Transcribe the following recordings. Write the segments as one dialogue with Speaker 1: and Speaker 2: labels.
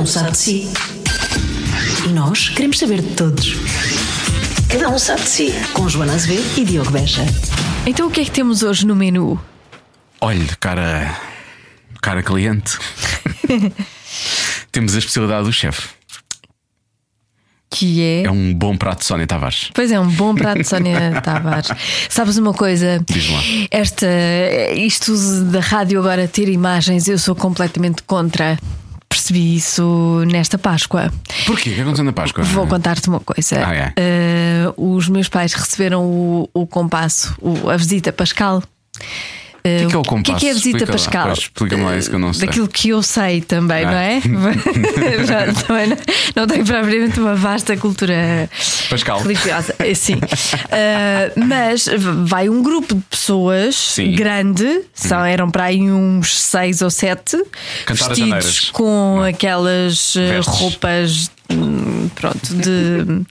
Speaker 1: um sabe de si. E nós queremos saber de todos. Cada um sabe de si. Com Joana Azevedo e Diogo Beja.
Speaker 2: Então o que é que temos hoje no menu?
Speaker 3: Olhe, cara. Cara cliente. Temos a especialidade do chefe.
Speaker 2: Que é.
Speaker 3: É um bom prato de Sónia Tavares.
Speaker 2: Pois é, um bom prato de Sónia Tavares. Sabes uma coisa?
Speaker 3: Diz lá.
Speaker 2: Esta, isto da rádio agora ter imagens, eu sou completamente contra. Percebi isso nesta Páscoa.
Speaker 3: Porquê? O que aconteceu na Páscoa?
Speaker 2: Vou contar-te uma coisa.
Speaker 3: Ah, é?
Speaker 2: Eh, os meus pais receberam o, o compasso, o- a visita Pascal. Eh,
Speaker 3: O que é que é o
Speaker 2: O que é, que é a
Speaker 3: compasso?
Speaker 2: visita
Speaker 3: Explica lá.
Speaker 2: Pascal?
Speaker 3: Pois, explica-me lá isso que eu não sei.
Speaker 2: Daquilo que eu sei também,
Speaker 3: Ah.
Speaker 2: não é? Já também não, não tenho propriamente uma vasta cultura
Speaker 3: Pascal.
Speaker 2: religiosa. Eh, Sim. Eh, mas vai um grupo de pessoas
Speaker 3: Sim. Uhum.
Speaker 2: grande, são, eram para aí uns seis ou sete,
Speaker 3: Cantar as
Speaker 2: vestidos
Speaker 3: janeiras.
Speaker 2: com aquelas eh,
Speaker 3: Vestes.
Speaker 2: roupas hum, pronto, de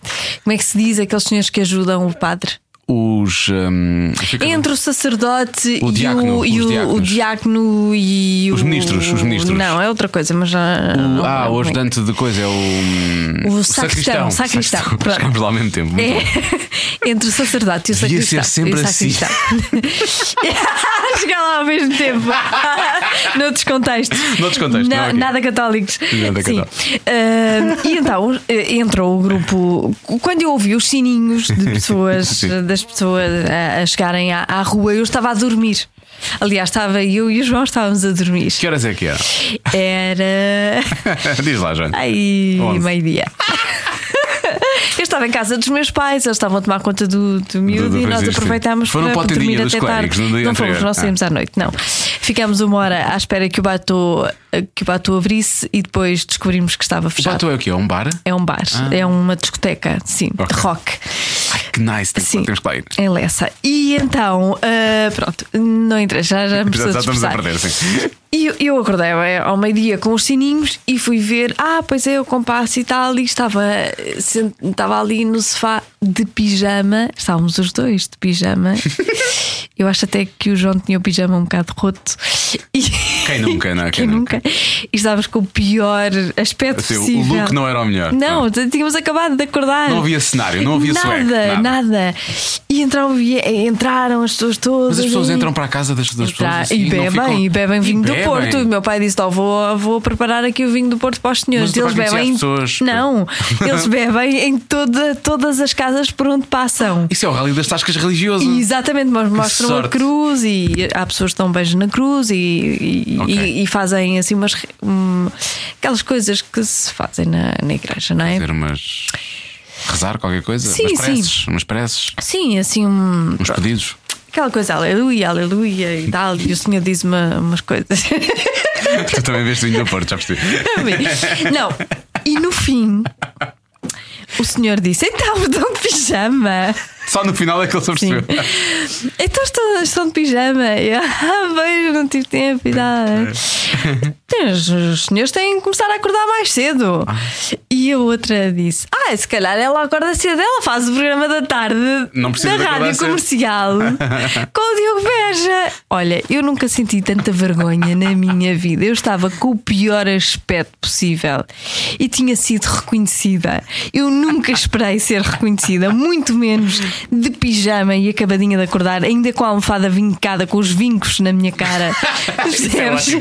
Speaker 2: como é que se diz aqueles senhores que ajudam o padre?
Speaker 3: Os. hum, fica-
Speaker 2: Entre o sacerdote e,
Speaker 3: O
Speaker 2: o,
Speaker 3: diácono,
Speaker 2: e
Speaker 3: os
Speaker 2: o, o
Speaker 3: diáconos.
Speaker 2: diácono e
Speaker 3: Os
Speaker 2: o-
Speaker 3: ministros, os ministros.
Speaker 2: Não, é outra coisa, mas já. não
Speaker 3: ah,
Speaker 2: lembro
Speaker 3: o
Speaker 2: bem.
Speaker 3: ajudante de coisa é o. hum,
Speaker 2: O sacristão, sacristão, pronto.
Speaker 3: Chegámos lá ao mesmo tempo. Muito bom.
Speaker 2: É, entre o sacerdote e o
Speaker 3: Devia
Speaker 2: sacristão.
Speaker 3: ser sempre
Speaker 2: E o
Speaker 3: assim.
Speaker 2: sacristão. Chegar lá ao mesmo tempo. Noutros contextos.
Speaker 3: Noutros contextos,
Speaker 2: Na-
Speaker 3: não, ok.
Speaker 2: Nada católicos.
Speaker 3: Nada
Speaker 2: Sim.
Speaker 3: católicos.
Speaker 2: Ah, e então eh, entrou o grupo. Quando eu ouvi os sininhos de pessoas,
Speaker 3: Sim.
Speaker 2: das pessoas a, a chegarem à, à rua, eu estava a dormir. Aliás, estava eu e o João estávamos a dormir.
Speaker 3: Que horas é que era?
Speaker 2: Era.
Speaker 3: Diz lá, Joana.
Speaker 2: Ai,
Speaker 3: Onze.
Speaker 2: meio-dia. Eu estava em casa dos meus pais, eles estavam a tomar conta do, do miúdo
Speaker 3: Do- do
Speaker 2: e nós
Speaker 3: Francisco, sim.
Speaker 2: aproveitámos
Speaker 3: Foram
Speaker 2: para,
Speaker 3: para o
Speaker 2: para
Speaker 3: tendinho
Speaker 2: dormir
Speaker 3: dos
Speaker 2: até tarde.
Speaker 3: clérigos no dia
Speaker 2: não fomos,
Speaker 3: anterior. Ah.
Speaker 2: nós saímos à noite, não. Ficámos uma hora à espera que o bato, que o bato abrisse e depois descobrimos que estava
Speaker 3: Já
Speaker 2: fechado.
Speaker 3: estou é o quê? É um bar?
Speaker 2: É um bar, é uma discoteca, sim, de
Speaker 3: Ok.
Speaker 2: rock.
Speaker 3: Ai, que nice. Temos,
Speaker 2: Sim. É,
Speaker 3: temos que lá ir.
Speaker 2: Em Lessa. E então, ah, pronto, não interessa, já, já me
Speaker 3: Já,
Speaker 2: estou
Speaker 3: já estamos a
Speaker 2: dispersar.
Speaker 3: perder, sim.
Speaker 2: E eu, eu acordei eh, ao meio-dia com os sininhos e fui ver, ah, pois é, o compasso e tal, e estava, eh, sent- estava ali no sofá de pijama, estávamos os dois de pijama. eu acho até que o João tinha o pijama um bocado roto. E-
Speaker 3: Quem nunca, não é?
Speaker 2: Quem
Speaker 3: Quem
Speaker 2: nunca? E estávamos com o pior aspecto
Speaker 3: Assim, o
Speaker 2: possível.
Speaker 3: look não era o melhor.
Speaker 2: Não, tínhamos acabado de acordar.
Speaker 3: Não havia cenário, não havia
Speaker 2: nada,
Speaker 3: swag,
Speaker 2: Nada,
Speaker 3: nada.
Speaker 2: E entraram, entraram as pessoas todas.
Speaker 3: Mas as pessoas
Speaker 2: e-
Speaker 3: entram para a casa das, das pessoas
Speaker 2: Tá,
Speaker 3: assim,
Speaker 2: e
Speaker 3: não
Speaker 2: bebem,
Speaker 3: ficam-
Speaker 2: e bebem vinho do
Speaker 3: bebem.
Speaker 2: Porto. E o meu pai disse: "Ó, vou, vou preparar aqui o vinho do Porto para os senhores.
Speaker 3: Mas tu
Speaker 2: eles
Speaker 3: vais conhecer
Speaker 2: bebem.
Speaker 3: as pessoas.
Speaker 2: Não, eles bebem em toda, todas as casas por onde passam.
Speaker 3: Isso é o rally das tascas religioso.
Speaker 2: E exatamente, mas mostram a
Speaker 3: Hum. sorte.
Speaker 2: cruz e há pessoas que dão um beijo na cruz e, e,
Speaker 3: Ok.
Speaker 2: e- e fazem assim umas re- hum, aquelas coisas que se fazem na, na igreja, não é?
Speaker 3: Fazer umas. rezar qualquer coisa?
Speaker 2: Sim,
Speaker 3: umas
Speaker 2: sim.
Speaker 3: preces, umas preces,
Speaker 2: Sim, assim um,
Speaker 3: uns pedidos.
Speaker 2: aquela coisa, aleluia, aleluia e tal. E o senhor diz uma, umas coisas.
Speaker 3: tu também vês vinho do Porto, já percebi.
Speaker 2: Não, e no fim o senhor disse: Então estão de pijama.
Speaker 3: Só no final é que ele se
Speaker 2: Sim.
Speaker 3: apercebeu.
Speaker 2: Então estão, estão de pijama. E eu, ah, beijo, não tive tempo e tal.
Speaker 3: É.
Speaker 2: Mas os senhores têm que começar a acordar mais cedo.
Speaker 3: Ah.
Speaker 2: E a outra disse: Ah, se calhar ela acorda cedo, ela faz o programa da tarde
Speaker 3: Não precisa de
Speaker 2: da
Speaker 3: acordar
Speaker 2: rádio
Speaker 3: cedo."
Speaker 2: comercial com o Diogo Beja. Olha, eu nunca senti tanta vergonha na minha vida. Eu estava com o pior aspecto possível e tinha sido reconhecida. Eu nunca esperei ser reconhecida, muito menos de pijama e acabadinha de acordar, ainda com a almofada vincada, com os vincos na minha cara. Percebes?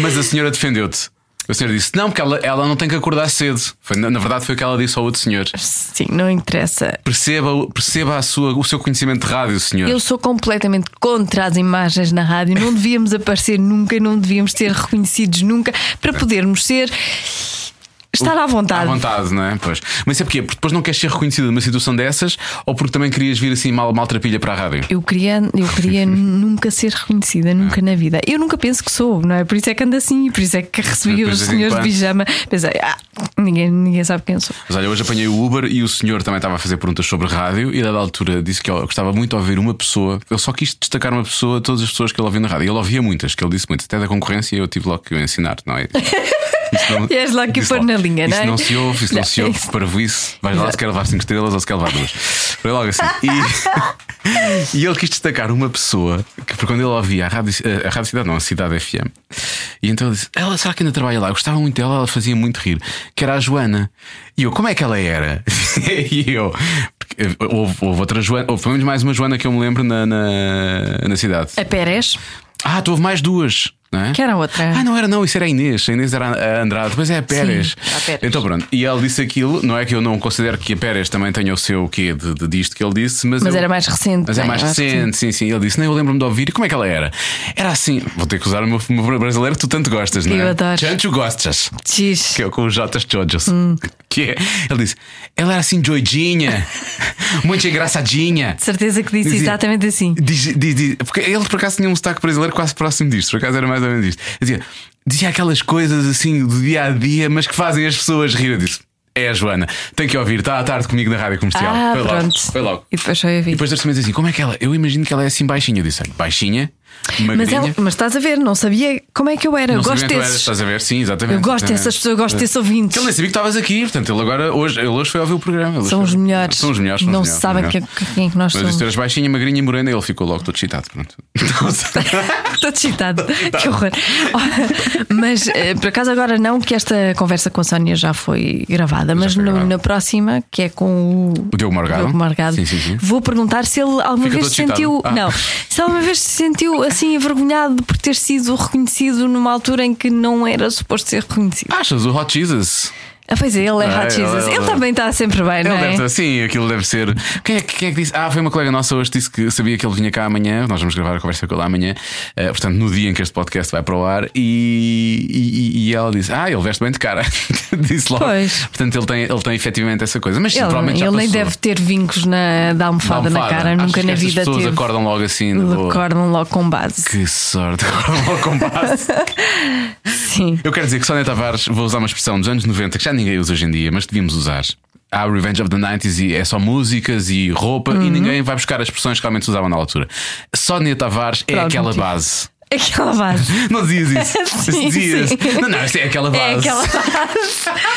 Speaker 3: Mas a senhora defendeu-te. A senhora disse: Não, porque ela, ela não tem que acordar cedo. Foi- na, na verdade, foi o que ela disse ao outro senhor.
Speaker 2: Sim, não interessa.
Speaker 3: Perceba, o- perceba a sua, o seu conhecimento de rádio, senhor.
Speaker 2: Eu sou completamente contra as imagens na rádio. Não devíamos aparecer nunca, não devíamos ser reconhecidos nunca para podermos ser. Estar à vontade.
Speaker 3: À vontade, não é? Pois. Mas isso é porquê? Porque depois não queres ser reconhecido numa situação dessas ou porque também querias vir assim mal, maltrapilha para a rádio?
Speaker 2: Eu queria, eu queria nunca ser reconhecida,
Speaker 3: É.
Speaker 2: nunca na vida. Eu nunca penso que sou, não é? Por isso é que ando assim, e por isso é que recebi
Speaker 3: Depois
Speaker 2: os
Speaker 3: de
Speaker 2: senhores de
Speaker 3: vez em
Speaker 2: pijama. Pensei, ah, ninguém, ninguém sabe quem sou.
Speaker 3: Mas olha, hoje apanhei o Uber e o senhor também estava a fazer perguntas sobre rádio e a dada altura disse que ele gostava muito de ouvir uma pessoa. Ele só quis destacar uma pessoa, de todas as pessoas que ele ouvia na rádio. Ele ouvia muitas, que ele disse muito, até da concorrência eu tive logo que o ensinar, não é? Isso não-
Speaker 2: E és lá que
Speaker 3: isso
Speaker 2: o pôr na linha,
Speaker 3: isso
Speaker 2: não é?
Speaker 3: não se ouve, isso não,
Speaker 2: Não,
Speaker 3: se ouve,
Speaker 2: isso-
Speaker 3: para isso. Vais lá se quer levar 5 estrelas ou se quer levar duas. Foi logo assim. E, e ele quis destacar uma pessoa que, porque quando ele ouvia a Rádio, a Rádio Cidade, não, a Cidade FM, e então ele disse: Ela, será que ainda trabalha lá? Eu gostava muito dela, ela fazia muito rir, que era a Joana. E eu, como é que ela era? e eu. porque eh, Houve, houve outra Joana, houve pelo menos mais uma Joana que eu me lembro na, na, na cidade.
Speaker 2: A Pérez,
Speaker 3: Ah, tu houve mais duas. Não é?
Speaker 2: É. Que era outra.
Speaker 3: Ah, não era, não, isso era a Inês. A Inês era a Andrade, depois é a Pérez.
Speaker 2: Sim, a Pérez.
Speaker 3: Então pronto, e ele disse aquilo, não é que eu não considero que a Pérez também tenha o seu quê de, de disto que ele disse, mas.
Speaker 2: Mas
Speaker 3: eu-
Speaker 2: era mais recente,
Speaker 3: Mas é
Speaker 2: não é?
Speaker 3: mais
Speaker 2: Era
Speaker 3: recente, sim, sim. Ele disse, não, eu lembro-me de ouvir. E como é que ela era? Era assim, vou ter que usar o meu, o meu brasileiro que tu tanto gostas, não é?
Speaker 2: Eu adoro. Hum.
Speaker 3: Tanto gostas.
Speaker 2: diz.
Speaker 3: Que é com os Jotas Jojos. Que é, ele disse, ela era assim, doidinha, muito engraçadinha.
Speaker 2: De certeza que disse
Speaker 3: Dizia-
Speaker 2: exatamente assim.
Speaker 3: Diz- diz- diz- porque ele por acaso tinha um sotaque brasileiro quase próximo disto, por acaso era mais ou menos isto. Dizia, dizia aquelas coisas assim do dia a dia, mas que fazem as pessoas rir. Eu disse, é a Joana, tem que ouvir, está à tarde comigo na rádio comercial.
Speaker 2: Ah,
Speaker 3: foi
Speaker 2: pronto.
Speaker 3: logo, foi logo.
Speaker 2: E depois foi a
Speaker 3: E
Speaker 2: vida.
Speaker 3: depois disse assim, como é que ela? Eu imagino que ela é assim baixinha. Eu disse, olha, baixinha,
Speaker 2: Mas,
Speaker 3: magrinha.
Speaker 2: ela- mas estás a ver, não sabia como é que eu era.
Speaker 3: não
Speaker 2: eu
Speaker 3: sabia
Speaker 2: gosto
Speaker 3: quem tu eras,
Speaker 2: desses.
Speaker 3: Estás a ver? Sim, exatamente.
Speaker 2: Eu gosto
Speaker 3: exatamente. é
Speaker 2: dessas pessoas, eu gosto desses ouvintes.
Speaker 3: Ele nem sabia que estavas aqui, portanto, ele agora hoje, ele hoje foi ouvir o programa. Ele hoje
Speaker 2: São
Speaker 3: foi-
Speaker 2: os melhores.
Speaker 3: São os melhores.
Speaker 2: Não
Speaker 3: se
Speaker 2: se sabem que- quem é que nós
Speaker 3: Mas disse, tu
Speaker 2: somos.
Speaker 3: eras baixinha, magrinha e morena, e ele ficou logo todo excitado. Pronto. Não sei.
Speaker 2: Estou excitado.
Speaker 3: Tá.
Speaker 2: Que horror. Ora, Mas eh, por acaso agora não, que esta conversa com a Sónia já foi gravada, mas
Speaker 3: foi
Speaker 2: no-
Speaker 3: gravada.
Speaker 2: na próxima, que é com o.
Speaker 3: O Diogo Morgado.
Speaker 2: Diogo Morgado.
Speaker 3: Sim, sim, sim.
Speaker 2: Vou perguntar se ele alguma
Speaker 3: Fica
Speaker 2: vez
Speaker 3: todo
Speaker 2: se sentiu.
Speaker 3: excitado. Ah.
Speaker 2: Não. Se alguma vez se sentiu assim envergonhado por ter sido reconhecido numa altura em que não era suposto ser reconhecido.
Speaker 3: Achas o Hot Jesus?
Speaker 2: Ah, pois é, ele é
Speaker 3: Ah,
Speaker 2: Hot
Speaker 3: ele-
Speaker 2: Jesus. Ele,
Speaker 3: ele-
Speaker 2: também está sempre bem,
Speaker 3: Ele
Speaker 2: não é?
Speaker 3: deve ser, sim, aquilo deve ser. Quem é, que- quem é que disse? Ah, foi uma colega nossa hoje que disse que sabia que ele vinha cá amanhã. Nós vamos gravar a conversa com ele amanhã. eh, portanto, no dia em que este podcast vai para o ar. E, e, e ela disse: Ah, ele veste bem de cara. disse logo.
Speaker 2: Pois.
Speaker 3: Portanto, ele tem, ele tem efetivamente essa coisa. Mas sim,
Speaker 2: Ele,
Speaker 3: provavelmente já
Speaker 2: ele nem
Speaker 3: passou.
Speaker 2: deve ter vincos na, da, almofada
Speaker 3: Dá uma
Speaker 2: na
Speaker 3: fada.
Speaker 2: cara,
Speaker 3: Achas
Speaker 2: nunca
Speaker 3: que
Speaker 2: na
Speaker 3: estas
Speaker 2: vida
Speaker 3: pessoas
Speaker 2: teve.
Speaker 3: acordam logo assim. na boa?
Speaker 2: Acordam logo com base.
Speaker 3: Que sorte, acordam logo com base.
Speaker 2: Sim.
Speaker 3: Eu quero dizer que Sónia Tavares, vou usar uma expressão dos anos 90 que já ninguém usa hoje em dia, mas devíamos usar. Há Revenge of the 90s e é só músicas e roupa
Speaker 2: Uhum.
Speaker 3: e ninguém vai buscar as expressões que realmente se usavam na altura. Sónia Tavares é
Speaker 2: Pronto.
Speaker 3: aquela base.
Speaker 2: Aquela base.
Speaker 3: Não dizias isso.
Speaker 2: Sim,
Speaker 3: dizias.
Speaker 2: sim.
Speaker 3: Não, não, isto é aquela base.
Speaker 2: É aquela base.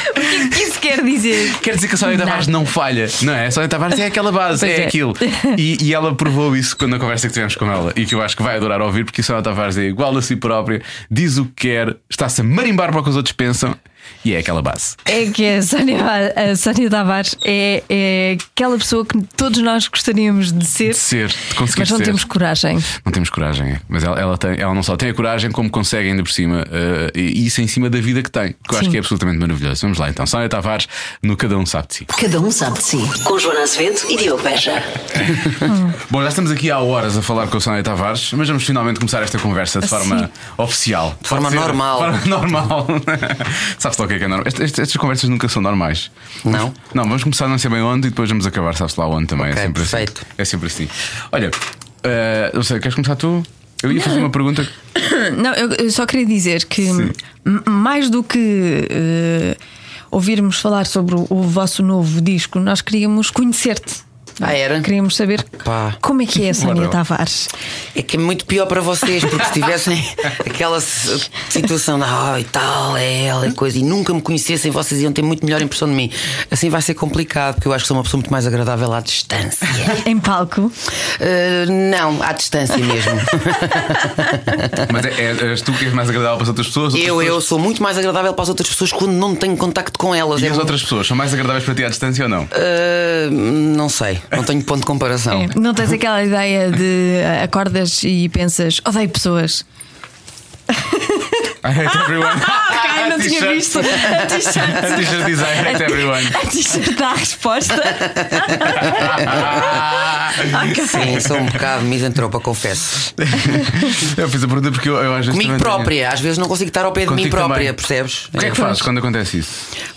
Speaker 2: o que é que isso quer dizer?
Speaker 3: Quer dizer que a Sónia
Speaker 2: Não.
Speaker 3: Tavares não falha, não é? A Sónia Tavares é aquela base,
Speaker 2: Pois
Speaker 3: é,
Speaker 2: é.
Speaker 3: aquilo. E, e ela provou isso quando a conversa que tivemos com ela e que eu acho que vai adorar ouvir, porque a Sónia Tavares é igual a si própria, diz o que quer, está-se a marimbar para o que os outros pensam e é aquela base.
Speaker 2: É que a Sónia, Va- a Sónia Tavares é, é aquela pessoa que todos nós gostaríamos de ser,
Speaker 3: De ser, de conseguir
Speaker 2: mas não
Speaker 3: ser.
Speaker 2: temos coragem.
Speaker 3: Não temos coragem, é. mas ela, ela, tem- ela não só tem a coragem, como consegue ainda por cima, eh, e isso em cima da vida que tem, que eu acho
Speaker 2: Sim.
Speaker 3: que é absolutamente maravilhoso. Vamos lá então, Sónia Tavares, no Cada Um Sabe de Si.
Speaker 1: Cada um sabe de si. Com Joana Azevedo e Diogo Beja.
Speaker 3: Bom, já estamos aqui há horas a falar com a Sónia Tavares, mas vamos finalmente começar esta conversa de
Speaker 2: Assim.
Speaker 3: forma oficial. De
Speaker 4: forma normal.
Speaker 3: De forma normal. Sabes lá o que é que é normal? Est- est- Estas conversas nunca são normais.
Speaker 4: Não?
Speaker 3: Vamos- Não, vamos começar não sei bem onde e depois vamos acabar, sabes lá onde também.
Speaker 4: Ok,
Speaker 3: é sempre
Speaker 4: perfeito.
Speaker 3: assim. É sempre assim. Olha, eh, não sei, queres começar tu? Eu ia fazer uma pergunta.
Speaker 2: Não, eu, eu só queria dizer que m- mais do que eh, ouvirmos falar sobre o, o vosso novo disco, nós queríamos conhecer-te.
Speaker 4: Ah, era?
Speaker 2: Queríamos saber
Speaker 4: Pá.
Speaker 2: como é que é a Sónia
Speaker 3: Ora.
Speaker 2: Tavares.
Speaker 4: É que é muito pior para vocês, porque se tivessem aquela s- situação de ah, e tal, é ela e coisa, e nunca me conhecessem, vocês iam ter muito melhor impressão de mim. Assim vai ser complicado, porque eu acho que sou uma pessoa muito mais agradável à distância.
Speaker 2: Em palco.
Speaker 4: Ah, não, à distância mesmo.
Speaker 3: Mas é, é- és tu que és mais agradável para as outras pessoas? outras
Speaker 4: eu,
Speaker 3: pessoas-
Speaker 4: eu sou muito mais agradável para as outras pessoas quando não tenho contacto com elas.
Speaker 3: E
Speaker 4: É
Speaker 3: as
Speaker 4: um-
Speaker 3: outras pessoas são mais agradáveis para ti à distância ou não?
Speaker 4: Ah, não sei, não tenho ponto de comparação.
Speaker 2: É, Não tens aquela ideia de ah, acordas e pensas, odeio pessoas.
Speaker 4: Ah,
Speaker 3: I hate everyone.
Speaker 2: Ai, Ah, não tinha
Speaker 3: T-shirt.
Speaker 2: visto. A t-shirt.
Speaker 3: A t-shirt diz I hate everyone.
Speaker 2: A t-shirt dá a resposta. Ok.
Speaker 4: Sim, sou um bocado misantropa, confesso.
Speaker 3: Eu fiz a pergunta porque eu, eu às vezes. também
Speaker 4: Comigo
Speaker 3: tenho-
Speaker 4: própria, às vezes não consigo estar ao pé de
Speaker 3: Contigo
Speaker 4: mim própria,
Speaker 3: também.
Speaker 4: percebes?
Speaker 3: O que é que fazes quando acontece isso?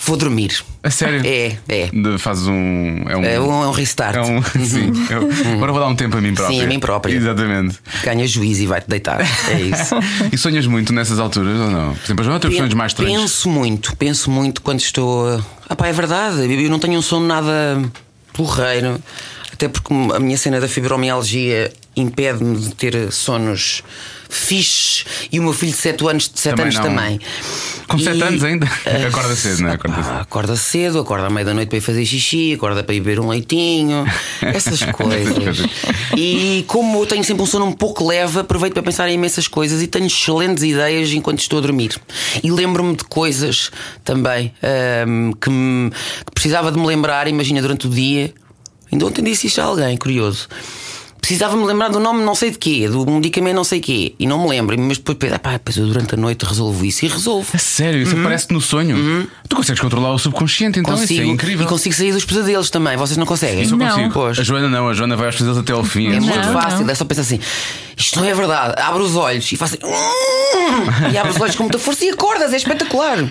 Speaker 4: Vou dormir.
Speaker 3: A sério?
Speaker 4: É, é.
Speaker 3: De- Fazes um. É um.
Speaker 4: É um, é um restart.
Speaker 3: é um- sim. Eu- agora vou dar um tempo a mim próprio.
Speaker 4: a mim própria.
Speaker 3: Exatamente.
Speaker 4: Ganha juízo e vai-te deitar. É isso.
Speaker 3: E sonhas muito nessas alturas ou não? Por exemplo, João, teus sonhos mais estranhos.
Speaker 4: penso muito, penso muito quando estou. Ah, pá, é verdade. eu- Eu não tenho um sono nada porreiro. Até porque a minha cena da fibromialgia impede-me de ter sonos fixes e o meu filho de 7 anos, de 7
Speaker 3: Também
Speaker 4: anos
Speaker 3: não.
Speaker 4: também.
Speaker 3: Com 7
Speaker 4: E-
Speaker 3: anos ainda. Acorda cedo, não é? Acorda cedo.
Speaker 4: Ah, acorda cedo, acorda à meia-noite para ir fazer xixi, acorda para ir beber um leitinho, essas coisas. E como eu tenho sempre um sono um pouco leve, aproveito para pensar em imensas coisas e tenho excelentes ideias enquanto estou a dormir. E lembro-me de coisas também ahm, que, me- que precisava de me lembrar, imagina, durante o dia. Ainda ontem disse isto a alguém, curioso. Precisava-me lembrar do nome não sei de quê, do medicamento não sei quê, e não me lembro, mas depois penso, "Ah pá, depois eu durante a noite resolvo isso e resolvo.
Speaker 3: A sério,
Speaker 4: Uhum.
Speaker 3: isso aparece no sonho. Tu consegues controlar o subconsciente, então
Speaker 4: consigo
Speaker 3: isso é incrível.
Speaker 4: e consigo sair dos pesadelos também. Vocês não conseguem?
Speaker 3: Isso eu
Speaker 2: Não.
Speaker 3: consigo.
Speaker 4: Pois.
Speaker 3: A Joana não, a Joana vai aos pesadelos até ao fim.
Speaker 4: É
Speaker 3: etc.
Speaker 4: muito
Speaker 2: Não,
Speaker 4: fácil,
Speaker 2: não.
Speaker 4: é só pensar assim: isto não é verdade. Abro os olhos e faço assim, e abro os olhos com muita força e acordas, é espetacular.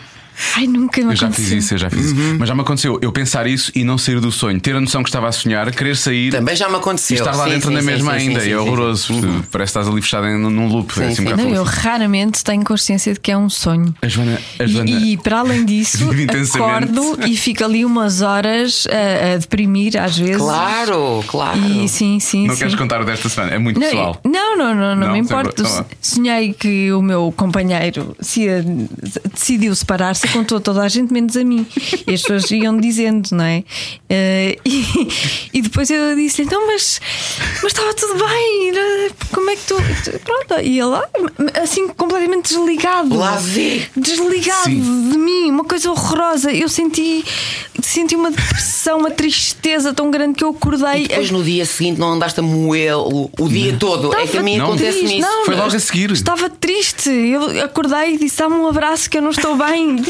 Speaker 2: Ai, nunca me
Speaker 3: Eu já fiz
Speaker 2: aconteceu.
Speaker 3: isso, eu já fiz
Speaker 4: Uhum.
Speaker 3: isso. Mas já me aconteceu eu pensar isso e não sair do sonho, ter a noção que estava a sonhar, querer sair
Speaker 4: Também já me
Speaker 3: e
Speaker 4: aconteceu.
Speaker 3: estar lá
Speaker 4: Sim,
Speaker 3: dentro
Speaker 4: sim,
Speaker 3: na
Speaker 4: sim,
Speaker 3: mesma
Speaker 4: sim, sim,
Speaker 3: ainda.
Speaker 4: sim,
Speaker 3: é
Speaker 4: sim. Uhum.
Speaker 3: horroroso. Parece que estás ali fechada em- num loop. é assim um
Speaker 4: sim.
Speaker 3: bocado
Speaker 2: Não, eu
Speaker 3: confuso.
Speaker 2: raramente tenho consciência de que é um sonho.
Speaker 3: A Joana. A
Speaker 2: E-
Speaker 3: Joana...
Speaker 2: E, para além disso,
Speaker 3: Vive intensamente.
Speaker 2: acordo e fico ali umas horas a, a deprimir, às vezes.
Speaker 4: Claro, claro.
Speaker 2: E sim, sim,
Speaker 3: Não
Speaker 2: sim.
Speaker 3: queres contar o desta semana? É muito
Speaker 2: Não,
Speaker 3: pessoal.
Speaker 2: eu- Não, não, não, não,
Speaker 3: Não,
Speaker 2: me
Speaker 3: sempre-
Speaker 2: importo.
Speaker 3: tá bem.
Speaker 2: Sonhei que o meu companheiro se, decidiu separar-se, contou a toda a gente, menos a mim. E as pessoas iam dizendo, não é? Eh, e, e depois eu disse então, mas, mas estava tudo bem, eh, como é que tu. tu- Pronto, e ele lá, assim, completamente desligado.
Speaker 4: Lá vê.
Speaker 2: Desligado
Speaker 3: Sim.
Speaker 2: de mim, uma coisa horrorosa. Eu senti, senti uma depressão, uma tristeza tão grande que eu acordei.
Speaker 4: E depois no dia seguinte não andaste a moê-lo o dia todo. é que a mim
Speaker 3: Não.
Speaker 4: acontece
Speaker 2: triste,
Speaker 4: me isso.
Speaker 2: não,
Speaker 3: Foi
Speaker 2: mas
Speaker 3: logo a seguir.
Speaker 2: Estava triste. Eu acordei e disse: dá-me um abraço que eu não estou bem.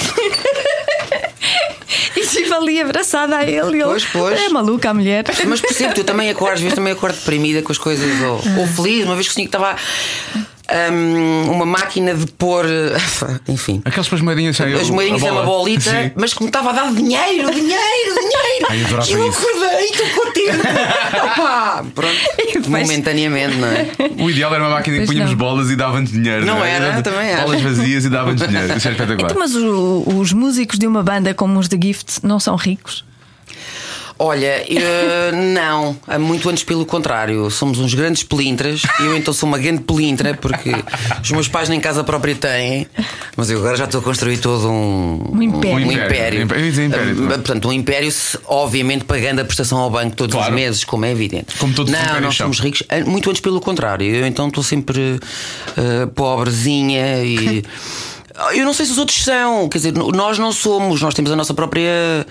Speaker 2: e estive ali abraçada a ele. e ele,
Speaker 4: Pois, pois.
Speaker 2: É maluca a mulher.
Speaker 4: Mas percebo que eu também acordo, às vezes também acordo deprimida com as coisas, ou, ou feliz. Uma vez que sonhei que estava hum, uma máquina de pôr. Enfim.
Speaker 3: Aquelas suas moedinhas saem-
Speaker 4: As moedinhas
Speaker 3: a
Speaker 4: é uma
Speaker 3: bola.
Speaker 4: bolita,
Speaker 3: Sim.
Speaker 4: mas que me estava a dar dinheiro, dinheiro, dinheiro.
Speaker 3: Ai, eu adorava
Speaker 4: eu
Speaker 3: isso.
Speaker 4: acordei, estou contente. Opa, pronto.
Speaker 2: depois-
Speaker 4: Momentaneamente, não é?
Speaker 3: O ideal era uma máquina em que
Speaker 2: Pois
Speaker 3: punhamos
Speaker 2: não.
Speaker 3: bolas e davam-te dinheiro.
Speaker 4: Não
Speaker 3: é?
Speaker 4: era,
Speaker 3: Era de-
Speaker 4: também era.
Speaker 3: Bolas vazias e davam-te dinheiro. Isso é espetacular.
Speaker 2: Então, mas o- os músicos de uma banda como os The Gift não são ricos?
Speaker 4: Olha, eh, não, há muito antes pelo contrário. Somos uns grandes pelintras. Eu então sou uma grande pelintra porque os meus pais nem casa própria têm, mas eu agora já estou a construir todo um,
Speaker 2: Um império.
Speaker 4: Um,
Speaker 2: Um
Speaker 3: império.
Speaker 4: império.
Speaker 3: Eu ia dizer império é?
Speaker 4: Ah,
Speaker 3: também.
Speaker 4: portanto, um império, se- obviamente, pagando a prestação ao banco todos
Speaker 3: Claro.
Speaker 4: os meses, como é evidente.
Speaker 3: Como todos os
Speaker 4: não,
Speaker 3: impérios
Speaker 4: nós
Speaker 3: são.
Speaker 4: somos ricos, ah, muito antes pelo contrário. Eu então estou sempre ah, pobrezinha e. Eu não sei se os outros são, quer dizer, nós não somos, nós temos a nossa própria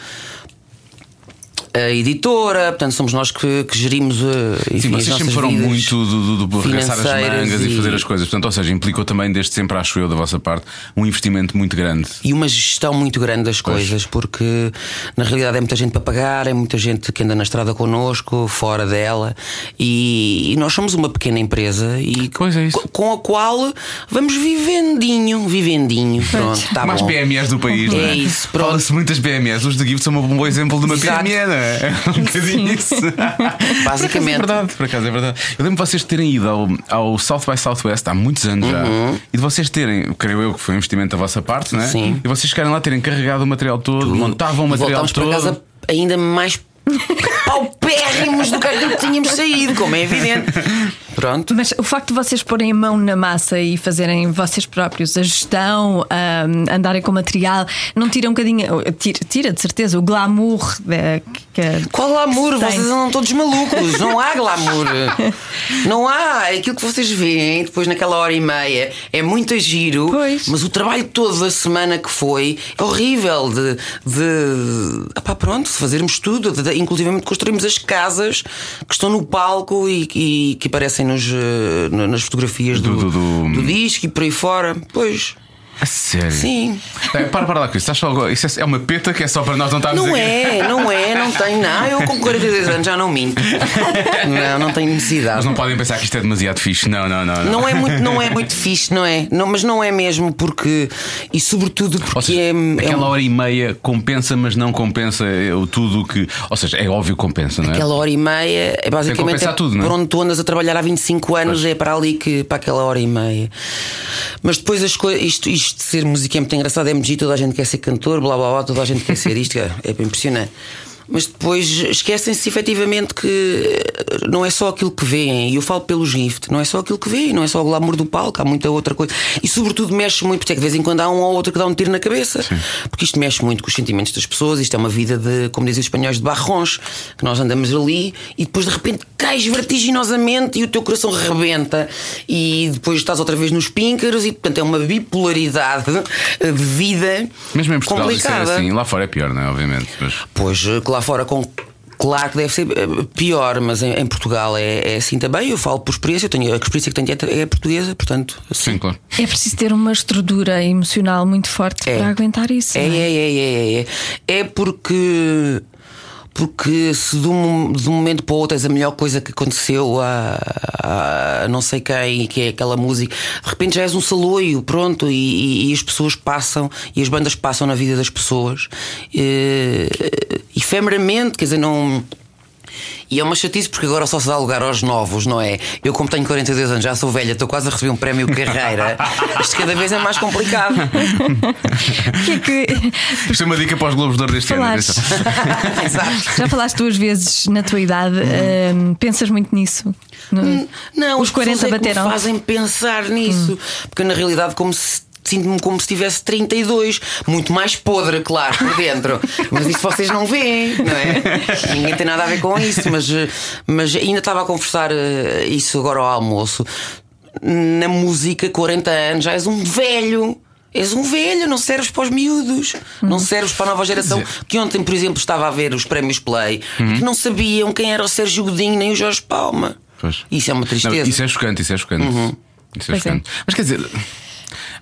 Speaker 4: a editora, portanto somos nós que, que gerimos uh,
Speaker 3: Sim,
Speaker 4: enfim, as
Speaker 3: vocês sempre
Speaker 4: nossas
Speaker 3: foram
Speaker 4: vidas.
Speaker 3: muito do, do, do arregaçar as
Speaker 4: financeiras
Speaker 3: mangas e...
Speaker 4: e-
Speaker 3: fazer as coisas. Portanto, ou seja, implicou também, desde sempre, acho eu, da vossa parte, um investimento muito grande.
Speaker 4: E uma gestão muito grande das coisas, porque na realidade é muita gente para pagar, é muita gente que anda na estrada connosco, fora dela, e, e nós somos uma pequena empresa e
Speaker 3: Pois é isso.
Speaker 4: co- com a qual vamos vivendinho, vivendinho, pronto, está
Speaker 3: Mais
Speaker 4: Ah, bom.
Speaker 3: PMEs do país,
Speaker 4: É
Speaker 3: não é?
Speaker 4: isso, pronto.
Speaker 3: Fala-se muitas PMEs. Os de Gift são um bom exemplo de uma
Speaker 4: Exato.
Speaker 3: PME, não é? É um bocadinho isso.
Speaker 4: Basicamente.
Speaker 3: Por acaso é verdade, por acaso é verdade. Eu lembro de vocês terem ido ao, ao South by Southwest há muitos anos já
Speaker 4: Uhum.
Speaker 3: e de vocês terem, creio eu que foi um investimento da vossa parte, não é?
Speaker 4: Sim.
Speaker 3: E vocês chegarem lá terem carregado o material todo, montavam o material
Speaker 4: Voltámos para
Speaker 3: todo.
Speaker 4: casa ainda mais paupérrimos do que aquilo que tínhamos saído, como é evidente. Pronto.
Speaker 2: Mas o facto de vocês porem a mão na massa e fazerem vocês próprios a gestão, ahm, andarem com material, não tira um bocadinho. Tira, tira de certeza o glamour da. que- é
Speaker 4: Qual glamour?
Speaker 2: Tem.
Speaker 4: Vocês andam todos malucos. Não há glamour. Não há. É Aquilo que vocês veem depois naquela hora e meia é muito giro,
Speaker 2: Pois.
Speaker 4: mas o trabalho todo da semana que foi é horrível. De. de pá, pronto, de fazermos tudo. De, de- inclusivamente construímos as casas que estão no palco e, e que aparecem nos, eh, no- nas fotografias do,
Speaker 3: Do- do- do-
Speaker 4: do disco e por aí fora. Pois,
Speaker 3: A sério.
Speaker 4: sim.
Speaker 3: Bem, para, para lá com isso. Estás só agora- Isso é- é uma peta que é só para nós não estarmos
Speaker 4: Não
Speaker 3: aqui.
Speaker 4: é, não é, não tenho. Não, eu com 42 anos já não minto. Não, não tenho
Speaker 3: Mas
Speaker 4: necessidade.
Speaker 3: não podem pensar que isto é demasiado fixe. Não, não, não. não.
Speaker 4: Não é muito, não é muito fixe, não é? Não, mas não é mesmo porque. E sobretudo porque
Speaker 3: Ou seja,
Speaker 4: é. é um-
Speaker 3: aquela hora e meia compensa, mas não compensa é, o tudo o que. Ou seja, é óbvio que compensa, não é?
Speaker 4: aquela hora e meia é basicamente
Speaker 3: compensar tudo, não é?
Speaker 4: por onde tu andas a trabalhar há 25 anos, é para ali que para aquela hora e meia. Mas depois as coisas, isto, isto de ser música é muito engraçado, é muito giro, toda a gente quer ser cantor, blá blá blá, toda a gente quer ser isto, é, é impressionante. mas depois esquecem-se efetivamente que não é só aquilo que veem. E eu falo pelo GIFT, não é só aquilo que veem, não é só o glamour do palco, há muita outra coisa. E sobretudo mexe muito, porque é que de vez em quando há um ou outro que dá um tiro na cabeça,
Speaker 3: Sim.
Speaker 4: porque isto mexe muito com os sentimentos das pessoas. Isto é uma vida de, como dizem os espanhóis, de barrons, que nós andamos ali e depois de repente cais vertiginosamente e o teu coração rebenta. E depois estás outra vez nos píncaros e, portanto, é uma bipolaridade eh, de vida
Speaker 3: Mesmo em Portugal, isso é
Speaker 4: complicada.
Speaker 3: assim. Lá fora é pior, não é? Obviamente. Mas...
Speaker 4: Pois, eh, que lá fora com. Claro que deve ser eh, pior, mas em, em Portugal é, é assim também. Eu falo por experiência, eu tenho, a experiência que tenho é é portuguesa, portanto.
Speaker 3: Sim, claro.
Speaker 2: É preciso ter uma estrutura emocional muito forte
Speaker 4: É.
Speaker 2: para aguentar isso.
Speaker 4: É,
Speaker 2: não
Speaker 4: é, é, é, é, é. É porque. Porque se de um, de um momento para o outro és a melhor coisa que aconteceu a, a não sei quem, que é aquela música, de repente já és um saloio, pronto, e, e- e as pessoas passam, e as bandas passam na vida das pessoas, eh, efemeramente, quer dizer, não. E é uma chatice porque agora só se dá lugar aos novos, não é? Eu, como tenho 42 anos, já sou velha, estou quase a receber um prémio carreira. Isto cada vez é mais complicado.
Speaker 2: O que é que-
Speaker 3: Isto é uma dica para os Globos de Ouro deste ano.
Speaker 2: Falaste.
Speaker 3: atenção.
Speaker 4: Exato.
Speaker 2: Já falaste duas vezes na tua idade, hum, pensas muito nisso? No-
Speaker 4: Uhum. Hum, Não,
Speaker 2: os
Speaker 4: as
Speaker 2: 40
Speaker 4: pessoas é que me
Speaker 2: bateram.
Speaker 4: fazem pensar nisso. Porque eu, na realidade, como se. Sinto-me como se tivesse 32, muito mais podre, claro, por dentro. Mas isso vocês não veem, não é? Ninguém tem nada a ver com isso, mas, eh, mas ainda estava a conversar eh, isso agora ao almoço. Na música, 40 anos, já és um velho. És um velho, não serves para os miúdos, não serves para a nova geração. Que ontem, por exemplo, estava a ver os prémios Play, que não sabiam quem era o Sérgio Godinho nem o Jorge Palma.
Speaker 3: Pois.
Speaker 4: Isso é uma tristeza. Uhum.
Speaker 3: Não, isso é chocante, isso é chocante. Isso é
Speaker 2: Pois é.
Speaker 3: chocante. Mas quer dizer,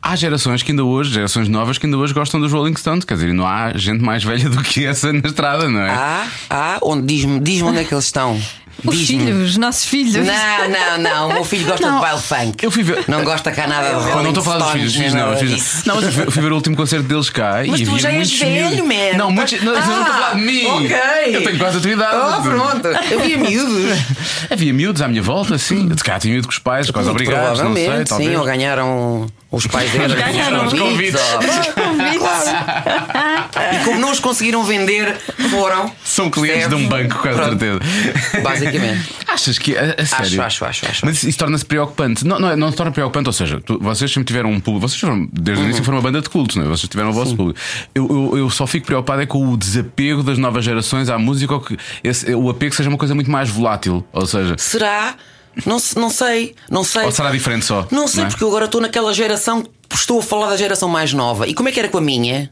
Speaker 3: há gerações que ainda hoje, gerações novas que ainda hoje gostam dos Rolling Stones, quer dizer, e não há gente mais velha do que essa na estrada, não é?
Speaker 4: Ah, ah, onde diz-me diz onde é que eles estão.
Speaker 2: Os
Speaker 4: Diz-me.
Speaker 2: filhos, os nossos filhos.
Speaker 4: Não, não, não. O meu filho gosta de baile funk.
Speaker 3: eu fui ver-
Speaker 4: Não gosta cá nada de
Speaker 3: Pá, não
Speaker 4: Rolling
Speaker 3: estou a falar dos
Speaker 4: Stones,
Speaker 3: filhos, filhos
Speaker 4: nem
Speaker 3: não,
Speaker 4: nada
Speaker 3: os
Speaker 4: disso.
Speaker 3: filhos. não, mas eu fui- eu fui ver o último concerto deles cá
Speaker 4: Mas
Speaker 3: e
Speaker 4: tu
Speaker 3: havia
Speaker 4: já és
Speaker 3: muitos
Speaker 4: velho,
Speaker 3: miúdos.
Speaker 4: man.
Speaker 3: Não, muitos, não, não estou a falar de mim.
Speaker 4: Ok.
Speaker 3: Eu tenho quase a tua idade.
Speaker 4: Oh, pronto. Eu vi a miúdos.
Speaker 3: Havia miúdos à minha volta, assim. De cá tinha ido com os pais, quase obrigados. Não sei,
Speaker 4: Provavelmente,
Speaker 3: talvez.
Speaker 4: sim. Ou ganharam os pais deles.
Speaker 3: ganharam os convites.
Speaker 4: ó. E como não os conseguiram vender, foram.
Speaker 3: São clientes de
Speaker 4: Percebes?
Speaker 3: um banco, com
Speaker 4: Pronto.
Speaker 3: certeza.
Speaker 4: Basicamente.
Speaker 3: Achas que. A, a sério?
Speaker 4: acho, acho, acho.
Speaker 3: Mas isso, isso torna-se preocupante. Não, não, é- não se torna preocupante, ou seja, tu- vocês sempre tiveram um público. Vocês foram, desde o início foram uma banda de culto, não é? Vocês tiveram o vosso público. Eu, eu- eu só fico preocupado é com o desapego das novas gerações à música, ou que esse- o apego seja uma coisa muito mais volátil. Ou seja,
Speaker 4: Será? Não, se- não sei. Não sei.
Speaker 3: ou será diferente só?
Speaker 4: Não sei,
Speaker 3: é?
Speaker 4: porque eu agora estou naquela geração, estou a falar da geração mais nova. E como é que era com a minha?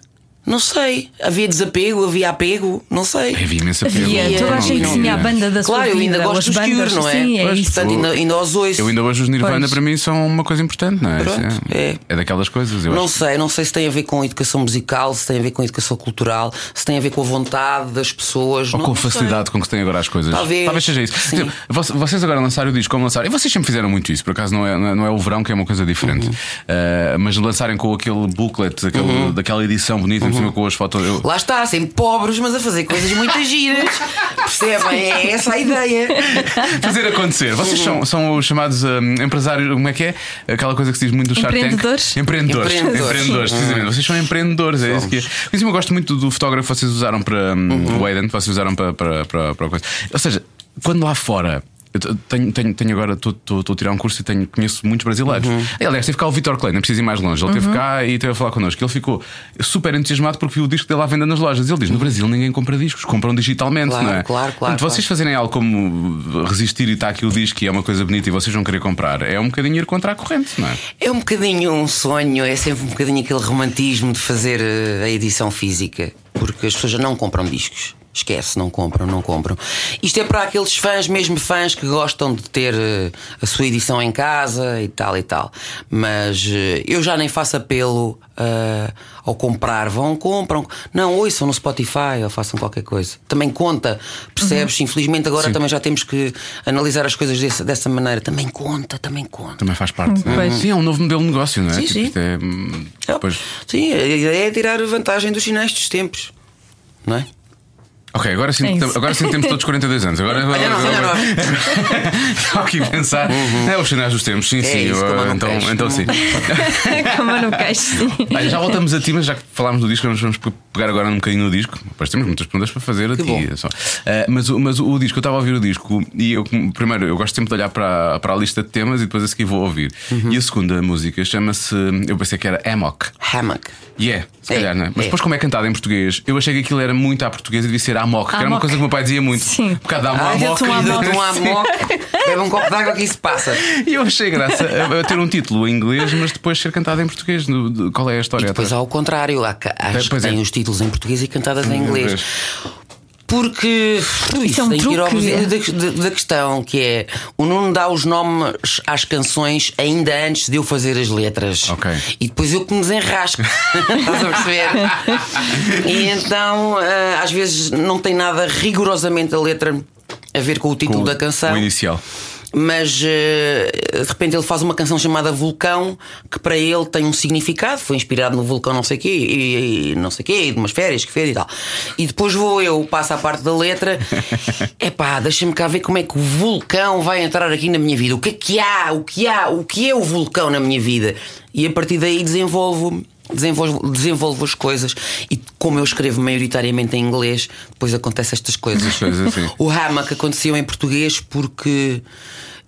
Speaker 4: Não sei. Havia desapego, havia apego, não sei.
Speaker 3: Havia imenso apego.
Speaker 2: Havia,
Speaker 4: tu
Speaker 2: toda a
Speaker 4: Não,
Speaker 2: gente
Speaker 4: não,
Speaker 2: tinha a
Speaker 3: não.
Speaker 2: banda É da sua
Speaker 4: Claro, eu
Speaker 2: vida,
Speaker 4: ainda
Speaker 2: ou
Speaker 4: gosto
Speaker 2: as
Speaker 4: dos
Speaker 2: bandas,
Speaker 4: Cure, não é?
Speaker 2: sim, é
Speaker 4: Pois,
Speaker 2: isso.
Speaker 4: Portanto, ainda, ainda aos oito.
Speaker 3: Eu ainda hoje os Nirvana
Speaker 2: Pois.
Speaker 3: para mim são uma coisa importante, não é?
Speaker 4: Pronto,
Speaker 3: Isso
Speaker 4: é.
Speaker 3: é daquelas coisas. Eu
Speaker 4: Não
Speaker 3: acho.
Speaker 4: sei, não sei se tem a ver com educação musical, se tem a ver com educação cultural, se tem a ver com a vontade das pessoas.
Speaker 3: Ou
Speaker 4: não- é?
Speaker 3: com a
Speaker 4: não sei.
Speaker 3: facilidade com que se tem agora as coisas.
Speaker 4: Talvez.
Speaker 3: seja isso. Por exemplo, voc- Vocês agora lançaram o disco, como lançaram? E vocês sempre fizeram muito isso, por acaso não é, não é- não é o verão que é uma coisa diferente.
Speaker 4: Uhum.
Speaker 3: Uh, mas lançarem com aquele booklet, aquele- daquela edição bonita, em
Speaker 4: Uhum.
Speaker 3: cima com as fotos. eu-
Speaker 4: Lá está, sempre pobres, mas a fazer coisas muito giras. Percebem? É essa a ideia.
Speaker 3: Fazer acontecer. Vocês são, são os chamados hum, empresários, como é que é? Aquela coisa que se diz muito do Shark Tank.
Speaker 2: Empreendedores?
Speaker 3: Empreendedores.
Speaker 4: Empreendedores.
Speaker 3: Empreendedores, precisamente. Vocês são empreendedores, é isso que é. Por isso eu gosto muito do fotógrafo que vocês usaram para. hum, O Aiden, que vocês usaram para, para, para, para a coisa. Ou seja, quando lá fora. Eu t- tenho, tenho, tenho agora, estou- estou estou a tirar um curso e tenho, conheço muitos brasileiros. Aliás, teve cá o Vitor Klein, não preciso ir mais longe. Ele teve cá e teve a falar connosco. Ele ficou super entusiasmado porque viu o disco dele à venda nas lojas. Ele diz: no Brasil ninguém compra discos, compram digitalmente,
Speaker 4: Claro,
Speaker 3: não é?
Speaker 4: claro, claro,
Speaker 3: Portanto, vocês
Speaker 4: claro.
Speaker 3: vocês fazerem algo como resistir e está aqui o disco e é uma coisa bonita e vocês vão querer comprar, é um bocadinho ir contra a corrente, não é?
Speaker 4: É um bocadinho um sonho, é sempre um bocadinho aquele romantismo de fazer eh, a edição física, porque as pessoas já não compram discos. Esquece, não compram, não compram. Isto é para aqueles fãs, mesmo fãs que gostam de ter eh, a sua edição em casa e tal e tal. Mas eh, eu já nem faço apelo ah, ao comprar. Vão, compram. Não, ouçam no Spotify ou façam qualquer coisa. Também conta, percebes? Infelizmente agora também já temos que analisar as coisas desse- dessa maneira. Também conta, também conta.
Speaker 3: Também faz parte. não é?
Speaker 2: Pois. Oh.
Speaker 3: Sim, é um novo modelo de negócio, não é?
Speaker 4: Sim, sim.
Speaker 3: isto é, hum,
Speaker 4: Ah,
Speaker 3: depois-
Speaker 4: Sim, a ideia é tirar vantagem dos sinais dos tempos, não é?
Speaker 3: Ok, agora sim,
Speaker 2: É isso.
Speaker 3: agora sim temos todos 42 anos. Agora,
Speaker 4: Olha nós, olha nós.
Speaker 3: Estava aqui a pensar. É os sinais dos tempos, sim, sim.
Speaker 4: isso,
Speaker 3: eu,
Speaker 4: como eu não
Speaker 3: então,
Speaker 4: queixo.
Speaker 3: então sim.
Speaker 2: Cama no queixo, sim.
Speaker 3: Olha, já voltamos a ti, mas já que falámos do disco, vamos, vamos pegar agora um bocadinho no disco. Pois temos muitas perguntas para fazer a
Speaker 4: Que
Speaker 3: ti.
Speaker 4: bom.
Speaker 3: é só. Ah, mas, o- mas o, o disco, eu estava a ouvir o disco e eu, como- primeiro, eu gosto sempre de olhar para, para a lista de temas e depois a seguir vou ouvir.
Speaker 4: Uhum.
Speaker 3: E a segunda música chama-se, eu pensei que era Amok.
Speaker 4: Hammock.
Speaker 3: E é, se
Speaker 4: É,
Speaker 3: calhar, não é? Mas
Speaker 4: é.
Speaker 3: depois, como é cantado em português, eu achei que aquilo era muito à portuguesa e devia ser Amok, que era uma
Speaker 2: Amok.
Speaker 3: coisa que o meu pai dizia muito.
Speaker 2: Sim.
Speaker 3: Por causa da
Speaker 4: Ah,
Speaker 3: Amok.
Speaker 4: deu-te um
Speaker 3: e-
Speaker 4: amor, um amor. Bebe um copo d'água que isso passa.
Speaker 3: E eu achei graça a, a ter um título em inglês, mas depois ser cantado em português. No, de- qual é a história?
Speaker 4: E depois há o contrário, há, ca- há as que
Speaker 3: Pois é.
Speaker 4: têm os títulos em português e cantadas em inglês. Porque isso,
Speaker 2: é um
Speaker 4: tem que ir ao
Speaker 2: truque.
Speaker 4: auxílio da, da- da questão, que é o Nuno dá os nomes às canções ainda antes de eu fazer as letras.
Speaker 3: Ok.
Speaker 4: E depois eu que me desenrasco. Estás a perceber? e então eh, às vezes não tem nada rigorosamente a letra a ver com o título
Speaker 3: Com
Speaker 4: da canção.
Speaker 3: O inicial.
Speaker 4: Mas eh, de repente ele faz uma canção chamada Vulcão, que para ele tem um significado, foi inspirado no vulcão não sei quê, e, e não sei quê, e de umas férias que fez e tal. E depois vou eu, passo à parte da letra, epá, deixa-me cá ver como é que o vulcão vai entrar aqui na minha vida. O que é que há? O que há? O que é o vulcão na minha vida? E a partir daí desenvolvo. Desenvolvo, desenvolvo as coisas e como eu escrevo maioritariamente em inglês, depois acontecem estas coisas.
Speaker 3: As coisas assim.
Speaker 4: O hammock aconteceu em português porque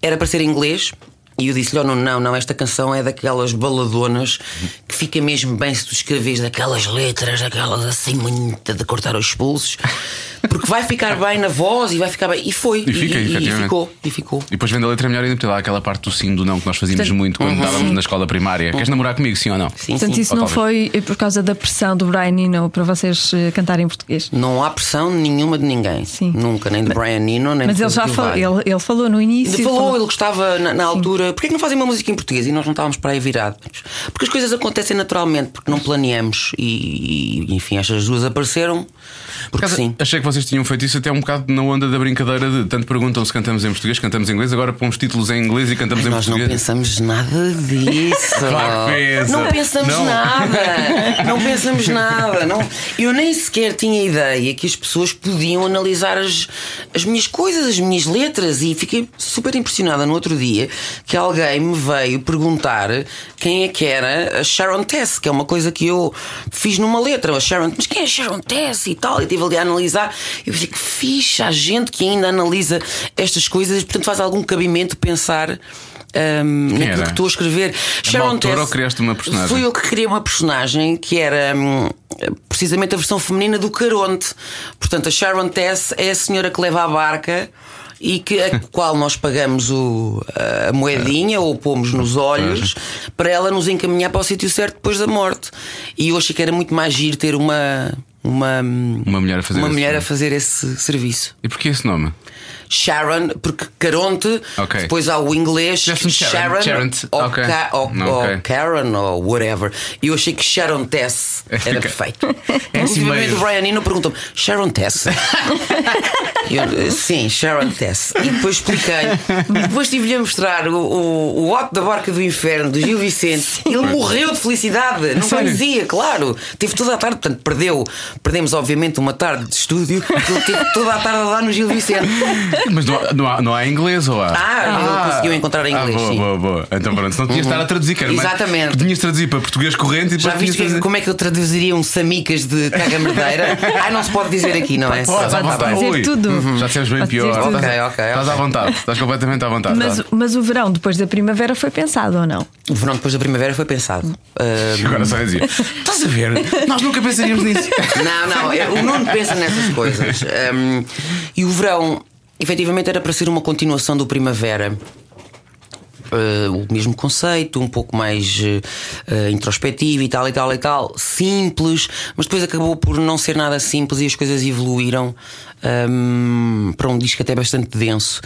Speaker 4: era para ser em inglês. E eu disse-lhe, oh, não, não, não, esta canção é daquelas baladonas que fica mesmo bem se tu escreves daquelas letras, daquelas assim, muito de cortar os pulsos, porque vai ficar bem na voz e vai ficar bem. E foi,
Speaker 3: E fica, efetivamente.
Speaker 4: ficou, e ficou.
Speaker 3: E depois vendo a letra melhor ainda, porque lá há aquela parte do sim do não que nós fazíamos
Speaker 2: Portanto,
Speaker 3: muito quando estávamos na escola primária. Queres namorar comigo, sim ou não?
Speaker 4: uhum. Sim,
Speaker 2: Portanto,
Speaker 4: sim.
Speaker 2: isso não
Speaker 3: Ou
Speaker 2: foi por causa da pressão do Brian Eno para vocês eh, cantarem em português.
Speaker 4: Não há pressão nenhuma de ninguém.
Speaker 2: Sim.
Speaker 4: Nunca, nem de Brian Nino, nem
Speaker 2: Mas
Speaker 4: de
Speaker 2: ele já
Speaker 4: Pedro
Speaker 2: falou,
Speaker 4: Gilvane.
Speaker 2: ele, ele falou no início.
Speaker 4: Ele falou, ele gostava na, na altura. Porquê que não fazem uma música em português? E nós não estávamos para aí virados. Porque as coisas acontecem naturalmente, porque não planeamos. E, e, enfim, estas duas apareceram. Porque
Speaker 3: acaso,
Speaker 4: sim.
Speaker 3: Achei que vocês tinham feito isso até um bocado na onda da brincadeira de tanto perguntam se cantamos em português, cantamos em inglês, agora pomos títulos em inglês e cantamos em
Speaker 4: Nós não
Speaker 3: português.
Speaker 4: pensamos nada disso.
Speaker 3: Claro que pensa.
Speaker 4: Não pensamos
Speaker 3: Não.
Speaker 4: nada. Não pensamos nada. Não. Eu nem sequer tinha ideia que as pessoas podiam analisar as, as minhas coisas, as minhas letras. E fiquei super impressionada no outro dia que alguém me veio perguntar quem é que era a Sharon Tess, que é uma coisa que eu fiz numa letra. A Sharon, mas quem é a Sharon Tess e tal? E estive ali a analisar. Eu pensei que fixe, há gente que ainda analisa estas coisas. Portanto, faz algum cabimento pensar. hum, naquilo
Speaker 3: era?
Speaker 4: que estou a escrever.
Speaker 3: autora
Speaker 4: Tess
Speaker 3: ou criaste uma personagem?
Speaker 4: Fui eu que criei uma personagem que era hum, precisamente a versão feminina do Caronte. Portanto, a Sharon Tess é a senhora que leva a barca e que, a qual nós pagamos o- a moedinha ou pomos nos olhos para ela nos encaminhar para o sítio certo depois da morte. E eu achei que era muito mais giro ter uma. Uma, hum,
Speaker 3: Uma mulher a fazer
Speaker 4: uma
Speaker 3: esse
Speaker 4: mulher a
Speaker 3: serviço.
Speaker 4: fazer esse serviço.
Speaker 3: E porquê esse nome?
Speaker 4: Sharon, porque Caronte,
Speaker 3: Ok.
Speaker 4: depois há o inglês
Speaker 3: Just Sharon,
Speaker 4: Sharon,
Speaker 3: Sharon,
Speaker 4: ou,
Speaker 3: ok.
Speaker 4: Ca- ou-
Speaker 3: Não,
Speaker 4: ou
Speaker 3: ok.
Speaker 4: Karen ou whatever. E eu achei que Sharon Tess era
Speaker 3: Ok.
Speaker 4: perfeito.
Speaker 3: É assim
Speaker 4: Inclusive
Speaker 3: meio.
Speaker 4: o Brian Eno perguntou-me: Sharon Tess? E eu, "Eh, Sim, Sharon Tess. E depois expliquei. E depois estive-lhe a mostrar o, o, o Otto da Barca do Inferno, do Gil Vicente. Ele morreu de felicidade. Não
Speaker 3: sério?
Speaker 4: conhecia, claro. Teve toda a tarde, portanto, perdeu. Perdemos, obviamente, uma tarde de estúdio. Ele teve toda a tarde lá no Gil Vicente.
Speaker 3: Mas não há, não há, não há inglês ou há?
Speaker 4: Ah, ele conseguiu encontrar em inglês,
Speaker 3: Ah, boa,
Speaker 4: sim.
Speaker 3: boa, boa. Então pronto, senão tinhas de estar a traduzir, que era mais-
Speaker 4: Exatamente.
Speaker 3: Tinhas de traduzir para português corrente e depois
Speaker 4: Já viste
Speaker 3: tinhas de
Speaker 4: que- como é que eu traduziria um samicas de cagamerdeira? ah, não se pode dizer aqui, não é?
Speaker 3: Podes, à
Speaker 4: Tá bem, tá bem.
Speaker 3: vontade.
Speaker 2: dizer
Speaker 3: Ui,
Speaker 2: tudo.
Speaker 3: Já dissemos bem
Speaker 2: Podes dizer
Speaker 3: pior.
Speaker 2: tudo.
Speaker 4: Ok,
Speaker 3: Estás-
Speaker 4: ok,
Speaker 3: Estás à
Speaker 4: ok.
Speaker 3: vontade, estás completamente à vontade.
Speaker 2: Mas,
Speaker 3: Tá.
Speaker 2: mas o verão depois da primavera foi pensado ou não?
Speaker 4: O verão depois da primavera foi pensado. Ah,
Speaker 3: Agora só dizia: Estás a ver? Nós nunca pensaríamos nisso.
Speaker 4: não, não, eu- o Nuno pensa nessas coisas. Ah, e o verão, efetivamente, era para ser uma continuação do primavera. eh, o mesmo conceito, um pouco mais eh, eh, introspectivo e tal e tal e tal, simples, mas depois acabou por não ser nada simples e as coisas evoluíram ehm, para um disco até bastante denso.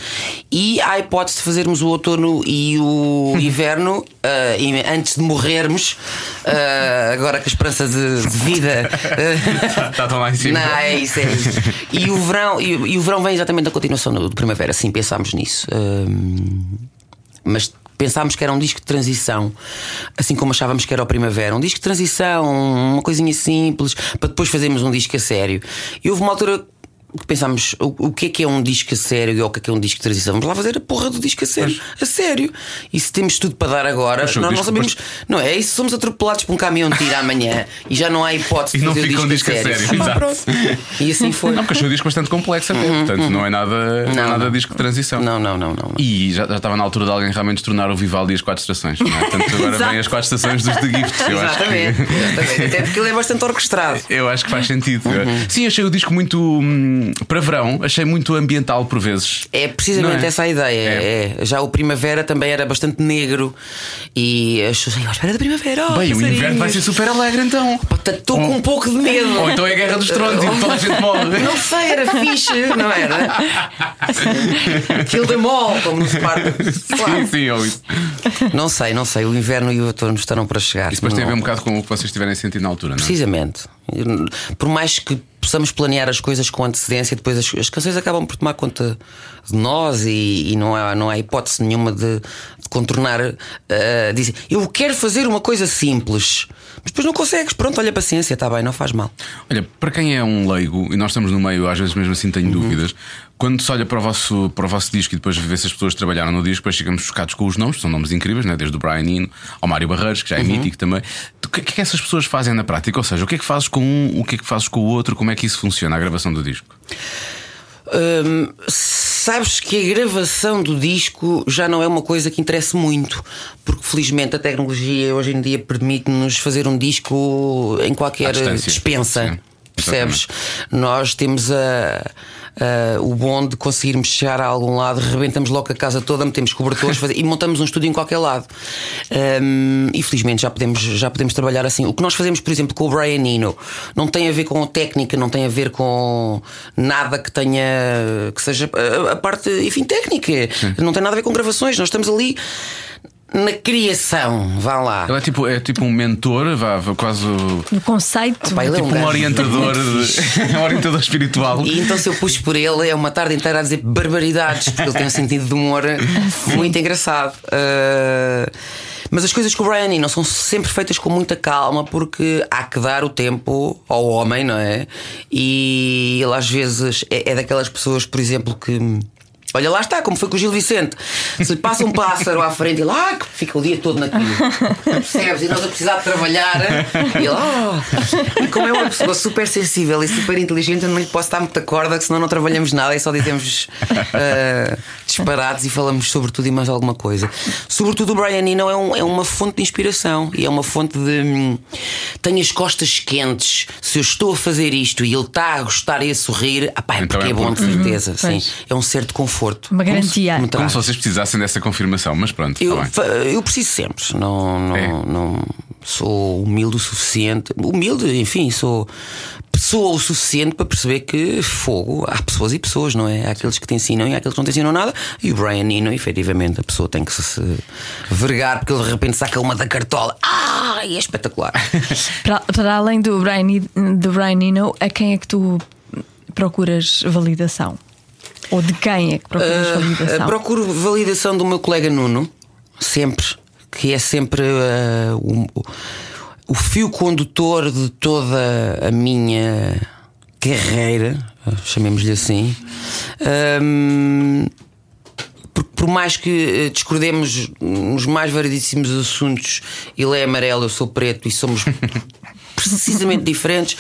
Speaker 4: E há a hipótese de fazermos o outono e o inverno eh, e antes de morrermos, eh, agora que a esperança de, de vida eh,
Speaker 3: Está Tá tão lá em cima.
Speaker 4: não, é isso, é isso. E o verão, e, o- e o verão vem exatamente da continuação do, do primavera, sim, pensámos nisso. Hum, mas pensámos que era um disco de transição, assim como achávamos que era o primavera. Um disco de transição, uma coisinha simples, para depois fazermos um disco a sério. E houve uma altura. pensámos o, o que é que é um disco a sério e o que é que é um disco de transição. Vamos lá fazer a porra do disco a sério. A sério. E se temos tudo para dar agora,
Speaker 3: Mas
Speaker 4: nós
Speaker 3: o
Speaker 4: não
Speaker 3: disco-
Speaker 4: sabemos. Não é isso, somos atropelados por um caminhão de tiro amanhã e já não há hipótese
Speaker 3: E
Speaker 4: de
Speaker 3: não
Speaker 4: fazer
Speaker 3: fica um
Speaker 4: o disco a sério. Ah, pá,
Speaker 3: exato.
Speaker 4: pronto. E assim foi.
Speaker 3: Não, porque achei o disco bastante complexo até. Portanto, não é nada, não, é
Speaker 4: Não,
Speaker 3: nada
Speaker 4: não.
Speaker 3: disco de transição.
Speaker 4: Não, não, não, não. não.
Speaker 3: E já, já estava na altura de alguém realmente tornar o Vivaldi as quatro estações. Não é? Portanto, agora
Speaker 2: Exato.
Speaker 3: vem as quatro estações dos The Gift. que Eu acho
Speaker 4: Exatamente,
Speaker 3: que...
Speaker 4: exatamente. Uhum. Até porque ele é bastante orquestrado.
Speaker 3: Eu acho que faz sentido. Sim, achei o disco muito hum, para verão, achei muito ambiental por vezes.
Speaker 4: É precisamente
Speaker 3: Não é?
Speaker 4: essa a ideia. é. Já o Primavera também era bastante negro e as pessoas "Ai, à espera da Primavera. Oh,
Speaker 3: Bem, o inverno vai ser super alegre então.
Speaker 4: Estou com um pouco de medo.
Speaker 3: Ou então é a Guerra dos Tronos e toda a gente morre.
Speaker 4: Não sei, era fixe, não era? Kill them all, como no Sparta.
Speaker 3: Sim, sim, ou isso.
Speaker 4: Não sei, não sei. O inverno e o outono estarão para chegar.
Speaker 3: Isso depois tem a ver
Speaker 4: Não.
Speaker 3: um bocado com o que vocês tiverem sentido na altura, não é?
Speaker 4: Precisamente. Por mais que possamos planear as coisas com antecedência, depois as, as canções acabam por tomar conta de nós e, e não, há, não há hipótese nenhuma de, de contornar. eh, dizer, eu quero fazer uma coisa simples, mas depois não consegues. Pronto, olha, paciência, está bem, não faz mal.
Speaker 3: Olha, para quem é um leigo, e nós estamos no meio, às vezes mesmo assim tenho dúvidas, quando se olha para o, vosso, para o vosso disco e depois vê se as pessoas que trabalharam no disco, depois ficamos chocados com os nomes, são nomes incríveis, né? desde o Brian Eno ao Mário Barreiros, que já é mítico também. O que, o que é que essas pessoas fazem na prática? Ou seja, o que é que fazes com um, o que é que fazes com o outro, como é que isso funciona, a gravação do disco?
Speaker 4: Hum, sabes que a gravação do disco já não é uma coisa que interessa muito, porque felizmente a tecnologia hoje em dia permite-nos fazer um disco em
Speaker 3: À
Speaker 4: qualquer
Speaker 3: distância.
Speaker 4: dispensa.
Speaker 3: Sim,
Speaker 4: Percebes? Nós temos a- a- o bom de conseguirmos chegar a algum lado, rebentamos logo a casa toda, metemos cobertores fazer- e montamos um estúdio em qualquer lado. Hum, e felizmente já podemos, já podemos trabalhar assim. O que nós fazemos, por exemplo, com o Brian Eno não tem a ver com técnica, não tem a ver com nada que tenha que seja a, a parte, enfim, técnica. Não tem nada a ver com gravações. Nós estamos ali na criação. Vá lá.
Speaker 3: Ele é tipo, é tipo um mentor, vá, vá, quase o-
Speaker 2: O conceito.
Speaker 4: Pá, ele é
Speaker 3: tipo um
Speaker 4: Um gajo
Speaker 3: orientador,
Speaker 4: muito fixe.
Speaker 3: de- um orientador espiritual.
Speaker 4: E então se eu puxo por ele é uma tarde inteira a dizer barbaridades, porque ele tem um sentido de humor muito engraçado. Ah, mas as coisas com o Brian não são sempre feitas com muita calma, porque há que dar o tempo ao homem, não é? E ele às vezes é, é daquelas pessoas, por exemplo, que. Olha, lá está, como foi com o Gil Vicente. Se lhe passa um pássaro à frente, ele ah, que fica o dia todo naquilo. Percebes? E nós a precisar de trabalhar. E ele, ah. E como é uma pessoa super sensível e super inteligente, eu não lhe posso dar muita corda, que senão não trabalhamos nada e só dizemos ah, disparates e falamos sobre tudo e mais alguma coisa. Sobretudo o Brian Eno é, um- é uma fonte de inspiração e é uma fonte de. hum, Tenho as costas quentes. Se eu estou a fazer isto e ele está a gostar e a sorrir, ah, pá, é
Speaker 3: Então
Speaker 4: porque
Speaker 3: é
Speaker 4: é bom, de
Speaker 3: porque-
Speaker 4: certeza. sim.
Speaker 2: Uhum. Pois.
Speaker 4: É um ser de conforto.
Speaker 2: Uma garantia.
Speaker 4: Muito
Speaker 3: Como
Speaker 4: raro.
Speaker 3: se vocês precisassem dessa confirmação, mas pronto,
Speaker 4: Eu,
Speaker 3: está bem.
Speaker 4: fa- eu preciso sempre, não, não,
Speaker 3: É.
Speaker 4: não sou humilde o suficiente. Humilde, enfim, sou pessoa o suficiente para perceber que fogo há pessoas e pessoas, não é? Há aqueles que te ensinam e há aqueles que não te ensinam nada. E o Brian Eno, efetivamente, a pessoa tem que se, se vergar porque ele de repente saca uma da cartola. Ah, é espetacular.
Speaker 2: Para, para além do Brian, E- do Brian Eno, a quem é que tu procuras validação? Ou de quem é que procuras
Speaker 4: Ah,
Speaker 2: validação?
Speaker 4: procuro validação do meu colega Nuno, sempre, que é sempre ah, o, o fio condutor de toda a minha carreira, ah, chamemos-lhe assim. Ahm, por, por mais que eh, discordemos nos mais variedíssimos assuntos, ele é amarelo, eu sou preto e somos precisamente diferentes.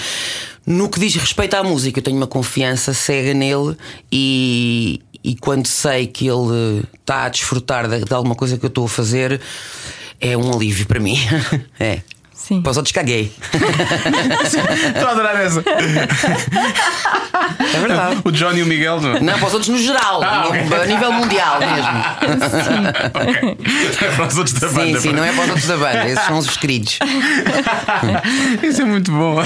Speaker 4: No que diz respeito à música, eu tenho uma confiança cega nele e, e quando sei que ele está a desfrutar de, de alguma coisa que eu estou a fazer, é um alívio para mim. É.
Speaker 2: Sim.
Speaker 4: Pois só descaguei.
Speaker 3: Estou a adorar essa.
Speaker 4: É verdade.
Speaker 3: O Johnny e o Miguel, não é?
Speaker 4: Não, para os outros no geral,
Speaker 3: Ah,
Speaker 4: no-
Speaker 3: ok.
Speaker 4: a nível mundial mesmo.
Speaker 3: Ok. É para os outros da
Speaker 4: sim,
Speaker 3: banda.
Speaker 4: sim,
Speaker 3: para-
Speaker 4: não é para os outros da banda, esses são os queridos.
Speaker 3: Isso é muito bom.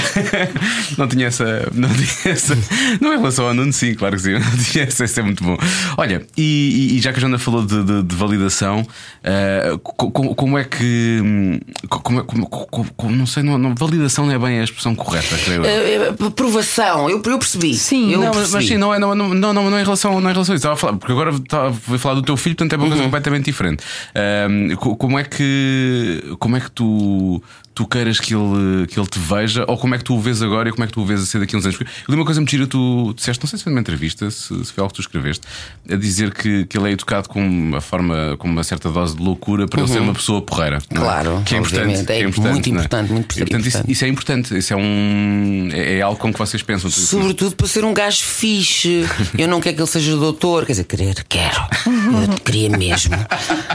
Speaker 3: Não tinha essa. Não, tinha essa, não é em relação ao Nuno, sim, claro que sim. Não tinha essa, isso é muito bom. Olha, e, e- e já que a Joana falou eh, de, de- de validação, ah, co- co- como, é que. hum, co- Como, é- como- como, co- co- não sei, não, não- validação não é bem a expressão correta, creio eu.
Speaker 4: Eh, eh, Provação, eu, eu percebi.
Speaker 2: Sim.
Speaker 4: eu
Speaker 3: não,
Speaker 4: percebi.
Speaker 3: mas sim, não é, não, não, não, não, não é em relação, não é em relação a isso. Estava a falar, porque agora estava a falar do teu filho, portanto é uma
Speaker 4: Uhum.
Speaker 3: coisa completamente diferente. Ahm, co- como é que como é que tu, tu queiras que ele, que ele te veja, ou como é que tu o vês agora e como é que tu o vês a ser daqui a uns anos? Porque Eu li uma coisa muito gira, tu disseste, não sei se foi numa entrevista, se, se foi algo que tu escreveste, a dizer que, que ele é educado com uma forma, com uma certa dose de loucura para ele ser uma pessoa porreira. não é?
Speaker 4: Uhum. Claro,
Speaker 3: que é importante,
Speaker 4: obviamente.
Speaker 3: que
Speaker 4: É muito
Speaker 3: não é?
Speaker 4: importante, muito
Speaker 3: E, portanto, isso,
Speaker 4: importante.
Speaker 3: isso é importante, isso é um é, é algo com que vocês pensam.
Speaker 4: Sobretudo para ser um gajo fixe. Eu não quero que ele seja doutor. Quer dizer, querer, quero. Eu queria mesmo.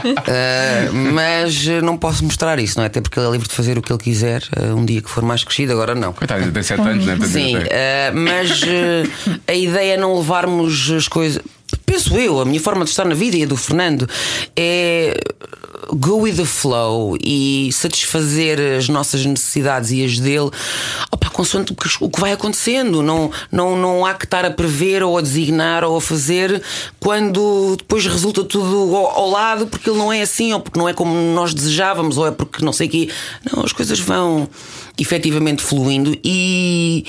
Speaker 4: Ah, mas eh, não posso mostrar isso, não é? Até porque ele é livre de fazer o que ele quiser. ah, um dia que for mais crescido, agora não.
Speaker 3: Coitado, tem 7 anos, né?
Speaker 4: Sim,
Speaker 3: Tem-
Speaker 4: eh, mas eh, a ideia é não levarmos as coisas. Penso eu, a minha forma de estar na vida e a do Fernando é go with the flow e satisfazer as nossas necessidades e as dele opa, consoante o que, o que vai acontecendo. Não, não, não há que estar a prever ou a designar ou a fazer quando depois resulta tudo ao, ao lado porque ele não é assim ou porque não é como nós desejávamos ou é porque não sei o quê. Não, as coisas vão efetivamente fluindo e,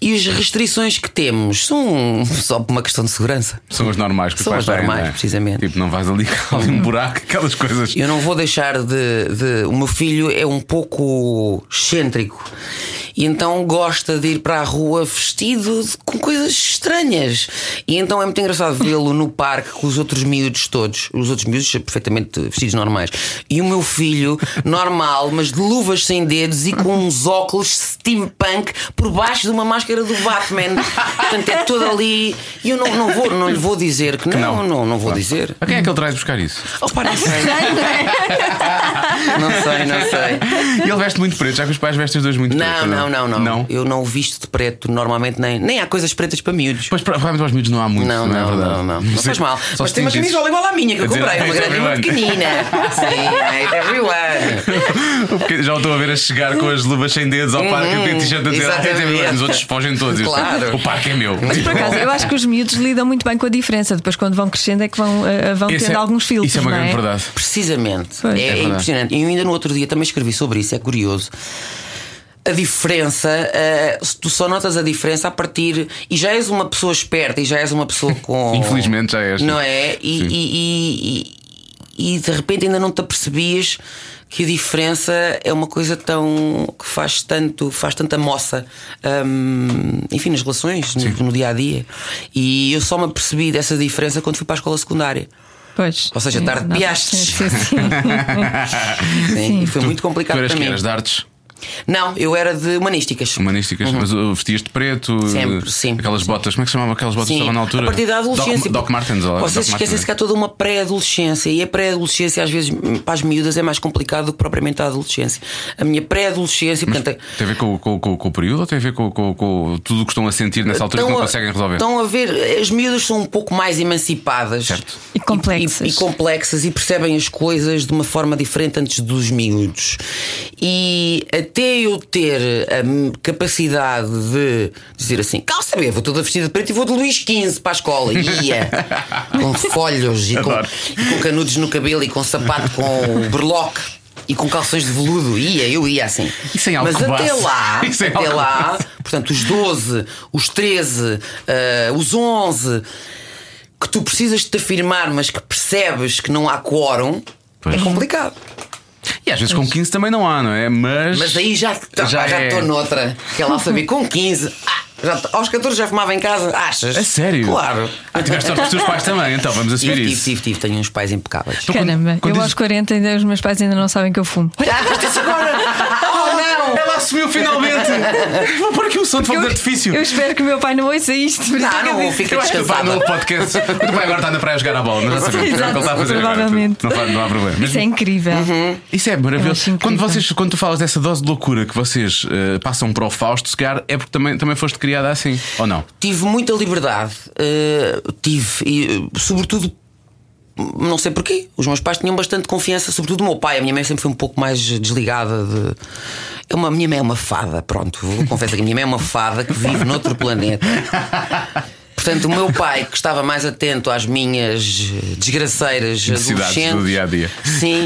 Speaker 4: e as restrições que temos são só por uma questão de segurança.
Speaker 3: São as normais que os
Speaker 4: São
Speaker 3: pais
Speaker 4: as normais,
Speaker 3: têm, não é?
Speaker 4: precisamente. Uhum.
Speaker 3: Tipo, não vais ali, ali um buraco, aquelas coisas.
Speaker 4: Eu não vou deixar de, de- O meu filho é um pouco excêntrico e então gosta de ir para a rua vestido de- com coisas estranhas. E então é muito engraçado vê-lo no parque com os outros miúdos todos. Os outros miúdos perfeitamente vestidos normais. E o meu filho, normal, mas de luvas sem dedos e com uns óculos steampunk por baixo de uma máscara do Batman. Portanto, é tudo ali. E eu não, não, vou, não lhe vou dizer que não,
Speaker 3: não.
Speaker 4: não, não, vou dizer.
Speaker 3: A quem é que ele traz buscar isso?
Speaker 4: Opa, não sei. Não sei, não sei.
Speaker 3: E ele veste muito preto, já que os pais vestem os dois muito
Speaker 4: Não,
Speaker 3: preto.
Speaker 4: não, não, não.
Speaker 3: Não.
Speaker 4: Eu não o visto de preto, normalmente nem. Nem há coisas pretas para miúdos.
Speaker 3: Pois, para- realmente aos miúdos não há muito.
Speaker 4: Não,
Speaker 3: é
Speaker 4: não, não,
Speaker 3: verdade?
Speaker 4: não, não. faz mal.
Speaker 3: Só
Speaker 4: Mas
Speaker 3: se
Speaker 4: tem uma
Speaker 3: diz isso.
Speaker 4: camisola igual à minha que eu
Speaker 3: Quer dizer,
Speaker 4: comprei, É uma
Speaker 3: it's
Speaker 4: grande e uma
Speaker 3: everyone.
Speaker 4: pequenina. Sim, it's everyone.
Speaker 3: Porque Já o estou a ver a chegar com as luvas sem dedos ao parque,
Speaker 4: Uhum,
Speaker 3: uhum, t-shirt a dizer, "Ah, tem
Speaker 4: exatamente.
Speaker 3: anos, os outros fogem todos. Eu sei,
Speaker 4: Claro.
Speaker 3: O parque é meu. Tipo,
Speaker 2: Por acaso, eu acho que os miúdos lidam muito bem com a diferença. Depois, quando vão crescendo, é que vão, eh, vão
Speaker 3: esse
Speaker 2: tendo
Speaker 3: é-
Speaker 2: alguns filtros.
Speaker 3: Isso é uma
Speaker 2: não
Speaker 3: grande verdade.
Speaker 4: Precisamente.
Speaker 2: Pois.
Speaker 4: É,
Speaker 2: É
Speaker 3: verdade.
Speaker 4: impressionante. E eu ainda no outro dia também escrevi sobre isso, é curioso. A diferença, eh, se tu só notas a diferença a partir. E já és uma pessoa esperta e já és uma pessoa com.
Speaker 3: Infelizmente já és.
Speaker 4: Não é? E,
Speaker 3: Sim.
Speaker 4: e- e- e- e de repente ainda não te apercebias que a diferença é uma coisa tão. que faz tanto. faz tanta moça. hum, enfim, nas relações, no, no dia a dia. E eu só me apercebi dessa diferença quando fui para a escola secundária.
Speaker 2: Pois.
Speaker 4: Ou seja, tarde
Speaker 2: Não,
Speaker 4: piastres.
Speaker 2: sim, sim.
Speaker 4: Sim, e foi muito complicado
Speaker 3: Tu eras
Speaker 4: para
Speaker 3: que
Speaker 4: mim.
Speaker 3: eras de artes
Speaker 4: Não, eu era de humanísticas.
Speaker 3: humanísticas, mas uh, vestias de preto,
Speaker 4: Uhum. Sempre,
Speaker 3: uh,
Speaker 4: sim.
Speaker 3: aquelas botas, como é que se chamava aquelas botas que estavam na altura?
Speaker 4: a partir da adolescência.
Speaker 3: Doc, Doc Martens, ou
Speaker 4: Vocês
Speaker 3: Doc Martens.
Speaker 4: esquecem-se que há toda uma pré-adolescência e a pré-adolescência, às vezes, para as miúdas, é mais complicado do que propriamente a adolescência. A minha pré-adolescência, portanto,
Speaker 3: Tem a ver com, com- com- com o período ou tem a ver com, com- com tudo o que estão a sentir nessa altura que não
Speaker 4: a-
Speaker 3: conseguem resolver?
Speaker 4: Estão a ver, as miúdas são um pouco mais emancipadas
Speaker 3: Certo.
Speaker 2: E complexas.
Speaker 4: E, e complexas e percebem as coisas de uma forma diferente antes dos miúdos. E até eu ter a m- capacidade de dizer assim: calça bem, vou toda vestida de preto e vou de Luís XV para a escola. E Ia com folhos e com,
Speaker 3: Adoro.
Speaker 4: e com canudos no cabelo e com sapato com berloque. E com calções de veludo, ia, eu ia assim.
Speaker 3: Isso em
Speaker 4: Mas
Speaker 3: Alcobaça.
Speaker 4: até lá,
Speaker 3: Isso é em
Speaker 4: até lá, portanto, os 12, os 13, eh, os 11, que tu precisas de te afirmar, mas que percebes que não há quórum,
Speaker 3: Pois.
Speaker 4: é complicado.
Speaker 3: E às vezes com 15 também não há, não é? Mas.
Speaker 4: Mas aí já estou
Speaker 3: Já
Speaker 4: já
Speaker 3: é.
Speaker 4: estou noutra. Que é lá saber, com 15, ah, já, t- aos 14 já fumava em casa, achas?
Speaker 3: A sério?
Speaker 4: Claro.
Speaker 3: Ah, tiveste sorte dos teus pais também, então vamos
Speaker 4: Eu
Speaker 3: assumir
Speaker 4: tive,
Speaker 3: isso.
Speaker 4: tive, tive, tenho uns pais impecáveis.
Speaker 3: Então, quando-
Speaker 2: Caramba,
Speaker 3: quando
Speaker 2: eu
Speaker 3: dizes-
Speaker 2: aos 40 ainda os meus pais ainda não sabem que eu fumo.
Speaker 4: Oh, não!
Speaker 3: Ela assumiu finalmente! Vou pôr aqui um som de fogo de
Speaker 2: Eu,
Speaker 3: artifício.
Speaker 2: eu espero que o meu pai não ouça isto. por isso é
Speaker 4: Não,
Speaker 2: que eu
Speaker 4: não,
Speaker 2: disse.
Speaker 4: fica
Speaker 3: Eu acho que ele está
Speaker 4: descansada.
Speaker 3: no podcast. O teu pai agora está na praia a jogar a bola, não é? Sabe o que é que ele está a fazer agora.
Speaker 2: Provavelmente.
Speaker 3: Não, faz- não há problema. Mas
Speaker 2: Isso é incrível.
Speaker 3: Isso é
Speaker 2: Eu
Speaker 3: maravilhoso.
Speaker 2: acho incrível.
Speaker 3: Quando, vocês, quando tu falas dessa dose de loucura que vocês eh, passam para o Fausto, se calhar é porque também, também foste criada assim, ou não?
Speaker 4: Tive muita liberdade. eh, tive, e, eh, sobretudo, não sei porquê. Os meus pais tinham bastante confiança, sobretudo o meu pai. A minha mãe sempre foi um pouco mais desligada. De... É uma, a minha mãe é uma fada, pronto. Vou confessar que a minha mãe é uma fada que vive noutro planeta. Portanto, o meu pai, que estava mais atento às minhas desgraceiras
Speaker 3: Necessidades
Speaker 4: adolescentes.
Speaker 3: do dia a dia.
Speaker 4: Sim,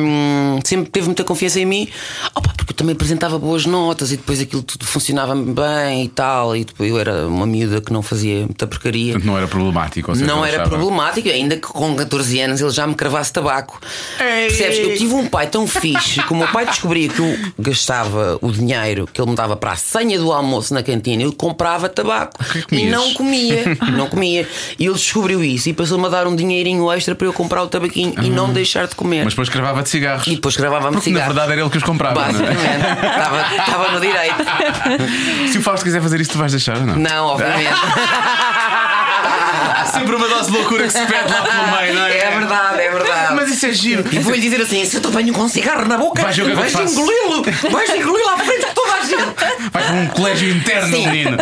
Speaker 4: hum, sempre teve muita confiança em mim. Opa, porque eu também apresentava boas notas e depois aquilo tudo funcionava bem e tal. E depois eu era uma miúda que não fazia muita porcaria.
Speaker 3: Portanto, não era problemático. ou seja,
Speaker 4: Não era
Speaker 3: Uhum. achava-
Speaker 4: problemático, ainda que com 14 anos ele já me cravasse tabaco. Percebes? Eu tive um pai tão fixe que o meu pai descobria que eu gastava o dinheiro que ele me dava para a senha do almoço na cantina, eu comprava tabaco
Speaker 3: que é que
Speaker 4: e
Speaker 3: comias?
Speaker 4: não comia. não comia. E ele descobriu isso e passou-me a dar um dinheirinho extra para eu comprar o tabaquinho e não deixar de comer.
Speaker 3: Ah. Mas depois cravava de cigarros.
Speaker 4: E depois gravava-me
Speaker 3: Porque na
Speaker 4: cigarros.
Speaker 3: verdade era ele que os comprava. não é?
Speaker 4: Basicamente, estava, estava no direito.
Speaker 3: Se o Fausto quiser fazer isso, tu vais deixar ou não?
Speaker 4: Não, obviamente.
Speaker 3: Há sempre uma dose de loucura que se perde lá pelo meio, não é?
Speaker 4: É verdade, é verdade.
Speaker 3: Mas isso é giro.
Speaker 4: E vou-lhe dizer assim: se eu te apanho com um cigarro na boca,
Speaker 3: Vais ver o que é que eu
Speaker 4: vais
Speaker 3: te faço.
Speaker 4: engoli-lo, vais engoli-lo à frente de toda a gente.
Speaker 3: Vai para um colégio interno,
Speaker 4: Sim.
Speaker 3: menino.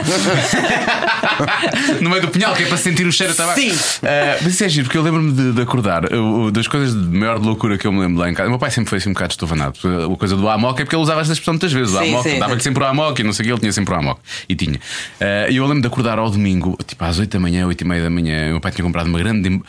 Speaker 3: no meio do pinhal, que é para sentir o cheiro a tabaco.
Speaker 4: Sim.
Speaker 3: Ah, mas isso é giro, porque eu lembro-me de, de acordar. Eu- eu- das coisas de maior de loucura que eu me lembro lá em casa. O meu pai sempre foi assim um bocado estofanado. A coisa do amoca é porque ele usava esta expressão muitas vezes. O
Speaker 4: Sim,
Speaker 3: amoca,
Speaker 4: sim.
Speaker 3: dava-lhe sempre o amoca e não sei o que, ele tinha sempre o amoca. E tinha. Ah, E eu lembro de acordar ao domingo, tipo às 8 da manhã, 8 e meia da manhã. O meu pai tinha comprado uma grande.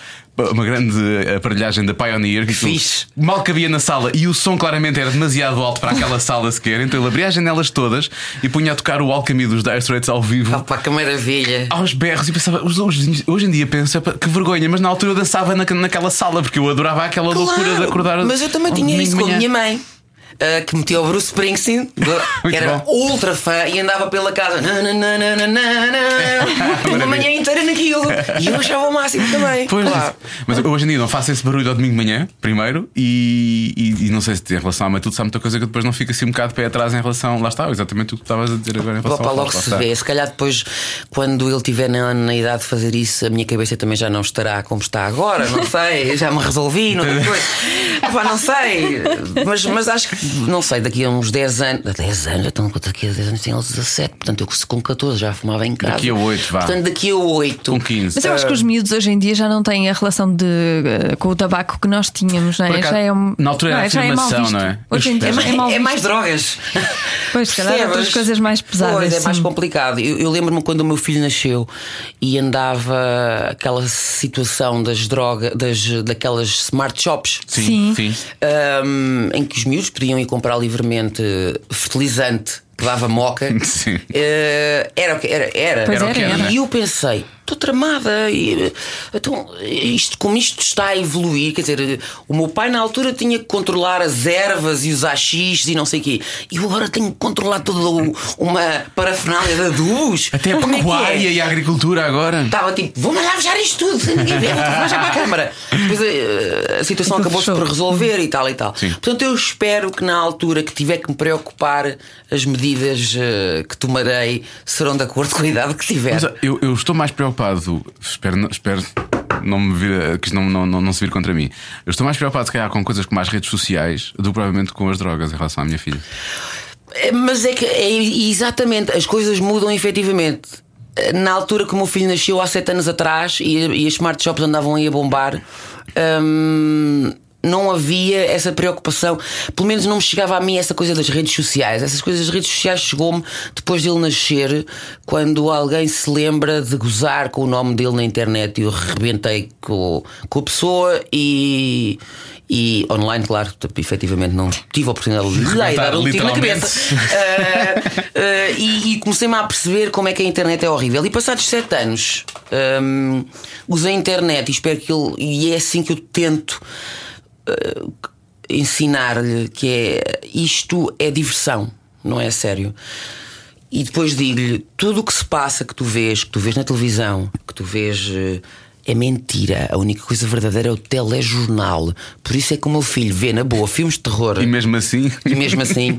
Speaker 3: Uma grande aparelhagem da Pioneer que aquilo
Speaker 4: Fixe.
Speaker 3: mal cabia na sala e o som claramente era demasiado alto para aquela sala sequer, então ele abria as janelas todas e punha a tocar o Alchemy dos Dire Straits ao vivo.
Speaker 4: Opa, que maravilha.
Speaker 3: Aos berros e pensava, os, os vizinhos- hoje em dia penso, "Epa, que vergonha, mas na altura eu dançava na, naquela sala porque eu adorava aquela loucura de acordar.
Speaker 4: Mas eu também
Speaker 3: ao
Speaker 4: tinha
Speaker 3: domingo
Speaker 4: isso
Speaker 3: de
Speaker 4: com a
Speaker 3: manhã.
Speaker 4: minha mãe. ah, que metia o Bruce Springsteen, que era
Speaker 3: bom.
Speaker 4: ultra fã, e andava pela casa na, na, na, na, na, na, na, uma
Speaker 3: Maravilha.
Speaker 4: manhã inteira naquilo. E eu achava o máximo também.
Speaker 3: Pois,
Speaker 4: claro.
Speaker 3: isso. mas hoje em dia não faço esse barulho ao domingo de manhã, primeiro, e, e- e não sei se em relação à Matilde, sabe muita coisa que eu depois não fico assim um bocado de pé atrás em relação. Lá está, exatamente o que tu estavas a dizer agora em relação
Speaker 4: Opa,
Speaker 3: ao
Speaker 4: logo
Speaker 3: Fausto, lá
Speaker 4: se
Speaker 3: está.
Speaker 4: vê. Se calhar depois, quando ele tiver na, na idade de fazer isso, a minha cabeça também já não estará como está agora. Não sei, já me resolvi, não sei. coisa. Opa, não sei. Mas, mas acho que, não sei, daqui a uns 10 anos. 10 anos, então daqui a 10 anos tenho 17. Portanto, eu com 14 já fumava em casa.
Speaker 3: Daqui a oito, vá.
Speaker 4: Portanto, daqui a 8.
Speaker 3: Com 15.
Speaker 2: Mas eu acho que os miúdos hoje em dia já não têm a relação de, eh, com o tabaco que nós tínhamos, não
Speaker 3: Por
Speaker 2: é?
Speaker 3: acaso,
Speaker 2: já é um-
Speaker 3: na altura era
Speaker 2: não é? Já
Speaker 3: afirmação,
Speaker 2: mal visto.
Speaker 3: não é?
Speaker 2: Hoje em dia
Speaker 3: É
Speaker 2: é,
Speaker 3: mais-
Speaker 2: mal
Speaker 4: É
Speaker 2: visto.
Speaker 4: mais drogas.
Speaker 2: Pois, se calhar
Speaker 4: Percebes?
Speaker 2: outras coisas mais pesadas,
Speaker 4: Pois, é mais
Speaker 2: sim.
Speaker 4: complicado. Eu, eu lembro-me quando o meu filho nasceu e andava aquela situação das drogas, das, daquelas smart shops.
Speaker 3: Sim,
Speaker 2: Sim.
Speaker 3: sim.
Speaker 4: hum, em que os miúdos podiam ir comprar livremente fertilizante que dava moca.
Speaker 3: Sim.
Speaker 4: Eh, era o que era. Era,
Speaker 2: Pois
Speaker 3: era, era, né?
Speaker 4: E eu pensei, estou tramada. e, Então, isto, como isto está a evoluir, quer dizer, o meu pai na altura tinha que controlar as ervas e os axis e não sei o quê. E eu agora tenho que controlar toda o- uma parafernália de adubos.
Speaker 3: Até a
Speaker 4: Como é que é?
Speaker 3: pecuária e a agricultura agora.
Speaker 4: Estava tipo, vou mandar fechar isto tudo, sem ninguém ver, vou já para a Câmara. Depois eh, a situação
Speaker 2: Então
Speaker 4: acabou-se
Speaker 2: fechou.
Speaker 4: por resolver e tal e tal.
Speaker 3: Sim.
Speaker 4: Portanto, eu espero que na altura que tiver que me preocupar, as medidas eh, que tomarei serão de acordo com a idade que tiver.
Speaker 3: Mas eu, eu estou mais preocupado, espero, não- espero não me vir, eh, que isto não, não, não, não se vir contra mim. Eu estou mais preocupado, se calhar, com coisas como as redes sociais do que provavelmente com as drogas em relação à minha filha.
Speaker 4: É, Mas é que é exatamente, as coisas mudam efetivamente. Eh, Na altura que o meu filho nasceu, há sete anos atrás, e, e as smart shops andavam aí a bombar, hum, não havia essa preocupação. Pelo menos não me chegava a mim essa coisa das redes sociais. Essas coisas das redes sociais chegou-me depois dele nascer, quando alguém se lembra de gozar com o nome dele na internet e eu rebentei com, com a pessoa e. E online, claro, efetivamente não tive a oportunidade de lhe dar um tiro na
Speaker 3: Literalmente.
Speaker 4: cabeça. Uh, uh, e, e comecei-me a perceber como é que a internet é horrível. E passados sete anos um, usei a internet e espero que ele. E é assim que eu tento uh, ensinar-lhe que é isto é diversão, não é sério. E depois digo-lhe: tudo o que se passa, que tu vês, que tu vês na televisão, que tu vês. eh, É mentira. A única coisa verdadeira é o telejornal. Por isso é que o meu filho vê na boa filmes de terror.
Speaker 3: E mesmo assim.
Speaker 4: E mesmo assim,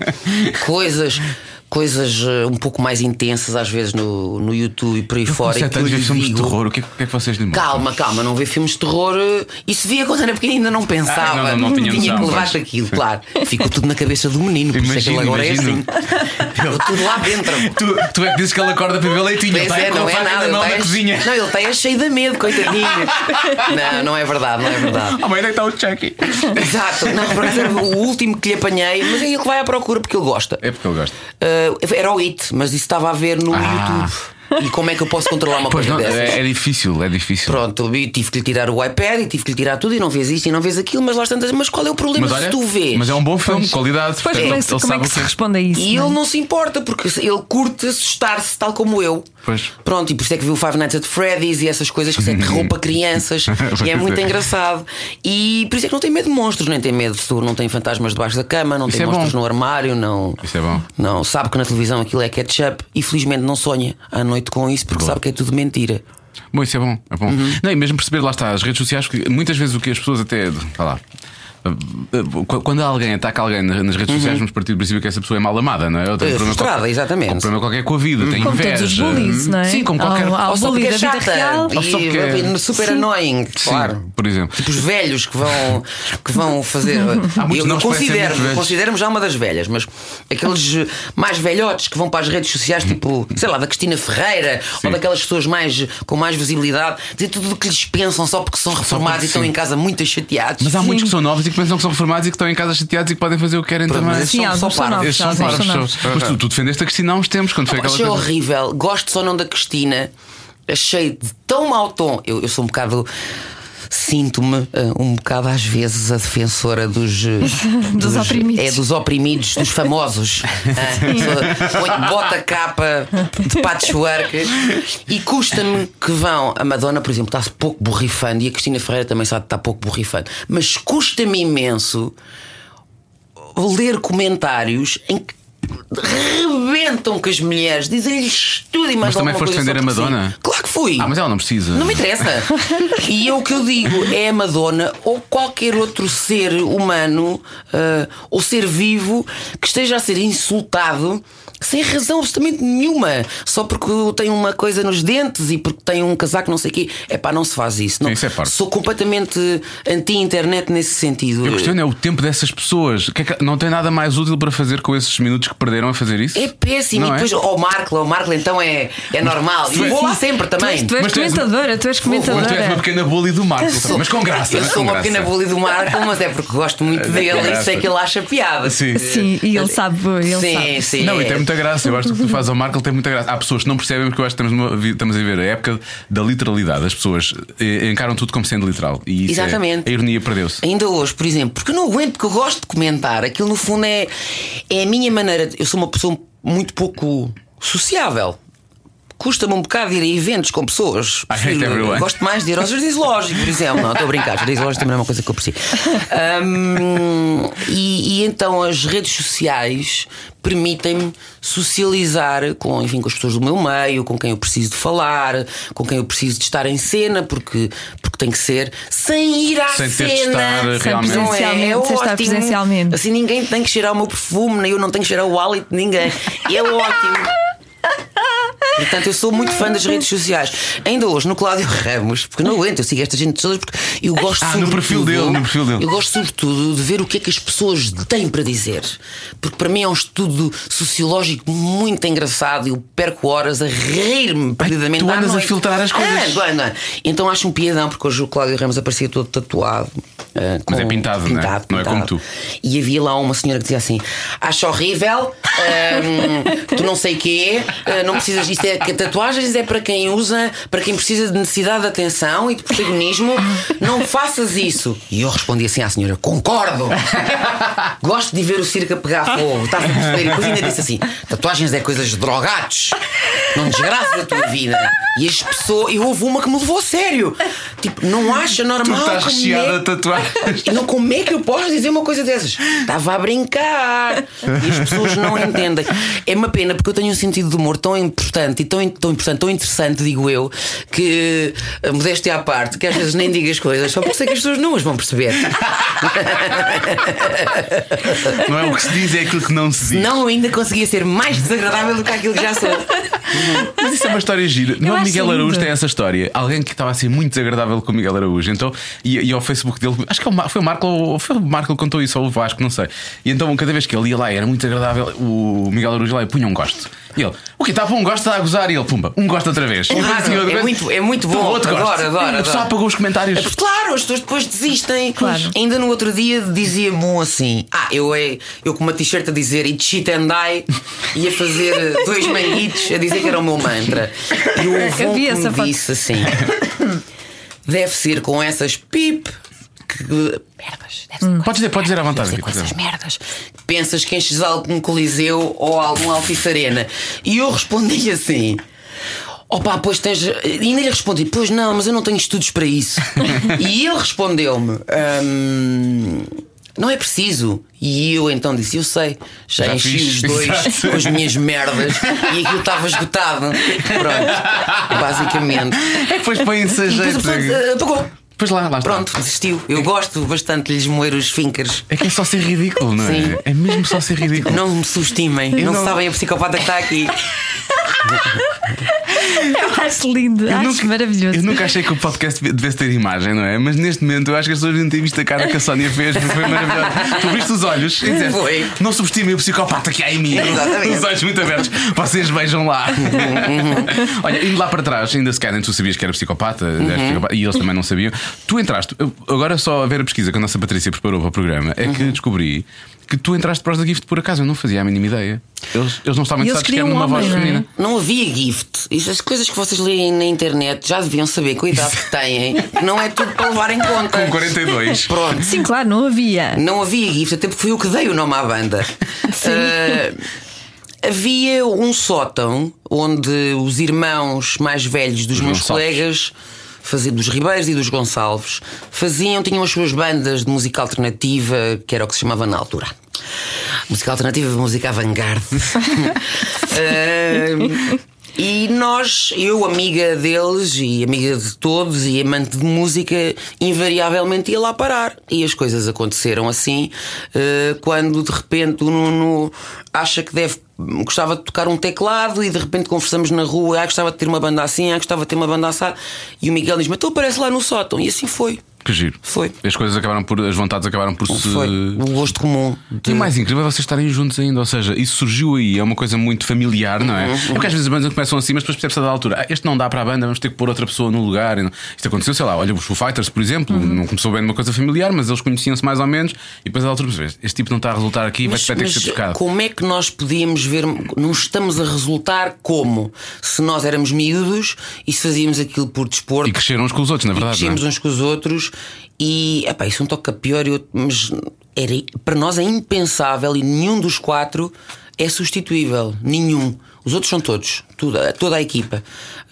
Speaker 4: coisas, coisas eh, um pouco mais intensas, às vezes no, no YouTube e por aí fora. e
Speaker 3: sete
Speaker 4: que eu
Speaker 3: anos
Speaker 4: lhe
Speaker 3: vê filmes de
Speaker 4: digo,
Speaker 3: terror, o que é, o que é que vocês lhe mostram?
Speaker 4: Calma, calma, não vê filmes de terror. eh, E se via quando era pequena ainda não pensava.
Speaker 3: Ah,
Speaker 4: Hum,
Speaker 3: não, não, não tinha noção,
Speaker 4: que levar
Speaker 3: pois.
Speaker 4: aquilo, claro. Ficou tudo na cabeça do menino, por isso é que ele
Speaker 3: Imagino,
Speaker 4: agora
Speaker 3: imagino.
Speaker 4: é assim. Ficou tudo lá dentro.
Speaker 3: Tu, tu é que dizes que ele acorda para beber leitinho, ele está
Speaker 4: Pois é,
Speaker 3: tá com a
Speaker 4: não é
Speaker 3: faca
Speaker 4: nada.
Speaker 3: na mão
Speaker 4: ele
Speaker 3: da
Speaker 4: está-
Speaker 3: cozinha.
Speaker 4: Não, ele está cheio de medo, coitadinho. não, não é verdade, não é verdade.
Speaker 3: À mãe está o Chucky.
Speaker 4: Exato, não, por acaso, o último que lhe apanhei, mas é ele que vai à procura porque ele gosta. Ah,
Speaker 3: É porque ele gosta.
Speaker 4: Uh, era o It, mas isso estava a ver no
Speaker 3: Ah,
Speaker 4: YouTube. E como é que eu posso controlar uma
Speaker 3: Pois
Speaker 4: coisa
Speaker 3: não,
Speaker 4: dessas?
Speaker 3: é, é difícil, é difícil.
Speaker 4: Pronto, e tive que lhe tirar o iPad e tive que lhe tirar tudo e não vês isto e não vês aquilo, mas lá está. Mas qual é o problema
Speaker 3: Mas olha,
Speaker 4: se tu vês?
Speaker 3: mas é um né? bom filme, qualidade.
Speaker 2: Depois,
Speaker 3: portanto,
Speaker 2: como é,
Speaker 3: ele
Speaker 2: que- como é
Speaker 3: sabe
Speaker 2: que
Speaker 3: o
Speaker 2: se responde a isso?
Speaker 4: E
Speaker 2: não é?
Speaker 4: ele não se importa, porque ele curte assustar-se, tal como eu.
Speaker 3: Pois.
Speaker 4: Pronto, e por isso é que viu Five Nights at Freddy's e essas coisas que se aterrou para crianças. e é
Speaker 3: Pois
Speaker 4: muito
Speaker 3: é.
Speaker 4: engraçado. E por isso é que não tem medo de monstros, nem tem medo de tu, não tem fantasmas debaixo da cama, não
Speaker 3: Isso
Speaker 4: tem
Speaker 3: é
Speaker 4: monstros
Speaker 3: bom.
Speaker 4: no armário, não.
Speaker 3: Isso é bom.
Speaker 4: Não, sabe que na televisão aquilo é ketchup e felizmente não sonha à noite com isso porque sabe que é tudo mentira.
Speaker 3: Bom, isso é bom, é bom.
Speaker 4: Uhum.
Speaker 3: Não, e mesmo perceber, lá está, as redes sociais, que muitas vezes o que as pessoas até. Vá lá. Qu- Quando alguém ataca alguém na- nas redes sociais, vamos partir do princípio que essa pessoa é mal amada, não é? Eu tenho
Speaker 4: Uhum. É, frustrada, exatamente. Uhum.
Speaker 3: O problema qualquer com a vida, tem
Speaker 2: Como
Speaker 3: inveja.
Speaker 2: todos os bullies, não é?
Speaker 3: Sim, como
Speaker 2: Há-
Speaker 3: qualquer.
Speaker 2: há-
Speaker 4: Ou só
Speaker 2: bully
Speaker 4: porque é
Speaker 2: da vida
Speaker 4: chata
Speaker 2: real.
Speaker 3: Ou só porque é-
Speaker 4: e super
Speaker 2: Sim.
Speaker 4: annoying,
Speaker 3: Sim,
Speaker 4: claro.
Speaker 3: por exemplo.
Speaker 4: Tipo os velhos que vão, que vão fazer.
Speaker 3: muitos não
Speaker 4: eu eu
Speaker 3: que parecem
Speaker 4: considero,
Speaker 3: muito velhos.
Speaker 4: considero-me já uma das velhas, mas aqueles mais velhotes que vão para as redes sociais, tipo, sei lá, da Cristina Ferreira ou daquelas pessoas mais, com mais visibilidade, dizer tudo o que lhes pensam só porque são reformados
Speaker 3: porque
Speaker 4: e estão
Speaker 3: sim.
Speaker 4: em casa muito chateados.
Speaker 3: Mas há muitos que são novos e que pensam que são reformados e que estão em casa chateados e que podem fazer o que querem
Speaker 4: Pronto,
Speaker 3: também.
Speaker 4: mas
Speaker 2: Sim,
Speaker 4: são-
Speaker 2: alguns
Speaker 4: são
Speaker 2: são
Speaker 4: parvos.
Speaker 2: novos.
Speaker 3: Esses são
Speaker 2: alguns
Speaker 3: parvos.
Speaker 2: são novos.
Speaker 3: são. Mas tu, tu defendeste a Cristina há uns tempos, quando foi aquela
Speaker 4: Achei
Speaker 3: coisa.
Speaker 4: horrível. Gosto só não da Cristina. Achei de tão mau tom. Eu, eu sou um bocado. Sinto-me eh, um bocado às vezes a defensora dos, eh,
Speaker 2: Dos oprimidos.
Speaker 4: É, dos oprimidos, dos famosos. Ah, sou- ponho- bota capa de patchwork e custa-me que vão. A Madonna, por exemplo, está-se pouco borrifando e a Cristina Ferreira também sabe que está pouco borrifando. Mas custa-me imenso ler comentários em que rebentam com as mulheres, dizem-lhes tudo e
Speaker 3: Mas
Speaker 4: mais
Speaker 3: também
Speaker 4: alguma
Speaker 3: foste
Speaker 4: coisa só
Speaker 3: defender a
Speaker 4: porque sim.
Speaker 3: Madonna?
Speaker 4: Claro que fui.
Speaker 3: Ah, mas ela não precisa.
Speaker 4: Não me interessa. e eu o que eu digo é a Madonna ou qualquer outro ser humano ah, ou ser vivo que esteja a ser insultado sem razão absolutamente nenhuma, só porque tem uma coisa nos dentes e porque tem um casaco, não sei o quê. É pá, não se faz isso. Não.
Speaker 3: Isso é parvo.
Speaker 4: Sou completamente anti-internet nesse sentido.
Speaker 3: Eu questiono é o tempo dessas pessoas. O que é que- não tem nada mais útil para fazer com esses minutos que perderam a fazer isso?
Speaker 4: É péssimo.
Speaker 3: Não
Speaker 4: e depois, ou Marco, ou Marco, então é, é normal. E eu vou lá sempre também.
Speaker 2: Tu és
Speaker 3: Mas tu és-
Speaker 2: comentadora, tu és
Speaker 3: Mas tu és uma
Speaker 2: comentadora.
Speaker 3: pequena bully do Marco, também, mas com graça.
Speaker 4: Eu
Speaker 3: mas
Speaker 4: sou
Speaker 3: com
Speaker 4: uma
Speaker 3: graça.
Speaker 4: pequena bully do Marco, mas é porque gosto muito dele e
Speaker 3: graça.
Speaker 4: sei que ele acha piada.
Speaker 3: Sim.
Speaker 2: Sim, e ele sabe, ele
Speaker 4: sim,
Speaker 2: sabe.
Speaker 4: sim.
Speaker 3: Não,
Speaker 4: é.
Speaker 3: e tem muita graça. Eu acho que o que tu fazes ao Marco ele tem muita graça. Há pessoas que não percebem, porque eu acho que estamos, numa vi- estamos a viver a época da literalidade. As pessoas eh, encaram tudo como sendo literal. E isso é-
Speaker 4: Exatamente.
Speaker 3: a ironia perdeu-se.
Speaker 4: Ainda hoje, por exemplo, porque eu não aguento, porque eu gosto de comentar. Aquilo no fundo é, é a minha maneira. de- Eu sou uma pessoa muito pouco sociável. Custa-me um bocado ir a eventos com pessoas.
Speaker 3: I hate everyone.
Speaker 4: gosto mais de ir aos jardins lógicos, por exemplo. Não, estou a brincar, jardins lógicos também é uma coisa que eu aprecio. Ahm, Hum, e, e então as redes sociais permitem-me socializar com, enfim, com as pessoas do meu meio, com quem eu preciso de falar, com quem eu preciso de estar em cena, porque, porque tem que ser, sem ir à
Speaker 3: Sem ter
Speaker 4: cena.
Speaker 3: de estar
Speaker 4: Não é?
Speaker 3: realmente.
Speaker 2: Presencialmente, sem estar
Speaker 4: ótimo.
Speaker 2: presencialmente.
Speaker 4: Assim ninguém tem que cheirar o meu perfume, nem eu não tenho que cheirar o hálito de ninguém. É ótimo. Portanto, eu sou muito fã das redes sociais. Ainda hoje, no Cláudio Ramos, porque não aguento, eu sigo esta gente todas porque eu gosto
Speaker 3: Ah, no
Speaker 4: sobretudo-
Speaker 3: perfil dele, no perfil dele.
Speaker 4: Eu gosto sobretudo de ver o que é que as pessoas têm para dizer. Porque para mim é um estudo sociológico muito engraçado e eu perco horas a rir-me perdidamente.
Speaker 3: tu
Speaker 4: à
Speaker 3: andas a
Speaker 4: noite. Ah,
Speaker 3: filtrar as coisas.
Speaker 4: Ando, ando. Então acho um piadão, porque hoje o Cláudio Ramos aparecia todo tatuado. eh, com-
Speaker 3: Mas é pintado, não é? Não é como tu.
Speaker 4: e havia lá uma senhora que dizia assim: Acho horrível, hum, tu não sei quê, eh, não precisas disto. É, que tatuagens é para quem usa, para quem precisa de necessidade de atenção e de protagonismo, não faças isso. E eu respondi assim à senhora: Concordo, gosto de ver o circo a pegar fogo. Estava a perceber. E depois ainda disse assim: Tatuagens é coisas de drogados, não desgraças a tua vida. E as pessoas, e houve uma que me levou a sério: Tipo, não acha
Speaker 3: Tu
Speaker 4: normal.
Speaker 3: estás
Speaker 4: como é
Speaker 3: recheada de tatuagens.
Speaker 4: não, como é que eu posso dizer uma coisa dessas? Estava a brincar. E as pessoas não entendem. É uma pena porque eu tenho um sentido de humor tão importante e tão, tão importante, tão interessante, digo eu, que a modéstia à parte, que às vezes nem digo as coisas, só porque sei que as pessoas não as vão perceber.
Speaker 3: Não é o que se diz, é aquilo que não se diz.
Speaker 4: Não, eu ainda conseguia ser mais desagradável do que aquilo que já sou.
Speaker 3: Mas isso é uma história gira. Não é
Speaker 2: acho
Speaker 3: Miguel
Speaker 2: lindo.
Speaker 3: Araújo tem essa história. Alguém que estava assim muito desagradável com o Miguel Araújo. Então, e, e ao Facebook dele, acho que é o Mar- foi o Marco, ou foi o Marco que contou isso, ou o Vasco, não sei. E então, cada vez que ele ia lá e era muito agradável, o Miguel Araújo ia lá e punha um gosto. E ele, O que estava um gosta a gozar e ele, pumba, um gosta outra vez. Um gosta e outra vez.
Speaker 4: É muito, é muito
Speaker 3: Pum,
Speaker 4: bom.
Speaker 3: outro
Speaker 4: adoro,
Speaker 3: gosta.
Speaker 4: adoro,
Speaker 3: A pessoa
Speaker 4: adoro.
Speaker 3: apagou os
Speaker 4: É
Speaker 3: comentários.
Speaker 4: porque, Claro, as pessoas depois desistem.
Speaker 2: Claro.
Speaker 4: Ainda no outro dia dizia-me um assim: Ah, eu, é- eu com uma t-shirt a dizer It's shit and die, ia fazer eh, dois manguitos a dizer que era o meu mantra. E o avô
Speaker 2: vi
Speaker 4: que
Speaker 2: essa
Speaker 4: me
Speaker 2: foto.
Speaker 4: disse assim: Deve ser com essas pip que. Merdas, deve ser com
Speaker 3: Hum. Podes dizer, podes dizer à vontade.
Speaker 4: Deve ser
Speaker 3: Vicky,
Speaker 4: com
Speaker 3: podes
Speaker 4: essas
Speaker 3: dizer.
Speaker 4: merdas. Pensas que enches algum coliseu ou algum Altice Arena? E eu respondi assim. Opa, pois tens. E ainda lhe respondi, pois não, mas eu não tenho estudos para isso. e ele respondeu-me: "Hum, não é preciso. E eu então disse: eu sei, já,
Speaker 3: Já
Speaker 4: enchi
Speaker 3: fiz,
Speaker 4: os dois
Speaker 3: exato.
Speaker 4: com as minhas merdas e aquilo estava esgotado. Pronto, basicamente.
Speaker 3: É que depois põem-se a
Speaker 4: Depois a
Speaker 3: jeito.
Speaker 4: pessoa eh, apagou.
Speaker 3: Depois lá, lá está.
Speaker 4: Pronto, desistiu. Eu gosto bastante de lhes moer os fingers.
Speaker 3: É que é só ser ridículo, não é?
Speaker 4: Sim.
Speaker 3: É mesmo só ser ridículo.
Speaker 4: Não me subestimem, não,
Speaker 3: não-
Speaker 4: sabem a psicopata que está aqui.
Speaker 2: Eu acho lindo, acho maravilhoso.
Speaker 3: Eu nunca achei que o podcast deve- devesse ter imagem, não é? Mas neste momento eu acho que as pessoas não têm visto a cara que a Sónia fez, porque foi maravilhoso. tu viste os olhos e disseste,
Speaker 4: Foi.
Speaker 3: não subestimem o psicopata que há em mim.
Speaker 4: Exatamente.
Speaker 3: Os olhos muito abertos. Vocês vejam lá. Olha, indo lá para trás, ainda se calhar tu sabias que era psicopata,
Speaker 2: Uhum.
Speaker 3: és psicopata, e eles também não sabiam. Tu entraste, eu- agora só a ver a pesquisa que a nossa Patrícia preparou para o programa, é
Speaker 2: Uhum.
Speaker 3: que descobri que tu entraste para os da Gift por acaso, eu não fazia a mínima ideia. Eles, eles não estavam
Speaker 2: E eles
Speaker 3: interessados que era
Speaker 2: queriam
Speaker 3: numa voz
Speaker 2: homens, não é?
Speaker 3: feminina.
Speaker 4: Não havia gift. Isso, as coisas que vocês leem na internet já deviam saber com a idade que têm. Não é tudo para levar em conta.
Speaker 3: Com 42.
Speaker 4: Pronto.
Speaker 2: Sim, claro, não havia.
Speaker 4: Não havia gift, até porque fui eu que dei o nome à banda. Ah, havia um sótão onde os irmãos mais velhos dos
Speaker 3: Os
Speaker 4: meus
Speaker 3: Gonçalves.
Speaker 4: colegas. Faziam, dos Ribeiros e dos Gonçalves faziam, tinham as suas bandas de música alternativa, que era o que se chamava na altura. Música alternativa, música avant-garde. Ah, e nós, eu, amiga deles e amiga de todos e amante de música, invariavelmente ia lá parar. E as coisas aconteceram assim, eh, quando de repente o Nuno acha que deve. Gostava de tocar um teclado e de repente conversamos na rua. Ah, gostava de ter uma banda assim, ah, gostava de ter uma banda assada. E o Miguel diz: Mas tu aparece lá no sótão. E assim foi.
Speaker 3: Que giro.
Speaker 4: Foi.
Speaker 3: As coisas acabaram por. As vontades acabaram por se.
Speaker 4: Foi o gosto comum.
Speaker 3: E o mais incrível é vocês estarem juntos ainda, ou seja, isso surgiu aí, é uma coisa muito familiar, não é?
Speaker 4: Uhum,
Speaker 3: É Porque às vezes as bandas começam assim, mas depois percebe-se a da altura, ah, este não dá para a banda, vamos ter que pôr outra pessoa no lugar. E não- Isto aconteceu, sei lá, olha, os Foo Fighters, por exemplo,
Speaker 4: Uhum.
Speaker 3: não começou bem numa coisa familiar, mas eles conheciam-se mais ou menos, e depois a da altura percebes, este tipo não está a resultar aqui, vai
Speaker 4: Mas-
Speaker 3: vai ter que
Speaker 4: mas
Speaker 3: ser tocado.
Speaker 4: Como é que nós podíamos ver? Não estamos a resultar como? Se nós éramos miúdos e se fazíamos aquilo por desporto.
Speaker 3: E cresceram uns com os outros, na
Speaker 4: e
Speaker 3: verdade. não é?
Speaker 4: crescemos uns com os outros e epá, isso é um toca pior e outro- mas era, para nós é impensável e nenhum dos quatro é substituível, nenhum. Os outros são todos, toda, toda a equipa,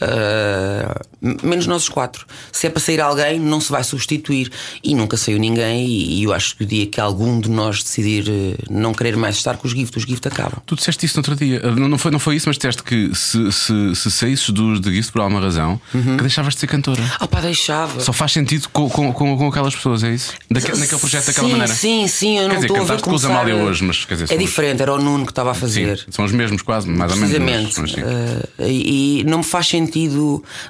Speaker 4: Ah, menos nós os quatro. Se é para sair alguém, não se vai substituir e nunca saiu ninguém. E, e eu acho que o dia que algum de nós decidir eh, não querer mais estar com os gift, os gift acabam.
Speaker 3: Tu disseste isso no outro dia. Não, não foi, não foi isso, mas disseste que se, se, se saísses dos de Guiço por alguma razão,
Speaker 4: Uhum.
Speaker 3: que deixavas de ser cantora.
Speaker 4: Ah, pá, deixava.
Speaker 3: Só faz sentido com, com, com, com aquelas pessoas, é isso? Daque, naquele projeto daquela
Speaker 4: sim,
Speaker 3: maneira.
Speaker 4: Sim, sim, eu
Speaker 3: Quer
Speaker 4: não
Speaker 3: dizer,
Speaker 4: estou a ver
Speaker 3: cantaste com os
Speaker 4: começar-
Speaker 3: Amália hoje, mas quer dizer,
Speaker 4: É
Speaker 3: são os-
Speaker 4: diferente, era o Nuno que estava a fazer.
Speaker 3: Sim, são os mesmos, quase, mais ou menos.
Speaker 4: Precisamente.
Speaker 3: mas- mas sim.
Speaker 4: Eh, e e não me faz sentido.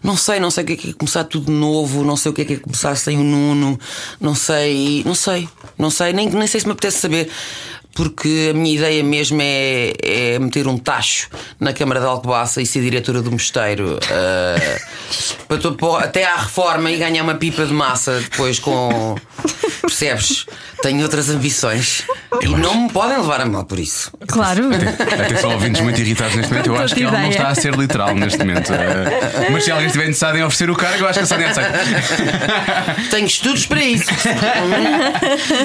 Speaker 4: Não sei, não sei o que é que é começar tudo de novo, não sei o que é que é começar sem o Nuno, não sei, não sei, não sei, nem, nem sei se me apetece saber. Porque a minha ideia mesmo é, é meter um tacho na Câmara de Alcobaça e ser diretora do mosteiro eh, para tu pô- até à reforma e ganhar uma pipa de massa depois com. Percebes? Tenho outras ambições e não me podem levar a mal por isso.
Speaker 2: Ah, Claro.
Speaker 3: Ah, Atenção, ouvintes muito irritados neste momento. Eu
Speaker 2: Não
Speaker 3: acho que ela não
Speaker 2: ideia.
Speaker 3: está a ser literal neste momento. Eh, Mas se alguém estiver interessado em oferecer o cargo, eu acho que a Sónia aceita.
Speaker 4: Tenho estudos para isso.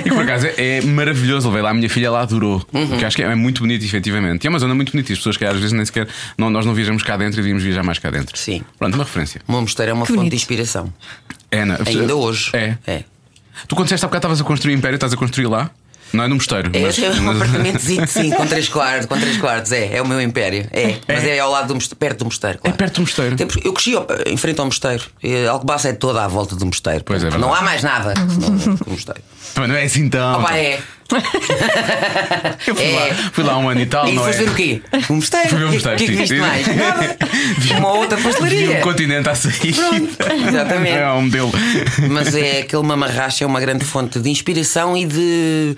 Speaker 3: E por acaso é maravilhoso. Levei lá a minha filha, ela adorou.
Speaker 4: Uhum.
Speaker 3: Porque acho que é muito bonito, efetivamente. E é uma zona muito bonita. e As pessoas que às vezes nem sequer. não- nós não viajamos cá dentro e devíamos viajar mais cá dentro.
Speaker 4: Sim.
Speaker 3: Pronto, uma referência.
Speaker 4: O meu mosteiro é uma
Speaker 2: Que
Speaker 4: fonte
Speaker 2: bonito.
Speaker 4: de inspiração.
Speaker 3: Ana,
Speaker 4: Ainda hoje.
Speaker 3: É.
Speaker 4: É.
Speaker 3: Tu quando disseste há bocado estavas a construir um império, estás a construir lá? Não é no mosteiro.
Speaker 4: É,
Speaker 3: mas-
Speaker 4: é um
Speaker 3: mas-
Speaker 4: apartamentozinho, sim, com três quartos, com três quartos, é, é o meu império. É, mas é ao lado do mosteiro, perto do mosteiro. Claro.
Speaker 3: É perto do mosteiro.
Speaker 4: Tem- Eu cresci ao- em frente ao mosteiro. Eh, Alcobaça é toda à volta do mosteiro.
Speaker 3: Pois é, verdade.
Speaker 4: Não há mais nada
Speaker 2: Uhum.
Speaker 4: que o mosteiro.
Speaker 3: Pá, Não é assim tão.
Speaker 4: Opa, é.
Speaker 3: Eu fui,
Speaker 4: É.
Speaker 3: lá, fui lá um ano e tal,
Speaker 4: E
Speaker 3: não
Speaker 4: foste ver o
Speaker 3: é?
Speaker 4: quê? O mosteiro.
Speaker 3: Fui ver o mosteiro,
Speaker 4: O que é que
Speaker 3: sim.
Speaker 4: viste mais? Nada.
Speaker 3: Vi- um
Speaker 4: Uma outra
Speaker 3: Vi
Speaker 4: pastelaria.
Speaker 3: um continente à saída.
Speaker 4: exatamente.
Speaker 3: É um modelo.
Speaker 4: Mas é aquele mamarracha é uma grande fonte de inspiração e de,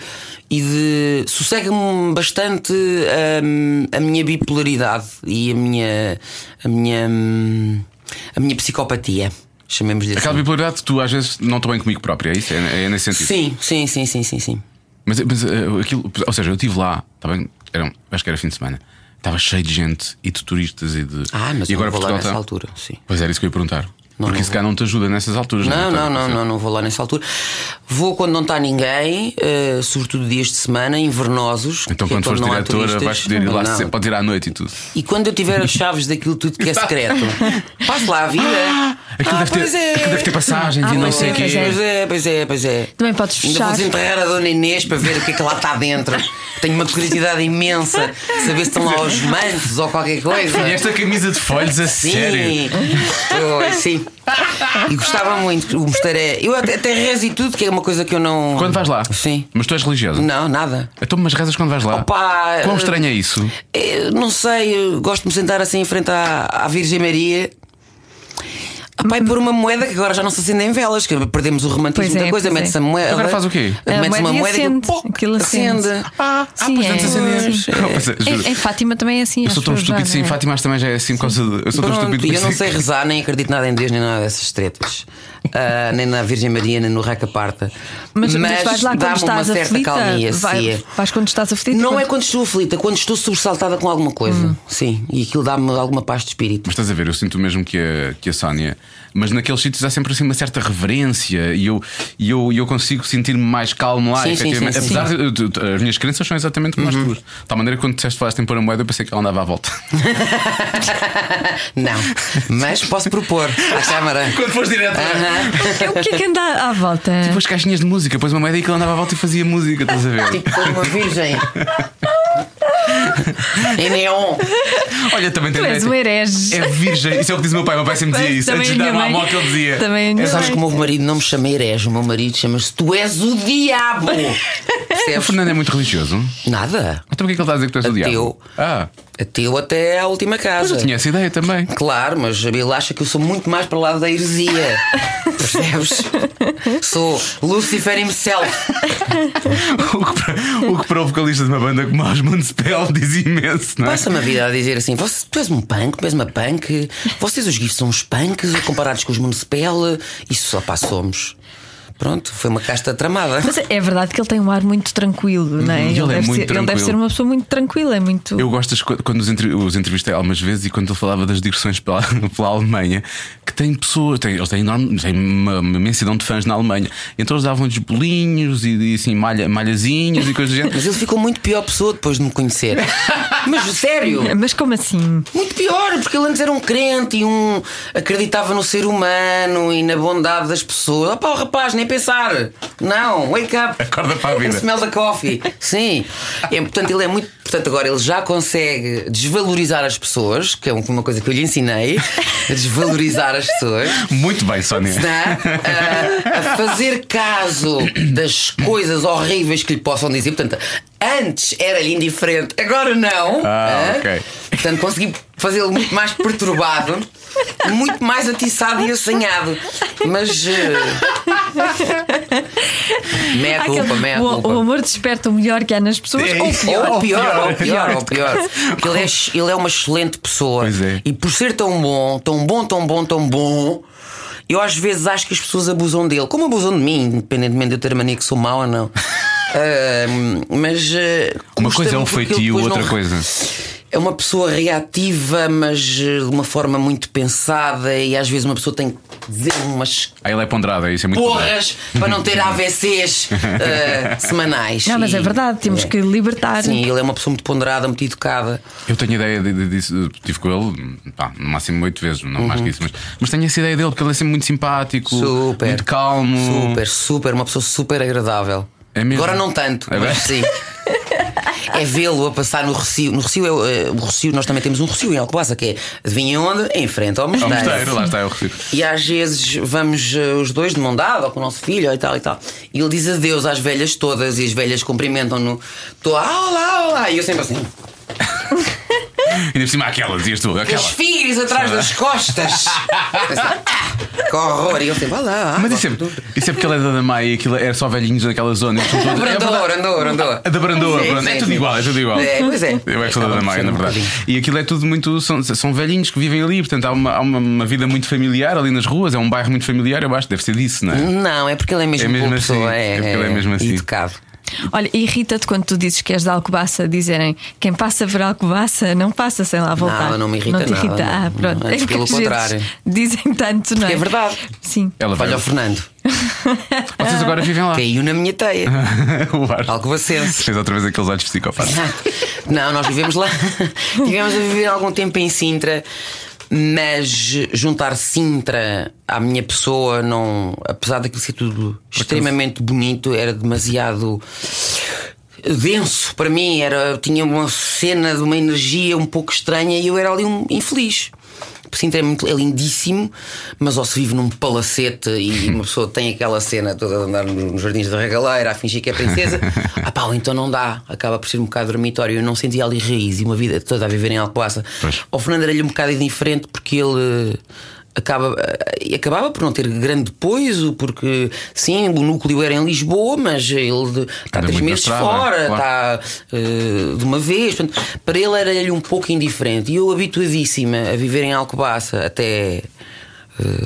Speaker 4: e de sossega-me bastante hum, a minha bipolaridade e a minha a minha hum, a minha psicopatia. Chamemos-lhe
Speaker 3: Aquela
Speaker 4: assim.
Speaker 3: bipolaridade, tu às vezes não estou bem comigo própria, é isso? É, é nesse sentido.
Speaker 4: Sim, sim, sim, sim, sim, sim.
Speaker 3: Mas, mas, eh, aquilo, ou seja, eu estive lá, tá bem, era, um- acho que era fim de semana, estava cheio de gente e de turistas e de.
Speaker 4: Ah, mas
Speaker 3: e
Speaker 4: eu não vou lá
Speaker 3: Portugal
Speaker 4: nessa
Speaker 3: tá-
Speaker 4: altura, sim.
Speaker 3: Pois era isso que eu ia perguntar.
Speaker 4: Não,
Speaker 3: Porque
Speaker 4: não
Speaker 3: se cá não te ajuda nessas alturas,
Speaker 4: Não,
Speaker 3: Tá-
Speaker 4: não, não, não, não vou lá nessa altura. Vou quando não está ninguém, eh, sobretudo dias de semana, invernosos.
Speaker 3: Então,
Speaker 4: que é
Speaker 3: quando fores
Speaker 4: não há
Speaker 3: diretora,
Speaker 4: turistas.
Speaker 3: vais poder ir lá,
Speaker 4: Não.
Speaker 3: se- pode ir à noite e tudo.
Speaker 4: E quando eu tiver as chaves daquilo tudo que é secreto, passo lá a vida.
Speaker 3: Aquilo,
Speaker 4: Ah,
Speaker 3: deve,
Speaker 4: pois
Speaker 3: ter,
Speaker 4: é.
Speaker 3: aquilo deve ter passagens
Speaker 2: Ah,
Speaker 3: e não
Speaker 2: pois
Speaker 3: sei
Speaker 2: é,
Speaker 3: o quê.
Speaker 2: pois
Speaker 4: Pois é, pois é, pois é.
Speaker 2: Também podes
Speaker 4: Ainda vou
Speaker 2: fechar.
Speaker 4: desenterrar a Dona Inês para ver o que é que lá está dentro. Tenho uma curiosidade imensa de saber se estão lá os mantos ou qualquer coisa.
Speaker 3: E esta camisa de folhas, a
Speaker 4: Sim,
Speaker 3: sério.
Speaker 4: Foi, sim. E gostava muito. O mosteiro é. Eu até, até rezo e tudo, que é uma coisa que eu não.
Speaker 3: Quando vais lá?
Speaker 4: Sim.
Speaker 3: Mas tu és religiosa?
Speaker 4: Não, nada.
Speaker 3: Então, mas rezas quando vais lá?
Speaker 4: Opa,
Speaker 3: Quão
Speaker 4: eh,
Speaker 3: estranho é isso?
Speaker 4: Eu não sei, eu gosto de me sentar assim em frente à, à Virgem Maria. Pai, por uma moeda que agora já não se acendem velas, que perdemos o romantismo
Speaker 2: Pois é,
Speaker 4: da coisa,
Speaker 2: pois é.
Speaker 4: mete-se a moeda.
Speaker 3: Agora faz o quê?
Speaker 2: A
Speaker 4: Mete-se uma
Speaker 2: moeda e
Speaker 4: moeda e
Speaker 2: acende.
Speaker 4: aquilo, pô,
Speaker 2: Aquilo acende.
Speaker 3: Ah,
Speaker 2: Sim,
Speaker 3: pois
Speaker 2: é.
Speaker 3: não tens a ideia.
Speaker 4: Pois, é.
Speaker 3: Pois é, juro.
Speaker 2: Em, em Fátima também é assim.
Speaker 3: Eu sou
Speaker 2: acho
Speaker 3: tão estúpido,
Speaker 2: já,
Speaker 3: sim.
Speaker 2: não é?
Speaker 3: Fátima acho que também já é assim por causa de. Eu sou tão
Speaker 4: Pronto,
Speaker 3: estúpido
Speaker 4: e eu não
Speaker 3: sim.
Speaker 4: sei rezar, nem acredito nada em Deus, nem nada dessas tretas. Ah, nem na Virgem Maria, nem no Raca Parta.
Speaker 2: Mas, mas, vais lá quando
Speaker 4: dá-me uma
Speaker 2: estás
Speaker 4: certa
Speaker 2: aflita.
Speaker 4: calmia.
Speaker 2: Vai-
Speaker 4: sim.
Speaker 2: vais quando estás aflita.
Speaker 4: Não
Speaker 2: quando-
Speaker 4: é quando estou aflita, quando estou sobressaltada com alguma coisa.
Speaker 2: Hum.
Speaker 4: Sim, e aquilo dá-me alguma paz de espírito.
Speaker 3: Mas estás a ver, eu sinto mesmo que a, que a Sónia. Mas naqueles sítios há sempre assim uma certa reverência e eu, e eu, e eu consigo sentir-me mais calmo lá,
Speaker 4: Sim, sim,
Speaker 3: efetivamente.
Speaker 4: sim, sim. Uhum.
Speaker 3: Apesar de- de- de- as minhas crenças são exatamente como as tuas. De tal maneira que quando disseste falaste em pôr a moeda, eu pensei que ela andava à volta.
Speaker 4: Não, mas posso propor à Câmara.
Speaker 3: quando fores direto.
Speaker 4: Aham.
Speaker 2: O que é que anda à volta?
Speaker 3: Depois Tipo, caixinhas de música, pôs uma moeda e aquilo andava à volta e fazia música, estás a ver?
Speaker 4: Tipo como uma virgem. é em neon.
Speaker 3: Olha, também tem
Speaker 2: Tu és um herege.
Speaker 3: É virgem, isso é o que diz o meu pai. O meu pai sempre dizia
Speaker 2: Mas também
Speaker 3: isso. Antes de
Speaker 2: a minha
Speaker 3: dar uma
Speaker 2: mãe-
Speaker 3: moca, ele dizia.
Speaker 2: também a minha mãe-
Speaker 3: "És
Speaker 4: Sabes que o meu marido não me chama herege, o meu marido chama-se Tu és o diabo.
Speaker 3: O
Speaker 4: Percebes?
Speaker 3: Fernando é muito religioso.
Speaker 4: Nada.
Speaker 3: Então porquê é que ele está a dizer que tu és o
Speaker 4: Ateu.
Speaker 3: diabo? Ah,
Speaker 4: Ateu até à última
Speaker 3: mas
Speaker 4: casa.
Speaker 3: eu tinha essa ideia também.
Speaker 4: Claro, mas ele acha que eu sou muito mais para o lado da heresia. Percebes? Sou Lucifer himself.
Speaker 3: o, que para, o que para o vocalista de uma banda como os Municipal diz imenso, não é?
Speaker 4: Passa-me a vida a dizer assim: "Você- tu és um punk, tu és uma punk, vocês os GIFs são uns punks comparados com os Municipal, isso só pá somos. Pronto, foi uma casta tramada.
Speaker 2: Mas é verdade que ele tem um ar muito tranquilo, não é?
Speaker 3: Ele é
Speaker 2: deve
Speaker 3: muito
Speaker 2: ser, ele deve
Speaker 3: tranquilo.
Speaker 2: ser uma pessoa muito tranquila, é muito.
Speaker 3: Eu gosto das co- quando os, entre- os entrevistei algumas vezes e quando ele falava das digressões pela, pela Alemanha, que tem pessoas, tem, eles têm, enorme, têm uma, uma imensidão de fãs na Alemanha. Então eles davam-lhes bolinhos e, e assim, malha, malhazinhos e coisas do género.
Speaker 4: Mas ele ficou muito pior pessoa depois de me conhecer. Mas sério,
Speaker 2: Mas como assim?
Speaker 4: muito pior, porque ele antes era um crente e um acreditava no ser humano e na bondade das pessoas. Opá, o rapaz, nem pensar. Não, wake up.
Speaker 3: Acorda para a vida.
Speaker 4: Smell the coffee. Sim. É, portanto, ele é muito. Portanto, agora ele já consegue desvalorizar as pessoas, que é uma coisa que eu lhe ensinei, a desvalorizar as pessoas.
Speaker 3: Muito bem, Sónia.
Speaker 4: Tá? A, a fazer caso das coisas horríveis que lhe possam dizer. Portanto, antes era-lhe indiferente, agora não.
Speaker 3: Ah,
Speaker 4: Hã?
Speaker 3: ok.
Speaker 4: Portanto, consegui fazê-lo muito mais perturbado, muito mais atiçado e assanhado. Mas. eh, Uh... Meia
Speaker 2: Há
Speaker 4: culpa,
Speaker 2: aquele-
Speaker 4: meia
Speaker 2: o,
Speaker 4: culpa.
Speaker 2: o amor desperta o melhor que há nas pessoas.
Speaker 3: É
Speaker 2: Ou
Speaker 3: isso.
Speaker 2: pior.
Speaker 4: Ou pior,
Speaker 3: pior,
Speaker 4: ou pior, ou pior. Porque ele é, ele é uma excelente pessoa.
Speaker 3: Pois é.
Speaker 4: E por ser tão bom, tão bom, tão bom, tão bom, eu às vezes acho que as pessoas abusam dele. Como abusam de mim, independentemente de eu ter mania que sou mau ou não. Ahm, mas. ah,
Speaker 3: Uma coisa é
Speaker 4: custa-me
Speaker 3: o
Speaker 4: porque ele
Speaker 3: feitio,
Speaker 4: depois
Speaker 3: outra
Speaker 4: não-
Speaker 3: coisa.
Speaker 4: é uma pessoa reativa, mas eh, de uma forma muito pensada, e às vezes uma pessoa tem que dizer umas
Speaker 3: Aí ele é ponderado, é isso é muito ponderado.
Speaker 4: porras para não ter AVCs eh, semanais.
Speaker 2: Não, mas é
Speaker 4: E-
Speaker 2: verdade, temos
Speaker 4: É.
Speaker 2: que libertar.
Speaker 4: Sim, ele é uma pessoa muito ponderada, muito educada.
Speaker 3: Eu tenho ideia de- de- disso, estive com ele pá, no máximo oito vezes, não mais que isso, mas, mas tenho essa ideia dele, porque ele é sempre muito simpático,
Speaker 4: Super.
Speaker 3: muito calmo.
Speaker 4: Super, super, uma pessoa super agradável.
Speaker 3: É mesmo?
Speaker 4: Agora não tanto,
Speaker 3: É
Speaker 4: mas
Speaker 3: bem?
Speaker 4: sim. É vê-lo a passar no Recio. No Recio, é, eh, o Recio, nós também temos um Recio em Alcobaça, que é adivinha onde? Em frente ao
Speaker 3: Ao
Speaker 4: mosteiro.
Speaker 3: mosteiro, lá está, é o recibo.
Speaker 4: E às vezes vamos eh, os dois de mão dada, ou com o nosso filho, e tal e tal. E ele diz adeus às velhas todas, e as velhas cumprimentam-no. Estou lá, ah, olá, olá. E eu sempre assim.
Speaker 3: Ainda por cima aquela, dizias tu, aquela.
Speaker 4: Os filhos atrás das costas. que horror. E eu sei, vá lá.
Speaker 3: Mas isso é, isso é porque ela é da Damaia e aquilo era só velhinhos daquela zona. Eles são todos- é
Speaker 4: Brandor,
Speaker 3: verdade.
Speaker 4: andou, andou.
Speaker 3: A da Brandoa,
Speaker 4: Sim,
Speaker 3: pronto.
Speaker 4: sim,
Speaker 3: É tudo
Speaker 4: sim.
Speaker 3: igual, é tudo igual.
Speaker 4: É, pois é.
Speaker 3: Eu é que sou da
Speaker 4: Acaba por
Speaker 3: Damaia,
Speaker 4: ser
Speaker 3: na
Speaker 4: um
Speaker 3: verdade.
Speaker 4: bocadinho.
Speaker 3: E aquilo é tudo muito. São, são velhinhos que vivem ali, portanto há, uma, há uma, uma vida muito familiar ali nas ruas, é um bairro muito familiar, eu acho, deve ser disso, não é?
Speaker 4: Não, é porque ele é mesmo,
Speaker 3: É mesmo
Speaker 4: boa
Speaker 3: assim,
Speaker 4: pessoa.
Speaker 3: é porque ele é mesmo assim.
Speaker 4: Educado.
Speaker 2: Olha, irrita-te quando tu dizes que és de Alcobaça dizerem quem passa por Alcobaça não passa sem lá voltar.
Speaker 4: não me irrita
Speaker 2: Não te
Speaker 4: nada,
Speaker 2: irrita.
Speaker 4: não.
Speaker 2: Ah, pronto.
Speaker 4: Antes,
Speaker 2: É que
Speaker 4: pelo
Speaker 2: às vezes
Speaker 4: contrário.
Speaker 2: Dizem tanto, não é?
Speaker 4: É verdade.
Speaker 2: Sim.
Speaker 3: Ela
Speaker 4: Olha
Speaker 3: veio.
Speaker 4: o Fernando.
Speaker 3: Vocês agora vivem lá.
Speaker 4: Caiu na minha teia.
Speaker 3: o Vasco.
Speaker 4: Alcobacense.
Speaker 3: Fez outra vez aqueles olhos psicopatas.
Speaker 4: Não, nós vivemos lá. Tivemos a viver algum tempo em Sintra, mas juntar Sintra à minha pessoa, não, apesar daquilo ser tudo extremamente bonito, era demasiado denso para mim. Era, tinha uma cena de uma energia um pouco estranha e eu era ali um infeliz. Sintra é, muito, é lindíssimo, mas ou se vive num palacete e uma pessoa tem aquela cena toda de andar nos jardins da regaleira a fingir que é princesa, ah pá, ou então não dá, acaba por ser um bocado dormitório. Eu não sentia ali raiz e uma vida toda a viver em Alcoaça.
Speaker 3: Pois.
Speaker 4: Ao Fernando era-lhe um bocado indiferente porque ele. eh, Acaba, eh, acabava por não ter grande poiso, porque sim, o núcleo era em Lisboa, mas ele de- está
Speaker 3: Anda
Speaker 4: Tá
Speaker 3: muito
Speaker 4: três
Speaker 3: na
Speaker 4: meses
Speaker 3: estrada,
Speaker 4: fora,
Speaker 3: claro.
Speaker 4: está ah, eh, de uma vez. Portanto, para ele era-lhe um pouco indiferente. E eu, habituadíssima a viver em Alcobaça até eh,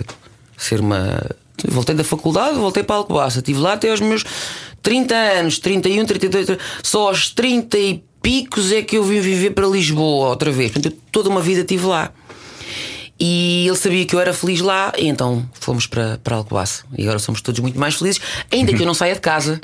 Speaker 4: ser uma. Voltei da faculdade, voltei para Alcobaça. Estive lá até aos meus 30 anos, 31, 32. 30. Só aos 30 e picos é que eu vim viver para Lisboa outra vez. Portanto, eu toda uma vida estive lá. E ele sabia que eu era feliz lá, e então fomos para, para Alcobaça. E agora somos todos muito mais felizes, ainda que eu não saia de casa.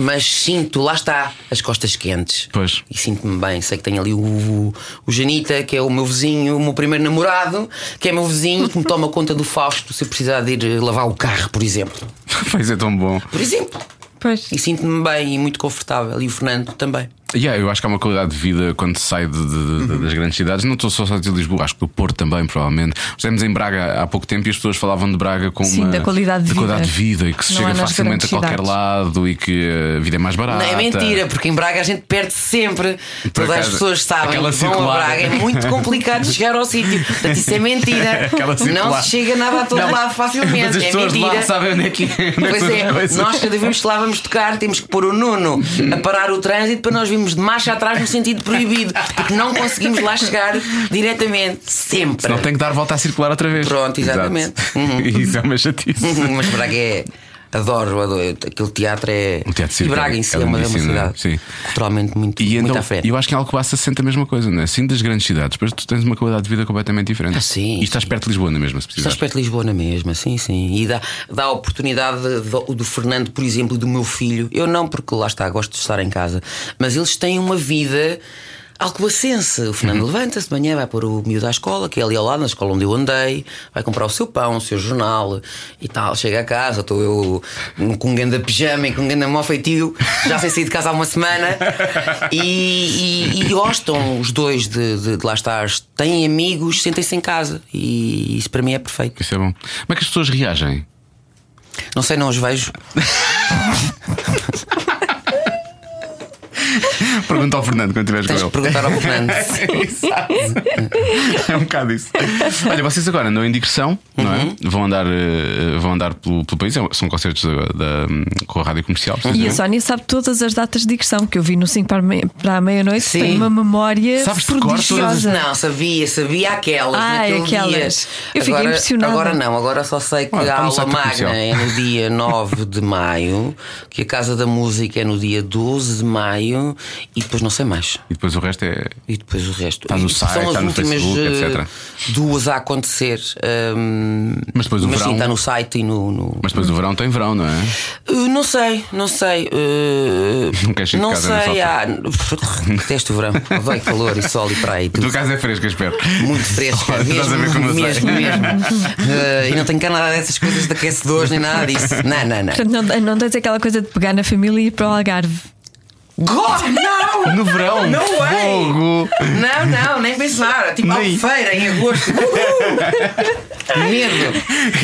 Speaker 4: Mas sinto, lá está, as costas quentes.
Speaker 3: Pois.
Speaker 4: E sinto-me bem. Sei que tenho ali o, o, o Janita, que é o meu vizinho, o meu primeiro namorado, que é meu vizinho, que me toma conta do Fausto se eu precisar de ir eh, lavar o carro, por exemplo.
Speaker 3: Pois é, tão bom.
Speaker 4: Por exemplo.
Speaker 2: Pois.
Speaker 4: E sinto-me bem e muito confortável. E o Fernando também.
Speaker 3: Yeah, eu acho que há uma qualidade de vida quando se sai de- de- de-
Speaker 4: Uhum.
Speaker 3: das grandes cidades. Não estou só só de Lisboa, acho que do Porto também, provavelmente. Estivemos em Braga há pouco tempo e as pessoas falavam de Braga com
Speaker 2: Sim,
Speaker 3: uma
Speaker 2: da qualidade de vida.
Speaker 3: qualidade de vida e que se
Speaker 2: Não há
Speaker 4: é
Speaker 3: chega
Speaker 2: nas
Speaker 3: facilmente a
Speaker 2: grandes
Speaker 3: qualquer
Speaker 2: cidades.
Speaker 3: lado e que a vida é mais barata.
Speaker 4: Não é mentira, porque em Braga a gente perde sempre. Todas
Speaker 3: acaso,
Speaker 4: as pessoas sabem
Speaker 3: aquela
Speaker 4: que vão
Speaker 3: circular.
Speaker 4: a Braga. É muito complicado chegar ao sítio. Portanto, isso é mentira.
Speaker 3: Aquela circular.
Speaker 4: Não se chega nada a todo
Speaker 3: Não,
Speaker 4: lado facilmente.
Speaker 3: Mas as
Speaker 4: é
Speaker 3: pessoas
Speaker 4: mentira.
Speaker 3: lá sabem onde é que onde é que
Speaker 4: Pois
Speaker 3: são as
Speaker 4: é,
Speaker 3: coisas.
Speaker 4: nós cada vez que lá vamos tocar temos que pôr o Nuno a parar o trânsito para nós virmos de marcha atrás no sentido proibido, porque não conseguimos lá chegar diretamente, sempre.
Speaker 3: Senão tem que dar volta a circular outra vez.
Speaker 4: Pronto, exatamente. Uhum.
Speaker 3: Exato. Isso é uma chatice.
Speaker 4: Mas Braga é. Adoro, adoro, aquele teatro é.
Speaker 3: O Teatro de
Speaker 4: e
Speaker 3: Circo
Speaker 4: Braga
Speaker 3: é-
Speaker 4: em si
Speaker 3: é
Speaker 4: é uma, é uma
Speaker 3: lindíssimo, não é?
Speaker 4: cidade
Speaker 3: Sim.
Speaker 4: culturalmente muito,
Speaker 3: E
Speaker 4: muito
Speaker 3: então,
Speaker 4: à frente.
Speaker 3: eu acho que em Alcobaça se sente a mesma coisa, não é? Sim, das grandes cidades, depois tu tens uma qualidade de vida completamente diferente.
Speaker 4: Ah, sim,
Speaker 3: E estás perto de Lisboa, na mesma, se
Speaker 4: Estás
Speaker 3: precisares.
Speaker 4: perto de Lisboa na mesma, sim, sim. E dá, dá a oportunidade do, do Fernando, por exemplo, e do meu filho. Eu não, porque lá está, gosto de estar em casa. Mas eles têm uma vida alcobacense. O Fernando levanta-se de manhã, vai pôr o miúdo à escola, que é ali ao lado, na escola onde eu andei, vai comprar o seu pão, o seu jornal e tal. Chega a casa, estou eu com um ganda pijama e com um ganda mau feitio, já sem sair de casa há uma semana. E, e- e gostam os dois de, de- de lá estar. Têm amigos, sentem-se em casa. E isso para mim é perfeito.
Speaker 3: Isso é bom. Como é que as pessoas reagem?
Speaker 4: Não sei, não os vejo.
Speaker 3: Pergunta ao Fernando quando estiveres com ele.
Speaker 4: Tens que perguntar ao Fernando.
Speaker 3: Exato. É um bocado isso. Olha, vocês agora andam em digressão, não
Speaker 4: Uhum.
Speaker 3: é? Vão andar, eh, vão andar pelo, pelo país. É- São concertos da, da- com a rádio comercial.
Speaker 2: E a
Speaker 3: precisamente.
Speaker 2: Sónia sabe todas as datas de digressão que eu vi no 5 para a mei- para a meia-noite.
Speaker 4: Sim.
Speaker 2: Tem uma memória
Speaker 3: Sabes de cor todas as-
Speaker 4: Mas
Speaker 2: prodigiosa.
Speaker 4: Não, sabia, sabia aquelas.
Speaker 2: Ai,
Speaker 4: naquele dia.
Speaker 2: aquelas. Eu fiquei
Speaker 4: agora,
Speaker 2: impressionada.
Speaker 4: Agora não, agora só sei que
Speaker 3: Olha,
Speaker 4: a
Speaker 3: está no
Speaker 4: aula
Speaker 3: site da
Speaker 4: magna
Speaker 3: comercial.
Speaker 4: é no dia 9 de maio, que a Casa da Música é no dia 12 de maio e depois não sei mais.
Speaker 3: E depois o resto é.
Speaker 4: E depois o resto.
Speaker 3: Está no
Speaker 4: E
Speaker 3: site,
Speaker 4: São as
Speaker 3: está no
Speaker 4: últimas
Speaker 3: Facebook,
Speaker 4: eh,
Speaker 3: etc.
Speaker 4: duas a acontecer. hum,
Speaker 3: Mas depois o verão-
Speaker 4: sim, está no site e no. no-
Speaker 3: Mas depois o verão tem verão, não é?
Speaker 4: Uh, não sei, não sei. Uh,
Speaker 3: Não queres ir Um de
Speaker 4: Não
Speaker 3: casa nessa
Speaker 4: sei. Ah, detesto o verão. Vai calor e sol e praia e
Speaker 3: A tua
Speaker 4: tudo.
Speaker 3: casa é fresca, espero.
Speaker 4: Muito fresca,
Speaker 3: Estás a
Speaker 4: mesmo,
Speaker 3: ver como eu sei.
Speaker 4: mesmo, mesmo. Uh, e não tenho cá nada dessas coisas de aquecedores nem nada disso. Não, não, não.
Speaker 2: Portanto, não, não tens aquela coisa de pegar na família e ir para o Algarve.
Speaker 4: God, não! é.
Speaker 3: No verão,
Speaker 4: No way!
Speaker 3: fogo!
Speaker 4: Não, não, nem pensar. Tipo,
Speaker 3: Nem.
Speaker 4: feira em agosto. Medo.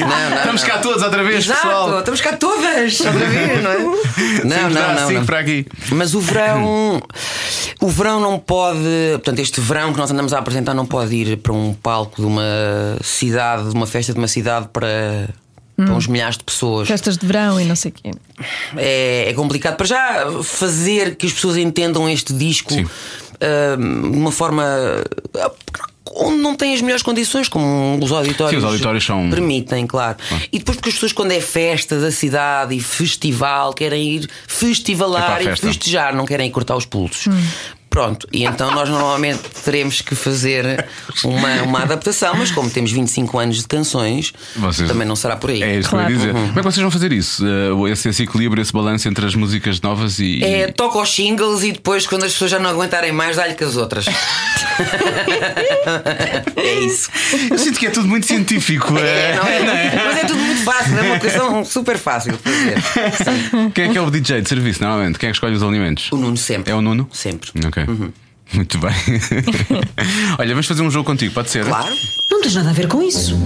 Speaker 4: Não, não,
Speaker 3: Estamos
Speaker 4: não.
Speaker 3: cá todos outra vez,
Speaker 4: Exato,
Speaker 3: pessoal.
Speaker 4: estamos cá todas, outra vez, não é? Não,
Speaker 3: Sempre dá
Speaker 4: não, não,
Speaker 3: assim
Speaker 4: não.
Speaker 3: para aqui.
Speaker 4: Mas o verão. O verão não pode. Portanto, este verão que nós andamos a apresentar não pode ir para um palco de uma cidade, de uma festa de uma cidade para, para uns milhares de pessoas.
Speaker 2: Festas de verão e não sei o quê.
Speaker 4: É, é complicado. Para já fazer que as pessoas entendam este disco
Speaker 3: Sim.
Speaker 4: ah, de uma forma. ah, Onde não tem as melhores condições, como os auditórios,
Speaker 3: Sim, os auditórios são-
Speaker 4: permitem, claro. E depois, porque as pessoas, quando é festa da cidade e festival, querem
Speaker 3: É
Speaker 4: ir
Speaker 3: para a
Speaker 4: festivalar e
Speaker 3: festa.
Speaker 4: festejar, não querem ir cortar os pulsos. Pronto, e então nós normalmente teremos que fazer uma, uma adaptação, mas como temos 25 anos de canções,
Speaker 3: Vocês-
Speaker 4: também não será por aí.
Speaker 3: É isso que eu
Speaker 2: Claro.
Speaker 3: ia dizer. Como é que vocês vão fazer isso? Eh, esse, esse equilíbrio, esse balanço entre as músicas novas e.
Speaker 4: É, toca os singles e depois, quando as pessoas já não aguentarem mais, dá-lhe com as outras. é isso.
Speaker 3: Eu sinto que é tudo muito científico.
Speaker 4: É, não é? Mas é tudo muito fácil, é uma canção super fácil de fazer.
Speaker 3: Quem é que é o DJ de serviço, normalmente? Quem é que escolhe os alimentos?
Speaker 4: O Nuno Uhum. sempre.
Speaker 3: É o Nuno?
Speaker 4: Sempre.
Speaker 3: Ok. Muito bem. Olha, vamos fazer um jogo contigo, pode ser?
Speaker 4: Claro.
Speaker 1: Não tens nada a ver com isso.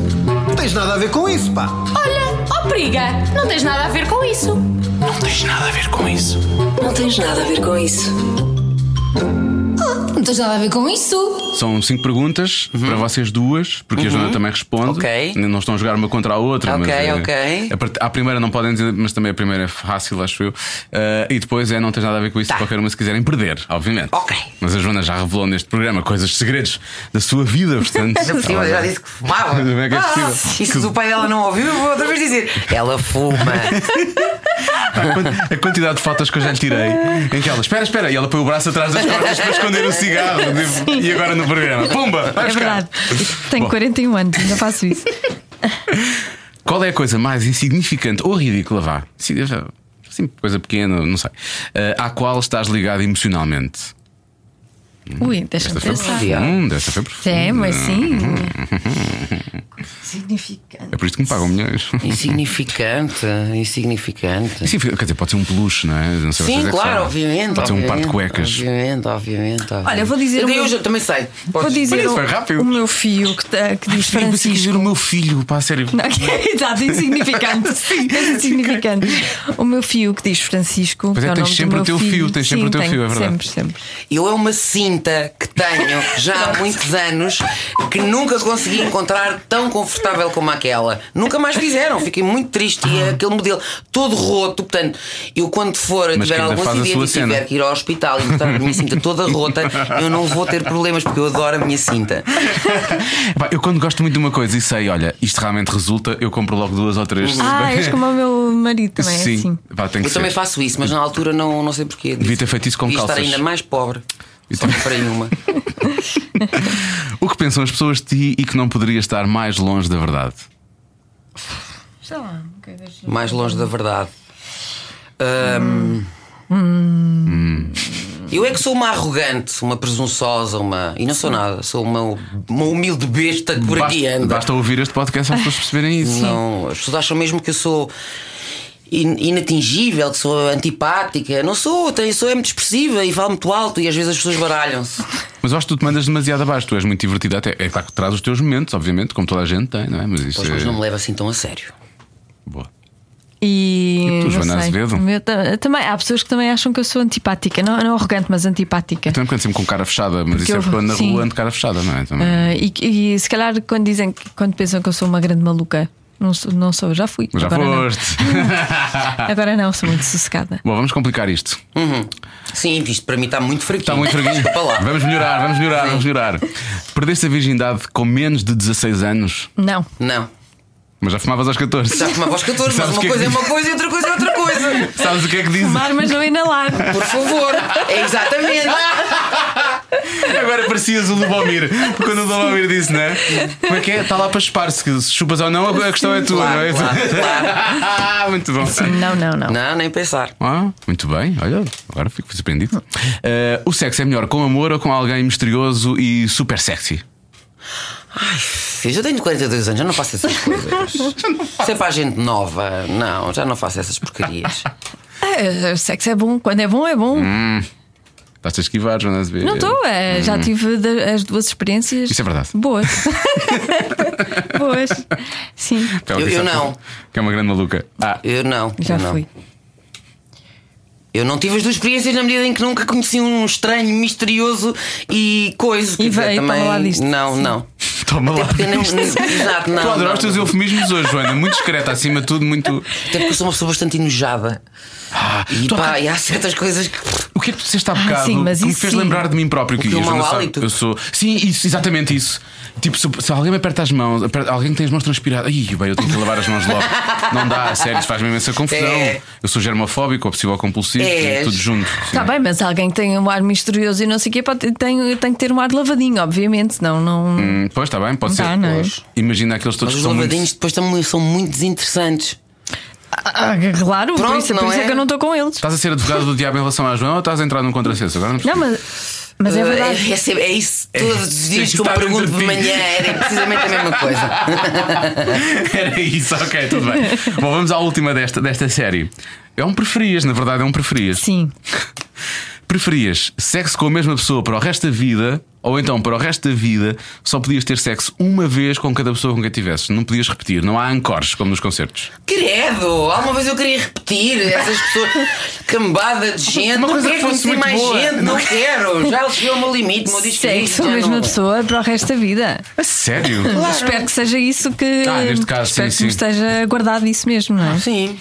Speaker 5: Não tens nada a ver com isso, pá.
Speaker 6: Olha, ó periga, não tens nada a ver com isso.
Speaker 1: Não tens nada a ver com isso.
Speaker 6: Não tens nada a ver com isso.
Speaker 3: São cinco perguntas para vocês duas, porque a Joana também responde.
Speaker 4: Uhum. Ok.
Speaker 3: Ainda Não estão a jogar uma contra a outra.
Speaker 4: Ok,
Speaker 3: mas, eh,
Speaker 4: ok.
Speaker 3: a part- À primeira não podem dizer, mas também a primeira é fácil, acho eu. Eh, e depois é não tens nada a ver com isso,
Speaker 4: Tá.
Speaker 3: qualquer uma se quiserem perder, obviamente.
Speaker 4: Ok.
Speaker 3: Mas a Joana já revelou neste programa coisas, segredos da sua vida, portanto.
Speaker 4: Ainda por cima
Speaker 3: ela
Speaker 4: já disse É que fumava.
Speaker 3: Como é que é possível?
Speaker 4: Ah, isso do pai dela não ouviu, eu vou outra vez dizer. Ela fuma.
Speaker 3: A quan- A quantidade de fotos que eu já lhe tirei Em que ela, espera, espera E ela põe o braço atrás das costas para esconder o cigarro Tipo, E agora no programa, pumba, vai
Speaker 2: É
Speaker 3: buscar
Speaker 2: verdade. Tenho 41 anos, ainda faço isso.
Speaker 3: Qual é a coisa mais insignificante ou ridícula, vá sim, Assim, coisa pequena, não sei eh, À qual estás ligado emocionalmente?
Speaker 2: Ui, deixa-me
Speaker 3: Hum, Esta foi Hum,
Speaker 2: pensar.
Speaker 3: profunda, esta foi profunda
Speaker 2: É, mas sim. Significante.
Speaker 3: É por isto que me pagam milhões
Speaker 4: Insignificante, insignificante.
Speaker 3: Sim, quer dizer, pode ser um peluche, não é? Não sei vocês é
Speaker 4: Sim,
Speaker 3: que
Speaker 4: claro,
Speaker 3: sabem.
Speaker 4: obviamente.
Speaker 3: Pode ser um par de
Speaker 4: obviamente,
Speaker 3: cuecas
Speaker 4: Obviamente, obviamente. obviamente.
Speaker 2: Olha, vou dizer
Speaker 4: Eu,
Speaker 2: o
Speaker 4: digo,
Speaker 2: meu-
Speaker 4: eu também sei.
Speaker 2: Vou
Speaker 4: Podes-
Speaker 2: dizer
Speaker 3: Isso foi
Speaker 2: o,
Speaker 3: rápido.
Speaker 2: o meu fio que, tá- que diz
Speaker 3: Eu pensei que ia dizer
Speaker 2: Francisco.
Speaker 3: o meu filho, pá, a sério
Speaker 2: Não, Exato, insignificante. És insignificante. O meu fio que diz Francisco.
Speaker 3: Pois é,
Speaker 2: que o
Speaker 3: tens
Speaker 2: nome do
Speaker 3: sempre
Speaker 2: meu
Speaker 3: o teu fio, tens sempre
Speaker 2: Sim,
Speaker 3: o teu
Speaker 2: tenho,
Speaker 3: fio, é verdade.
Speaker 2: Sempre, sempre.
Speaker 4: Eu é uma cinta que tenho já há muitos anos que nunca consegui encontrar tão confortável como aquela. Nunca mais fizeram, fiquei muito triste. E é aquele modelo todo roto, portanto, eu quando for,
Speaker 3: Mas
Speaker 4: tiver
Speaker 3: que ainda
Speaker 4: algum
Speaker 3: faz a
Speaker 4: acidente
Speaker 3: sua
Speaker 4: e tiver
Speaker 3: cena.
Speaker 4: que ir ao hospital e botar a minha cinta toda rota, eu não vou ter problemas porque eu adoro a minha cinta.
Speaker 3: Pá, eu quando gosto muito de uma coisa e sei, olha, isto realmente resulta, eu compro logo duas ou
Speaker 4: Uhum.
Speaker 3: três.
Speaker 2: Ah, és como o meu marido também, é
Speaker 3: Sim,
Speaker 2: assim.
Speaker 3: Pá, tem que
Speaker 4: Eu também
Speaker 3: ser.
Speaker 4: faço isso, mas na altura não, não sei porquê.
Speaker 3: Devia ter feito isso com
Speaker 4: Devia
Speaker 3: calças.
Speaker 4: estar ainda mais pobre.
Speaker 3: Isso
Speaker 4: Só
Speaker 3: também-
Speaker 4: comprei uma.
Speaker 3: O que pensam as pessoas de ti e que não poderia estar mais longe da verdade?
Speaker 2: Sei lá, ok, deixa-
Speaker 4: mais longe da verdade. Ahm, Eu é que sou uma arrogante, uma presunçosa, uma. E não sou nada, sou uma, uma humilde besta que por aqui
Speaker 3: basta,
Speaker 4: anda.
Speaker 3: basta ouvir este podcast para as pessoas perceberem isso.
Speaker 4: Não, as pessoas acham mesmo que eu sou in- inatingível, que sou antipática. Não sou, tenho, sou é muito expressiva e falo muito alto e às vezes as pessoas baralham-se.
Speaker 3: Mas eu acho que tu te mandas demasiado abaixo, tu és muito divertida até. É claro que traz os teus momentos, obviamente, como toda a gente tem, não é? Mas isso
Speaker 4: Pois, mas
Speaker 3: é.
Speaker 4: não me leva assim tão a sério.
Speaker 3: Boa.
Speaker 2: E,
Speaker 3: E tu,
Speaker 2: não
Speaker 3: Joana
Speaker 2: sei,
Speaker 3: Azevedo?
Speaker 2: o meu ta- também, há pessoas que também acham que eu sou antipática, não, não arrogante, mas antipática.
Speaker 3: Também quando sempre com cara fechada, mas isso é
Speaker 2: eu-
Speaker 3: porque eu ando na
Speaker 2: sim.
Speaker 3: rua ando de cara fechada, não é? Também.
Speaker 2: Ah, e, e se calhar quando dizem que- quando pensam que eu sou uma grande maluca, não sou, não sou já fui.
Speaker 3: Mas já
Speaker 2: agora
Speaker 3: foste.
Speaker 2: Não. Agora não, sou muito sossegada.
Speaker 3: Bom, vamos complicar isto.
Speaker 4: Sim, isto para mim está muito fraquinho.
Speaker 3: Está muito fraguinho.
Speaker 4: Desculpa lá.
Speaker 3: Vamos melhorar, vamos melhorar, vamos melhorar. Perdeste a virgindade com menos de 16 anos,
Speaker 2: Não.
Speaker 4: Não.
Speaker 3: mas já fumavas aos 14.
Speaker 4: Já fumava aos 14, mas
Speaker 3: Sabes
Speaker 4: uma
Speaker 3: que-
Speaker 4: coisa é uma coisa e outra coisa é outra coisa.
Speaker 3: Sabes o que é que diz?
Speaker 2: Fumar, mas não inalar.
Speaker 4: Por favor. É exatamente.
Speaker 3: Agora parecias o Lubomir. Quando o Lubomir disse, não é? Como é que é? Está lá para chupar-se. que Se chupas ou não, a questão é tua, não
Speaker 4: Claro,
Speaker 3: é?
Speaker 4: claro, claro.
Speaker 3: muito bom.
Speaker 2: Não, não, não.
Speaker 4: Não, nem pensar.
Speaker 3: Ah, muito bem, olha, agora fico surpreendido. Eh, o sexo é melhor com amor ou com alguém misterioso e super sexy?
Speaker 4: Filho, eu tenho 42 anos, já não faço essas coisas. Isso é para a gente nova. Não, já não faço essas porcarias.
Speaker 2: Ah, o sexo é bom, quando é bom, é bom.
Speaker 3: Hum, Estás a esquivar, Jonas B.
Speaker 2: Não estou, é, já tive da- as duas experiências.
Speaker 3: hum. Isso é verdade.
Speaker 2: Boas. Boas. Sim,
Speaker 4: Eu- eu não.
Speaker 3: Que é uma grande maluca. Ah,
Speaker 4: Eu não.
Speaker 2: já
Speaker 4: eu não.
Speaker 2: fui.
Speaker 4: Eu não tive as duas experiências na medida em que nunca conheci um estranho, misterioso e coisa. quer dizer,
Speaker 2: veio, toma
Speaker 4: também.
Speaker 2: lá disto.
Speaker 4: Não, não.
Speaker 3: Toma
Speaker 4: Até
Speaker 3: lá.
Speaker 4: porque nem, nem- exato, não.
Speaker 3: Tu adoras os
Speaker 4: não.
Speaker 3: teus eufemismos hoje, Joana. Muito discreta, acima de tudo, muito.
Speaker 4: Até porque eu sou uma pessoa bastante enojada.
Speaker 3: Ah,
Speaker 4: E
Speaker 3: tu há
Speaker 4: pá,
Speaker 3: bocado-
Speaker 4: e há certas coisas que.
Speaker 3: O que é que tu disseste há bocado
Speaker 2: sim, mas
Speaker 3: que me
Speaker 2: isso
Speaker 3: fez
Speaker 2: sim.
Speaker 3: lembrar de mim próprio?
Speaker 4: O que é
Speaker 3: a
Speaker 4: o
Speaker 3: Joana
Speaker 4: mau
Speaker 3: sabe,
Speaker 4: hálito?
Speaker 3: Eu sou. Sim, isso, exatamente isso. Tipo, se, se alguém me aperta as mãos, aperta- alguém que tem as mãos transpiradas, Ih, bem, eu tenho que lavar as mãos logo. Não dá, a sério, isso faz-me imensa confusão.
Speaker 4: É.
Speaker 3: Eu sou germofóbico, obsessivo compulsivo,
Speaker 4: És.
Speaker 3: tudo junto. Sim.
Speaker 2: Está Tá bem, mas alguém que tem um ar misterioso e não sei o quê, pode- tem, tem que ter um ar lavadinho, obviamente, senão não.
Speaker 3: Hum, Pois está bem, pode
Speaker 2: Dá,
Speaker 3: ser.
Speaker 2: não é?
Speaker 3: Pois. Imagina aqueles todos
Speaker 4: Mas
Speaker 3: que
Speaker 4: os
Speaker 3: são muito-
Speaker 4: lavadinhos depois também são muito desinteressantes.
Speaker 2: Ah, claro, por
Speaker 4: Pronto,
Speaker 2: isso, por
Speaker 4: não
Speaker 2: isso é?
Speaker 4: é?
Speaker 2: que eu não estou com eles.
Speaker 3: Estás a ser advogado do diabo em relação à Joana ou estás a entrar num contrassenso? Agora não
Speaker 2: Não,
Speaker 3: percebo.
Speaker 2: mas, mas
Speaker 3: Uh,
Speaker 2: é verdade.
Speaker 4: é, sempre- é isso todos os dias
Speaker 3: Sim,
Speaker 4: que eu
Speaker 3: está
Speaker 4: me pergunto
Speaker 3: dentro
Speaker 4: de
Speaker 3: de ti.
Speaker 4: manhã. Era precisamente a mesma coisa.
Speaker 3: Era isso, ok, tudo bem. Bom, vamos à última desta, desta série. É um preferias, na verdade, é um preferias.
Speaker 2: Sim.
Speaker 3: Preferias sexo com a mesma pessoa para o resto da vida ou então para o resto da vida só podias ter sexo uma vez com cada pessoa com quem tivesses? Não podias repetir, não há ancores como nos concertos.
Speaker 4: Credo, alguma vez eu queria repetir essas pessoas, cambada de gente.
Speaker 3: Uma coisa
Speaker 4: Não
Speaker 3: que
Speaker 4: quero
Speaker 3: fosse
Speaker 4: conhecer
Speaker 3: muito
Speaker 4: mais
Speaker 3: boa. é?
Speaker 4: gente, não quero. Já chegou o meu limite, o meu disco
Speaker 2: Sexo, a
Speaker 4: já
Speaker 2: mesma
Speaker 4: não-
Speaker 2: pessoa para o resto da vida.
Speaker 3: A sério?
Speaker 2: Espero que seja isso que.
Speaker 3: Ah, neste caso,
Speaker 2: espero
Speaker 3: sim,
Speaker 2: que me
Speaker 3: sim.
Speaker 2: esteja guardado isso mesmo, não é? Ah.
Speaker 4: Sim.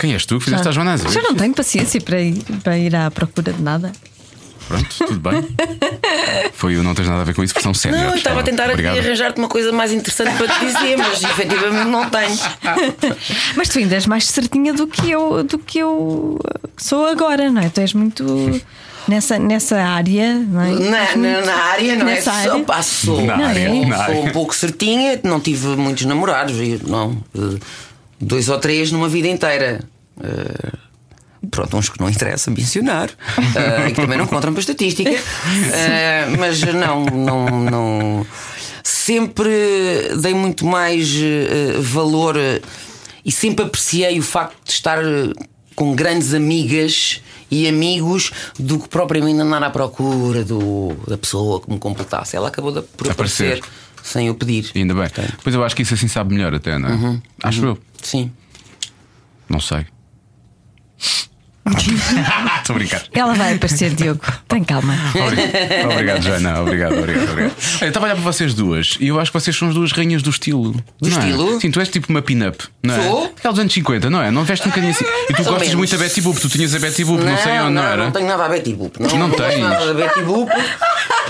Speaker 3: Quem és tu que fizeste a Joana Azevedo?
Speaker 2: Já não tenho paciência para ir, para ir à procura de nada.
Speaker 3: Pronto, tudo bem. Foi o não tens nada a ver com isso, versão sénior.
Speaker 4: Não, eu estava a tentar aqui
Speaker 3: Obrigado.
Speaker 4: arranjar-te uma coisa mais interessante para te dizer, mas efetivamente não tenho.
Speaker 2: Mas tu ainda és mais certinha do que eu, do que eu sou agora, não é? Tu és muito nessa, nessa área, não é?
Speaker 4: Na, na, na área, não
Speaker 2: Nessa
Speaker 4: é?
Speaker 2: área.
Speaker 4: Só passou.
Speaker 3: Na
Speaker 2: Não é?
Speaker 3: área, na
Speaker 4: Sou um
Speaker 3: área.
Speaker 4: pouco certinha, não tive muitos namorados, e não. eh, Dois ou três numa vida inteira. Eh, Pronto, uns que não interessa mencionar eh, e que também não contam para estatística, Eh, mas não, não, não. Sempre dei muito mais eh, valor eh, e sempre apreciei o facto de estar eh, com grandes amigas e amigos do que propriamente andar à procura do, da pessoa que me completasse. Ela acabou de, por
Speaker 3: Aparecer.
Speaker 4: aparecer, sem eu pedir.
Speaker 3: Ainda bem. Pois eu acho que isso assim sabe melhor, até, não é?
Speaker 4: Uhum.
Speaker 3: Acho eu.
Speaker 4: Sim.
Speaker 3: Não sei. Estou a brincar.
Speaker 2: Ela vai aparecer, Diogo. Tem calma.
Speaker 3: Obrigado, obrigado, Joana. Obrigado, obrigado, obrigado. Eu estava a olhar para vocês duas e eu acho que vocês são as duas rainhas do estilo. não
Speaker 4: Do
Speaker 3: é?
Speaker 4: estilo?
Speaker 3: Sim, tu és tipo uma pin-up, não é?
Speaker 4: Sou. Ah,
Speaker 3: Aquela dos anos 50, não é? Não veste um bocadinho assim. E tu
Speaker 4: Mais ou
Speaker 3: gostas
Speaker 4: menos.
Speaker 3: muito da Betty Boop, tu tinhas a Betty Boop, não, sei onde, não, era?
Speaker 4: Não tenho nada a Betty Boop.
Speaker 3: Não
Speaker 4: tenho
Speaker 3: tens.
Speaker 4: nada a Betty Boop.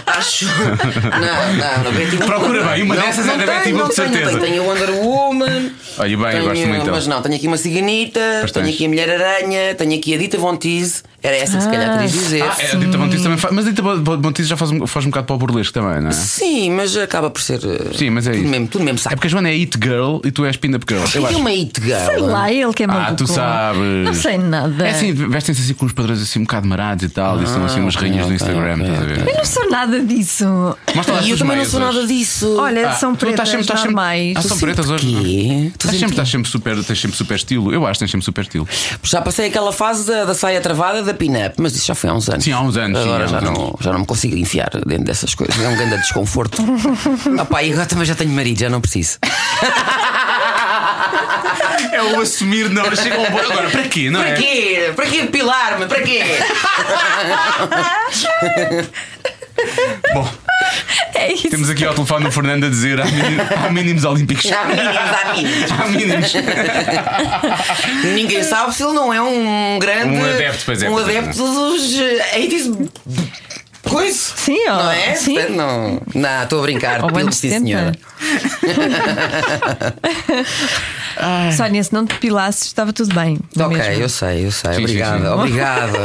Speaker 4: Acho. Não, não, a Betty Boop.
Speaker 3: Procura bem, uma dessas é da
Speaker 4: tenho,
Speaker 3: Betty Boop,
Speaker 4: não
Speaker 3: de
Speaker 4: tenho,
Speaker 3: certeza.
Speaker 4: não Tenho Tenho a Wonder Woman.
Speaker 3: Olha, bem, eu
Speaker 4: tenho,
Speaker 3: gosto muito dela.
Speaker 4: Mas não, tenho aqui uma ciganita,
Speaker 3: Pois
Speaker 4: tenho
Speaker 3: tens.
Speaker 4: aqui a Mulher Aranha, tenho aqui a Dita Von Teese. Era essa que se calhar querias dizer.
Speaker 3: Ah, é, a Dita Montiz também faz. Mas a Dita Montiz já faz, um- faz um bocado para o burlesco também, não é?
Speaker 4: Sim, mas acaba por ser. eh,
Speaker 3: Sim, mas é
Speaker 4: tudo
Speaker 3: isso.
Speaker 4: Mesmo, tudo mesmo
Speaker 3: É
Speaker 4: saco.
Speaker 3: porque a Joana é It Girl e tu és pin-up girl.
Speaker 4: É
Speaker 3: Eu acho.
Speaker 4: uma it girl.
Speaker 2: Sei lá, ele que é maluco.
Speaker 3: Ah, tu sabes.
Speaker 2: Não sei nada.
Speaker 3: É assim, vestem-se assim com uns padrões assim um bocado marados e tal, e são assim
Speaker 4: Ah,
Speaker 3: umas rainhas do Instagram, estás a
Speaker 2: Eu
Speaker 3: ver?
Speaker 2: não sou nada disso.
Speaker 3: Mostra lá as
Speaker 4: E eu
Speaker 3: tuas
Speaker 4: também não sou
Speaker 3: meias
Speaker 4: nada
Speaker 3: hoje.
Speaker 4: disso.
Speaker 2: Olha, são
Speaker 3: Ah, tu estás
Speaker 2: pretas
Speaker 3: sempre- estás sempre-
Speaker 2: normais.
Speaker 3: Ah, são pretas hoje. não?
Speaker 4: Quê?
Speaker 3: Estás sempre, estás sempre super, tens sempre super estilo. Eu acho que tens sempre super estilo.
Speaker 4: Já passei aquela fase da, da saia travada da pin-up, mas isso já foi há uns anos.
Speaker 3: Sim, há uns anos, sim,
Speaker 4: Agora
Speaker 3: há uns
Speaker 4: já, não,
Speaker 3: anos.
Speaker 4: já não me consigo enfiar dentro dessas coisas. É um grande desconforto. ah, pá, e agora também já tenho marido, já não preciso.
Speaker 3: É o assumir, não, chega ao bom. Agora, para quê? Não é?
Speaker 4: para quê? Para quê depilar-me? Para quê?
Speaker 3: Bom,
Speaker 2: É isso.
Speaker 3: temos aqui ao telefone o Fernando a dizer há mínimos, há mínimos olímpicos.
Speaker 4: Há mínimos, há mínimos.
Speaker 3: Há mínimos.
Speaker 4: Ninguém sabe se ele não é um grande.
Speaker 3: Um adepto, pois é,
Speaker 4: Um
Speaker 3: pois é.
Speaker 4: adepto dos. eh, 80s. Coisa.
Speaker 2: Sim, ó.
Speaker 4: Não é?
Speaker 2: Sim.
Speaker 4: Portanto, Não, não, estou a brincar.
Speaker 2: Ao
Speaker 4: Pilo,
Speaker 2: ano
Speaker 4: sim, senhora.
Speaker 2: 70. Sónia, se não te pilasses, estava tudo bem. não é
Speaker 4: Ok,
Speaker 2: mesmo?
Speaker 4: eu sei, eu sei.
Speaker 3: Sim, sim,
Speaker 4: obrigada,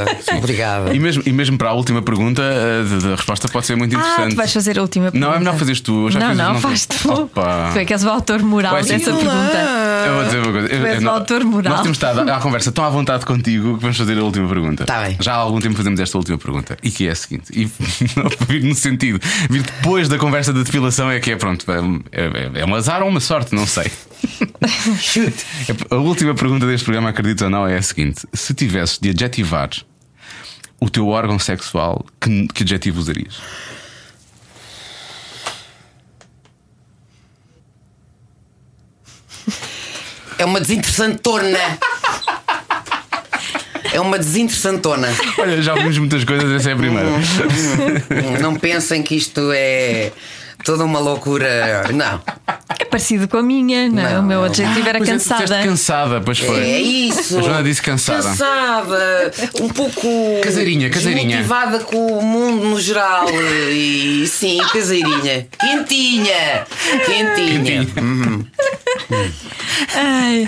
Speaker 3: sim.
Speaker 4: obrigada, obrigada.
Speaker 3: E mesmo, e mesmo para a última pergunta, a, a resposta pode ser muito
Speaker 2: Ah,
Speaker 3: interessante.
Speaker 2: tu vais fazer a última pergunta.
Speaker 3: Não, é melhor fazeres tu. Eu já
Speaker 2: não,
Speaker 3: fiz,
Speaker 2: não,
Speaker 3: não
Speaker 2: faz
Speaker 3: tenho-
Speaker 2: tu.
Speaker 3: Opa.
Speaker 2: Tu é que és o autor moral
Speaker 3: Vai, sim.
Speaker 2: dessa pergunta.
Speaker 3: Eu vou dizer uma coisa. Eu-
Speaker 2: és
Speaker 3: eu
Speaker 2: o
Speaker 3: não-
Speaker 2: autor moral.
Speaker 3: Nós temos estado à conversa tão à vontade contigo que vamos fazer a última pergunta.
Speaker 4: Tá bem.
Speaker 3: Já há algum tempo fazemos esta última pergunta. E que é a seguinte. E não vir no sentido. Vir depois da conversa da depilação é que é pronto. É, é, é um azar ou uma sorte, não sei. A última pergunta deste programa, acredito ou não, é a seguinte: se tivesses de adjetivar o teu órgão sexual, que, que adjetivo usarias?
Speaker 4: É uma desinteressante torna. É uma desinteressantona.
Speaker 3: Olha, já ouvimos muitas coisas, essa é a primeira.
Speaker 4: Não pensem que isto é toda uma loucura. Não.
Speaker 2: É parecido com a minha, não, é?
Speaker 4: Não,
Speaker 2: O meu
Speaker 4: não.
Speaker 2: objetivo era
Speaker 3: Pois é, tu
Speaker 2: cansada.
Speaker 3: disseste cansada, pois foi.
Speaker 4: É isso.
Speaker 3: A Joana disse cansada.
Speaker 4: Cansada, um pouco.
Speaker 3: Caseirinha, caseirinha.
Speaker 4: Motivada com o mundo no geral. E sim, caseirinha. Quentinha. Quentinha. Hum.
Speaker 2: Ai,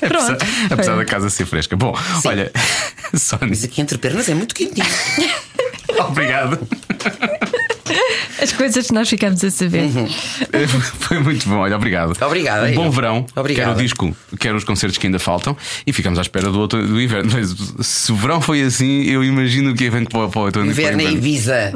Speaker 2: pronto.
Speaker 3: Apesar, apesar da casa ser fresca. Bom, olha, Sónia,
Speaker 4: Mas aqui entre pernas é muito quentinho.
Speaker 3: obrigado.
Speaker 2: As coisas que nós ficamos a saber.
Speaker 3: Uhum. Foi muito bom, olha, obrigado.
Speaker 4: Obrigado,
Speaker 3: Um
Speaker 4: eu.
Speaker 3: bom verão.
Speaker 4: Obrigado.
Speaker 3: Quero o disco, quero os concertos que ainda faltam e ficamos à espera do, outono, do inverno. Mas se o verão foi assim, eu imagino que vem para, para o outono e para o
Speaker 4: Inverno é
Speaker 3: inverno.
Speaker 4: Ibiza.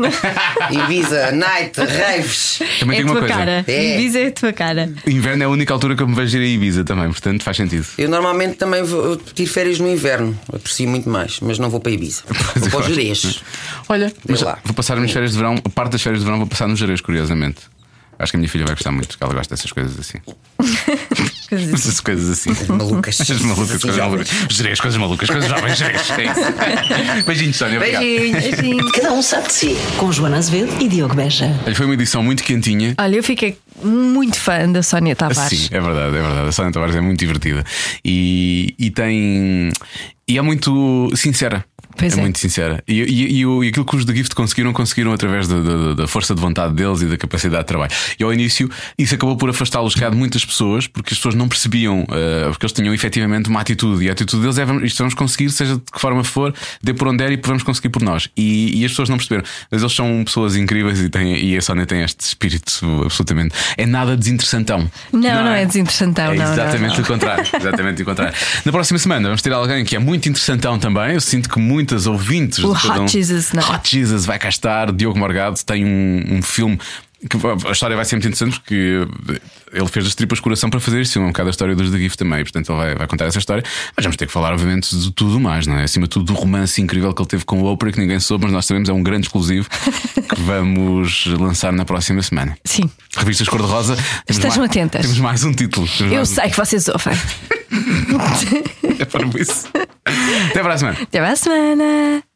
Speaker 4: Ibiza, night, raves.
Speaker 3: Também
Speaker 2: é a
Speaker 3: digo
Speaker 2: tua
Speaker 3: uma coisa.
Speaker 2: cara.
Speaker 4: É.
Speaker 2: Diz é a tua cara.
Speaker 3: Inverno é a única altura que eu me vejo ir a Ibiza também, portanto faz sentido.
Speaker 4: Eu normalmente também vou, eu tiro férias no inverno. Aprecio muito mais, mas não vou para Ibiza. Vou para o Jerez.
Speaker 3: Olha, mas
Speaker 4: lá.
Speaker 3: vou passar as minhas férias de verão, parte das férias de verão vou passar no Jerez, curiosamente. Acho que a minha filha vai gostar muito, porque ela gosta dessas coisas assim.
Speaker 2: Coisas-
Speaker 3: Essas coisas assim.
Speaker 4: Malucas. Assim
Speaker 3: Coisas malucas, coisas malucas. Jerez, coisas malucas, coisas jovens, Jerez. É isso. Beijinhos, Sónia. Obrigado.
Speaker 4: Beijinhos.
Speaker 2: Beijinho.
Speaker 1: Cada um sabe de si. Com Joana Azevedo e Diogo Beja.
Speaker 3: Olha, Foi uma edição muito quentinha.
Speaker 2: Olha, eu fiquei muito fã da Sónia Tavares.
Speaker 3: Sim, é verdade, é verdade. A Sónia Tavares é muito divertida e, e tem. E é muito sincera.
Speaker 2: Pois é.
Speaker 3: muito sincera. E, e, e o- e aquilo que os The Gift conseguiram, conseguiram através da, da- da força de vontade deles e da capacidade de trabalho. E ao início, isso acabou por afastá-los cá de muitas pessoas, porque as pessoas não percebiam, eh, porque eles tinham efetivamente uma atitude. E a atitude deles é: vamos, isto vamos conseguir, seja de que forma for, dê por onde der e vamos conseguir por nós. E, e as pessoas não perceberam. Mas eles são pessoas incríveis e, têm, e a Sónia tem este espírito absolutamente. É nada desinteressantão.
Speaker 2: Não, não é desinteressantão,
Speaker 3: É
Speaker 2: não, não,
Speaker 3: exatamente
Speaker 2: não.
Speaker 3: o contrário. Exatamente o contrário. Na próxima semana vamos ter alguém que é muito interessantão também. Eu sinto que muitas ouvintes.
Speaker 2: O
Speaker 3: de cada um-
Speaker 2: Hot Jesus, não é?
Speaker 3: Hot Jesus vai cá estar. Diogo Morgado tem um, um filme. Que a história vai ser muito interessante porque ele fez as tripas de coração para fazer isso, um bocado a história dos The Gift também, portanto ele vai, vai contar essa história. Mas vamos ter que falar, obviamente, de tudo mais, não é? Acima de tudo, do romance incrível que ele teve com o Oprah, que ninguém soube, mas nós sabemos, é um grande exclusivo que vamos lançar na próxima semana.
Speaker 2: Sim.
Speaker 3: Revistas Cor-de-Rosa. temos
Speaker 2: Estejam
Speaker 3: mais-
Speaker 2: atentas.
Speaker 3: Temos mais um título. Temos
Speaker 2: Eu
Speaker 3: mais um
Speaker 2: sei que vocês ouvem.
Speaker 3: É para isso. Até para a semana.
Speaker 2: Até para a semana.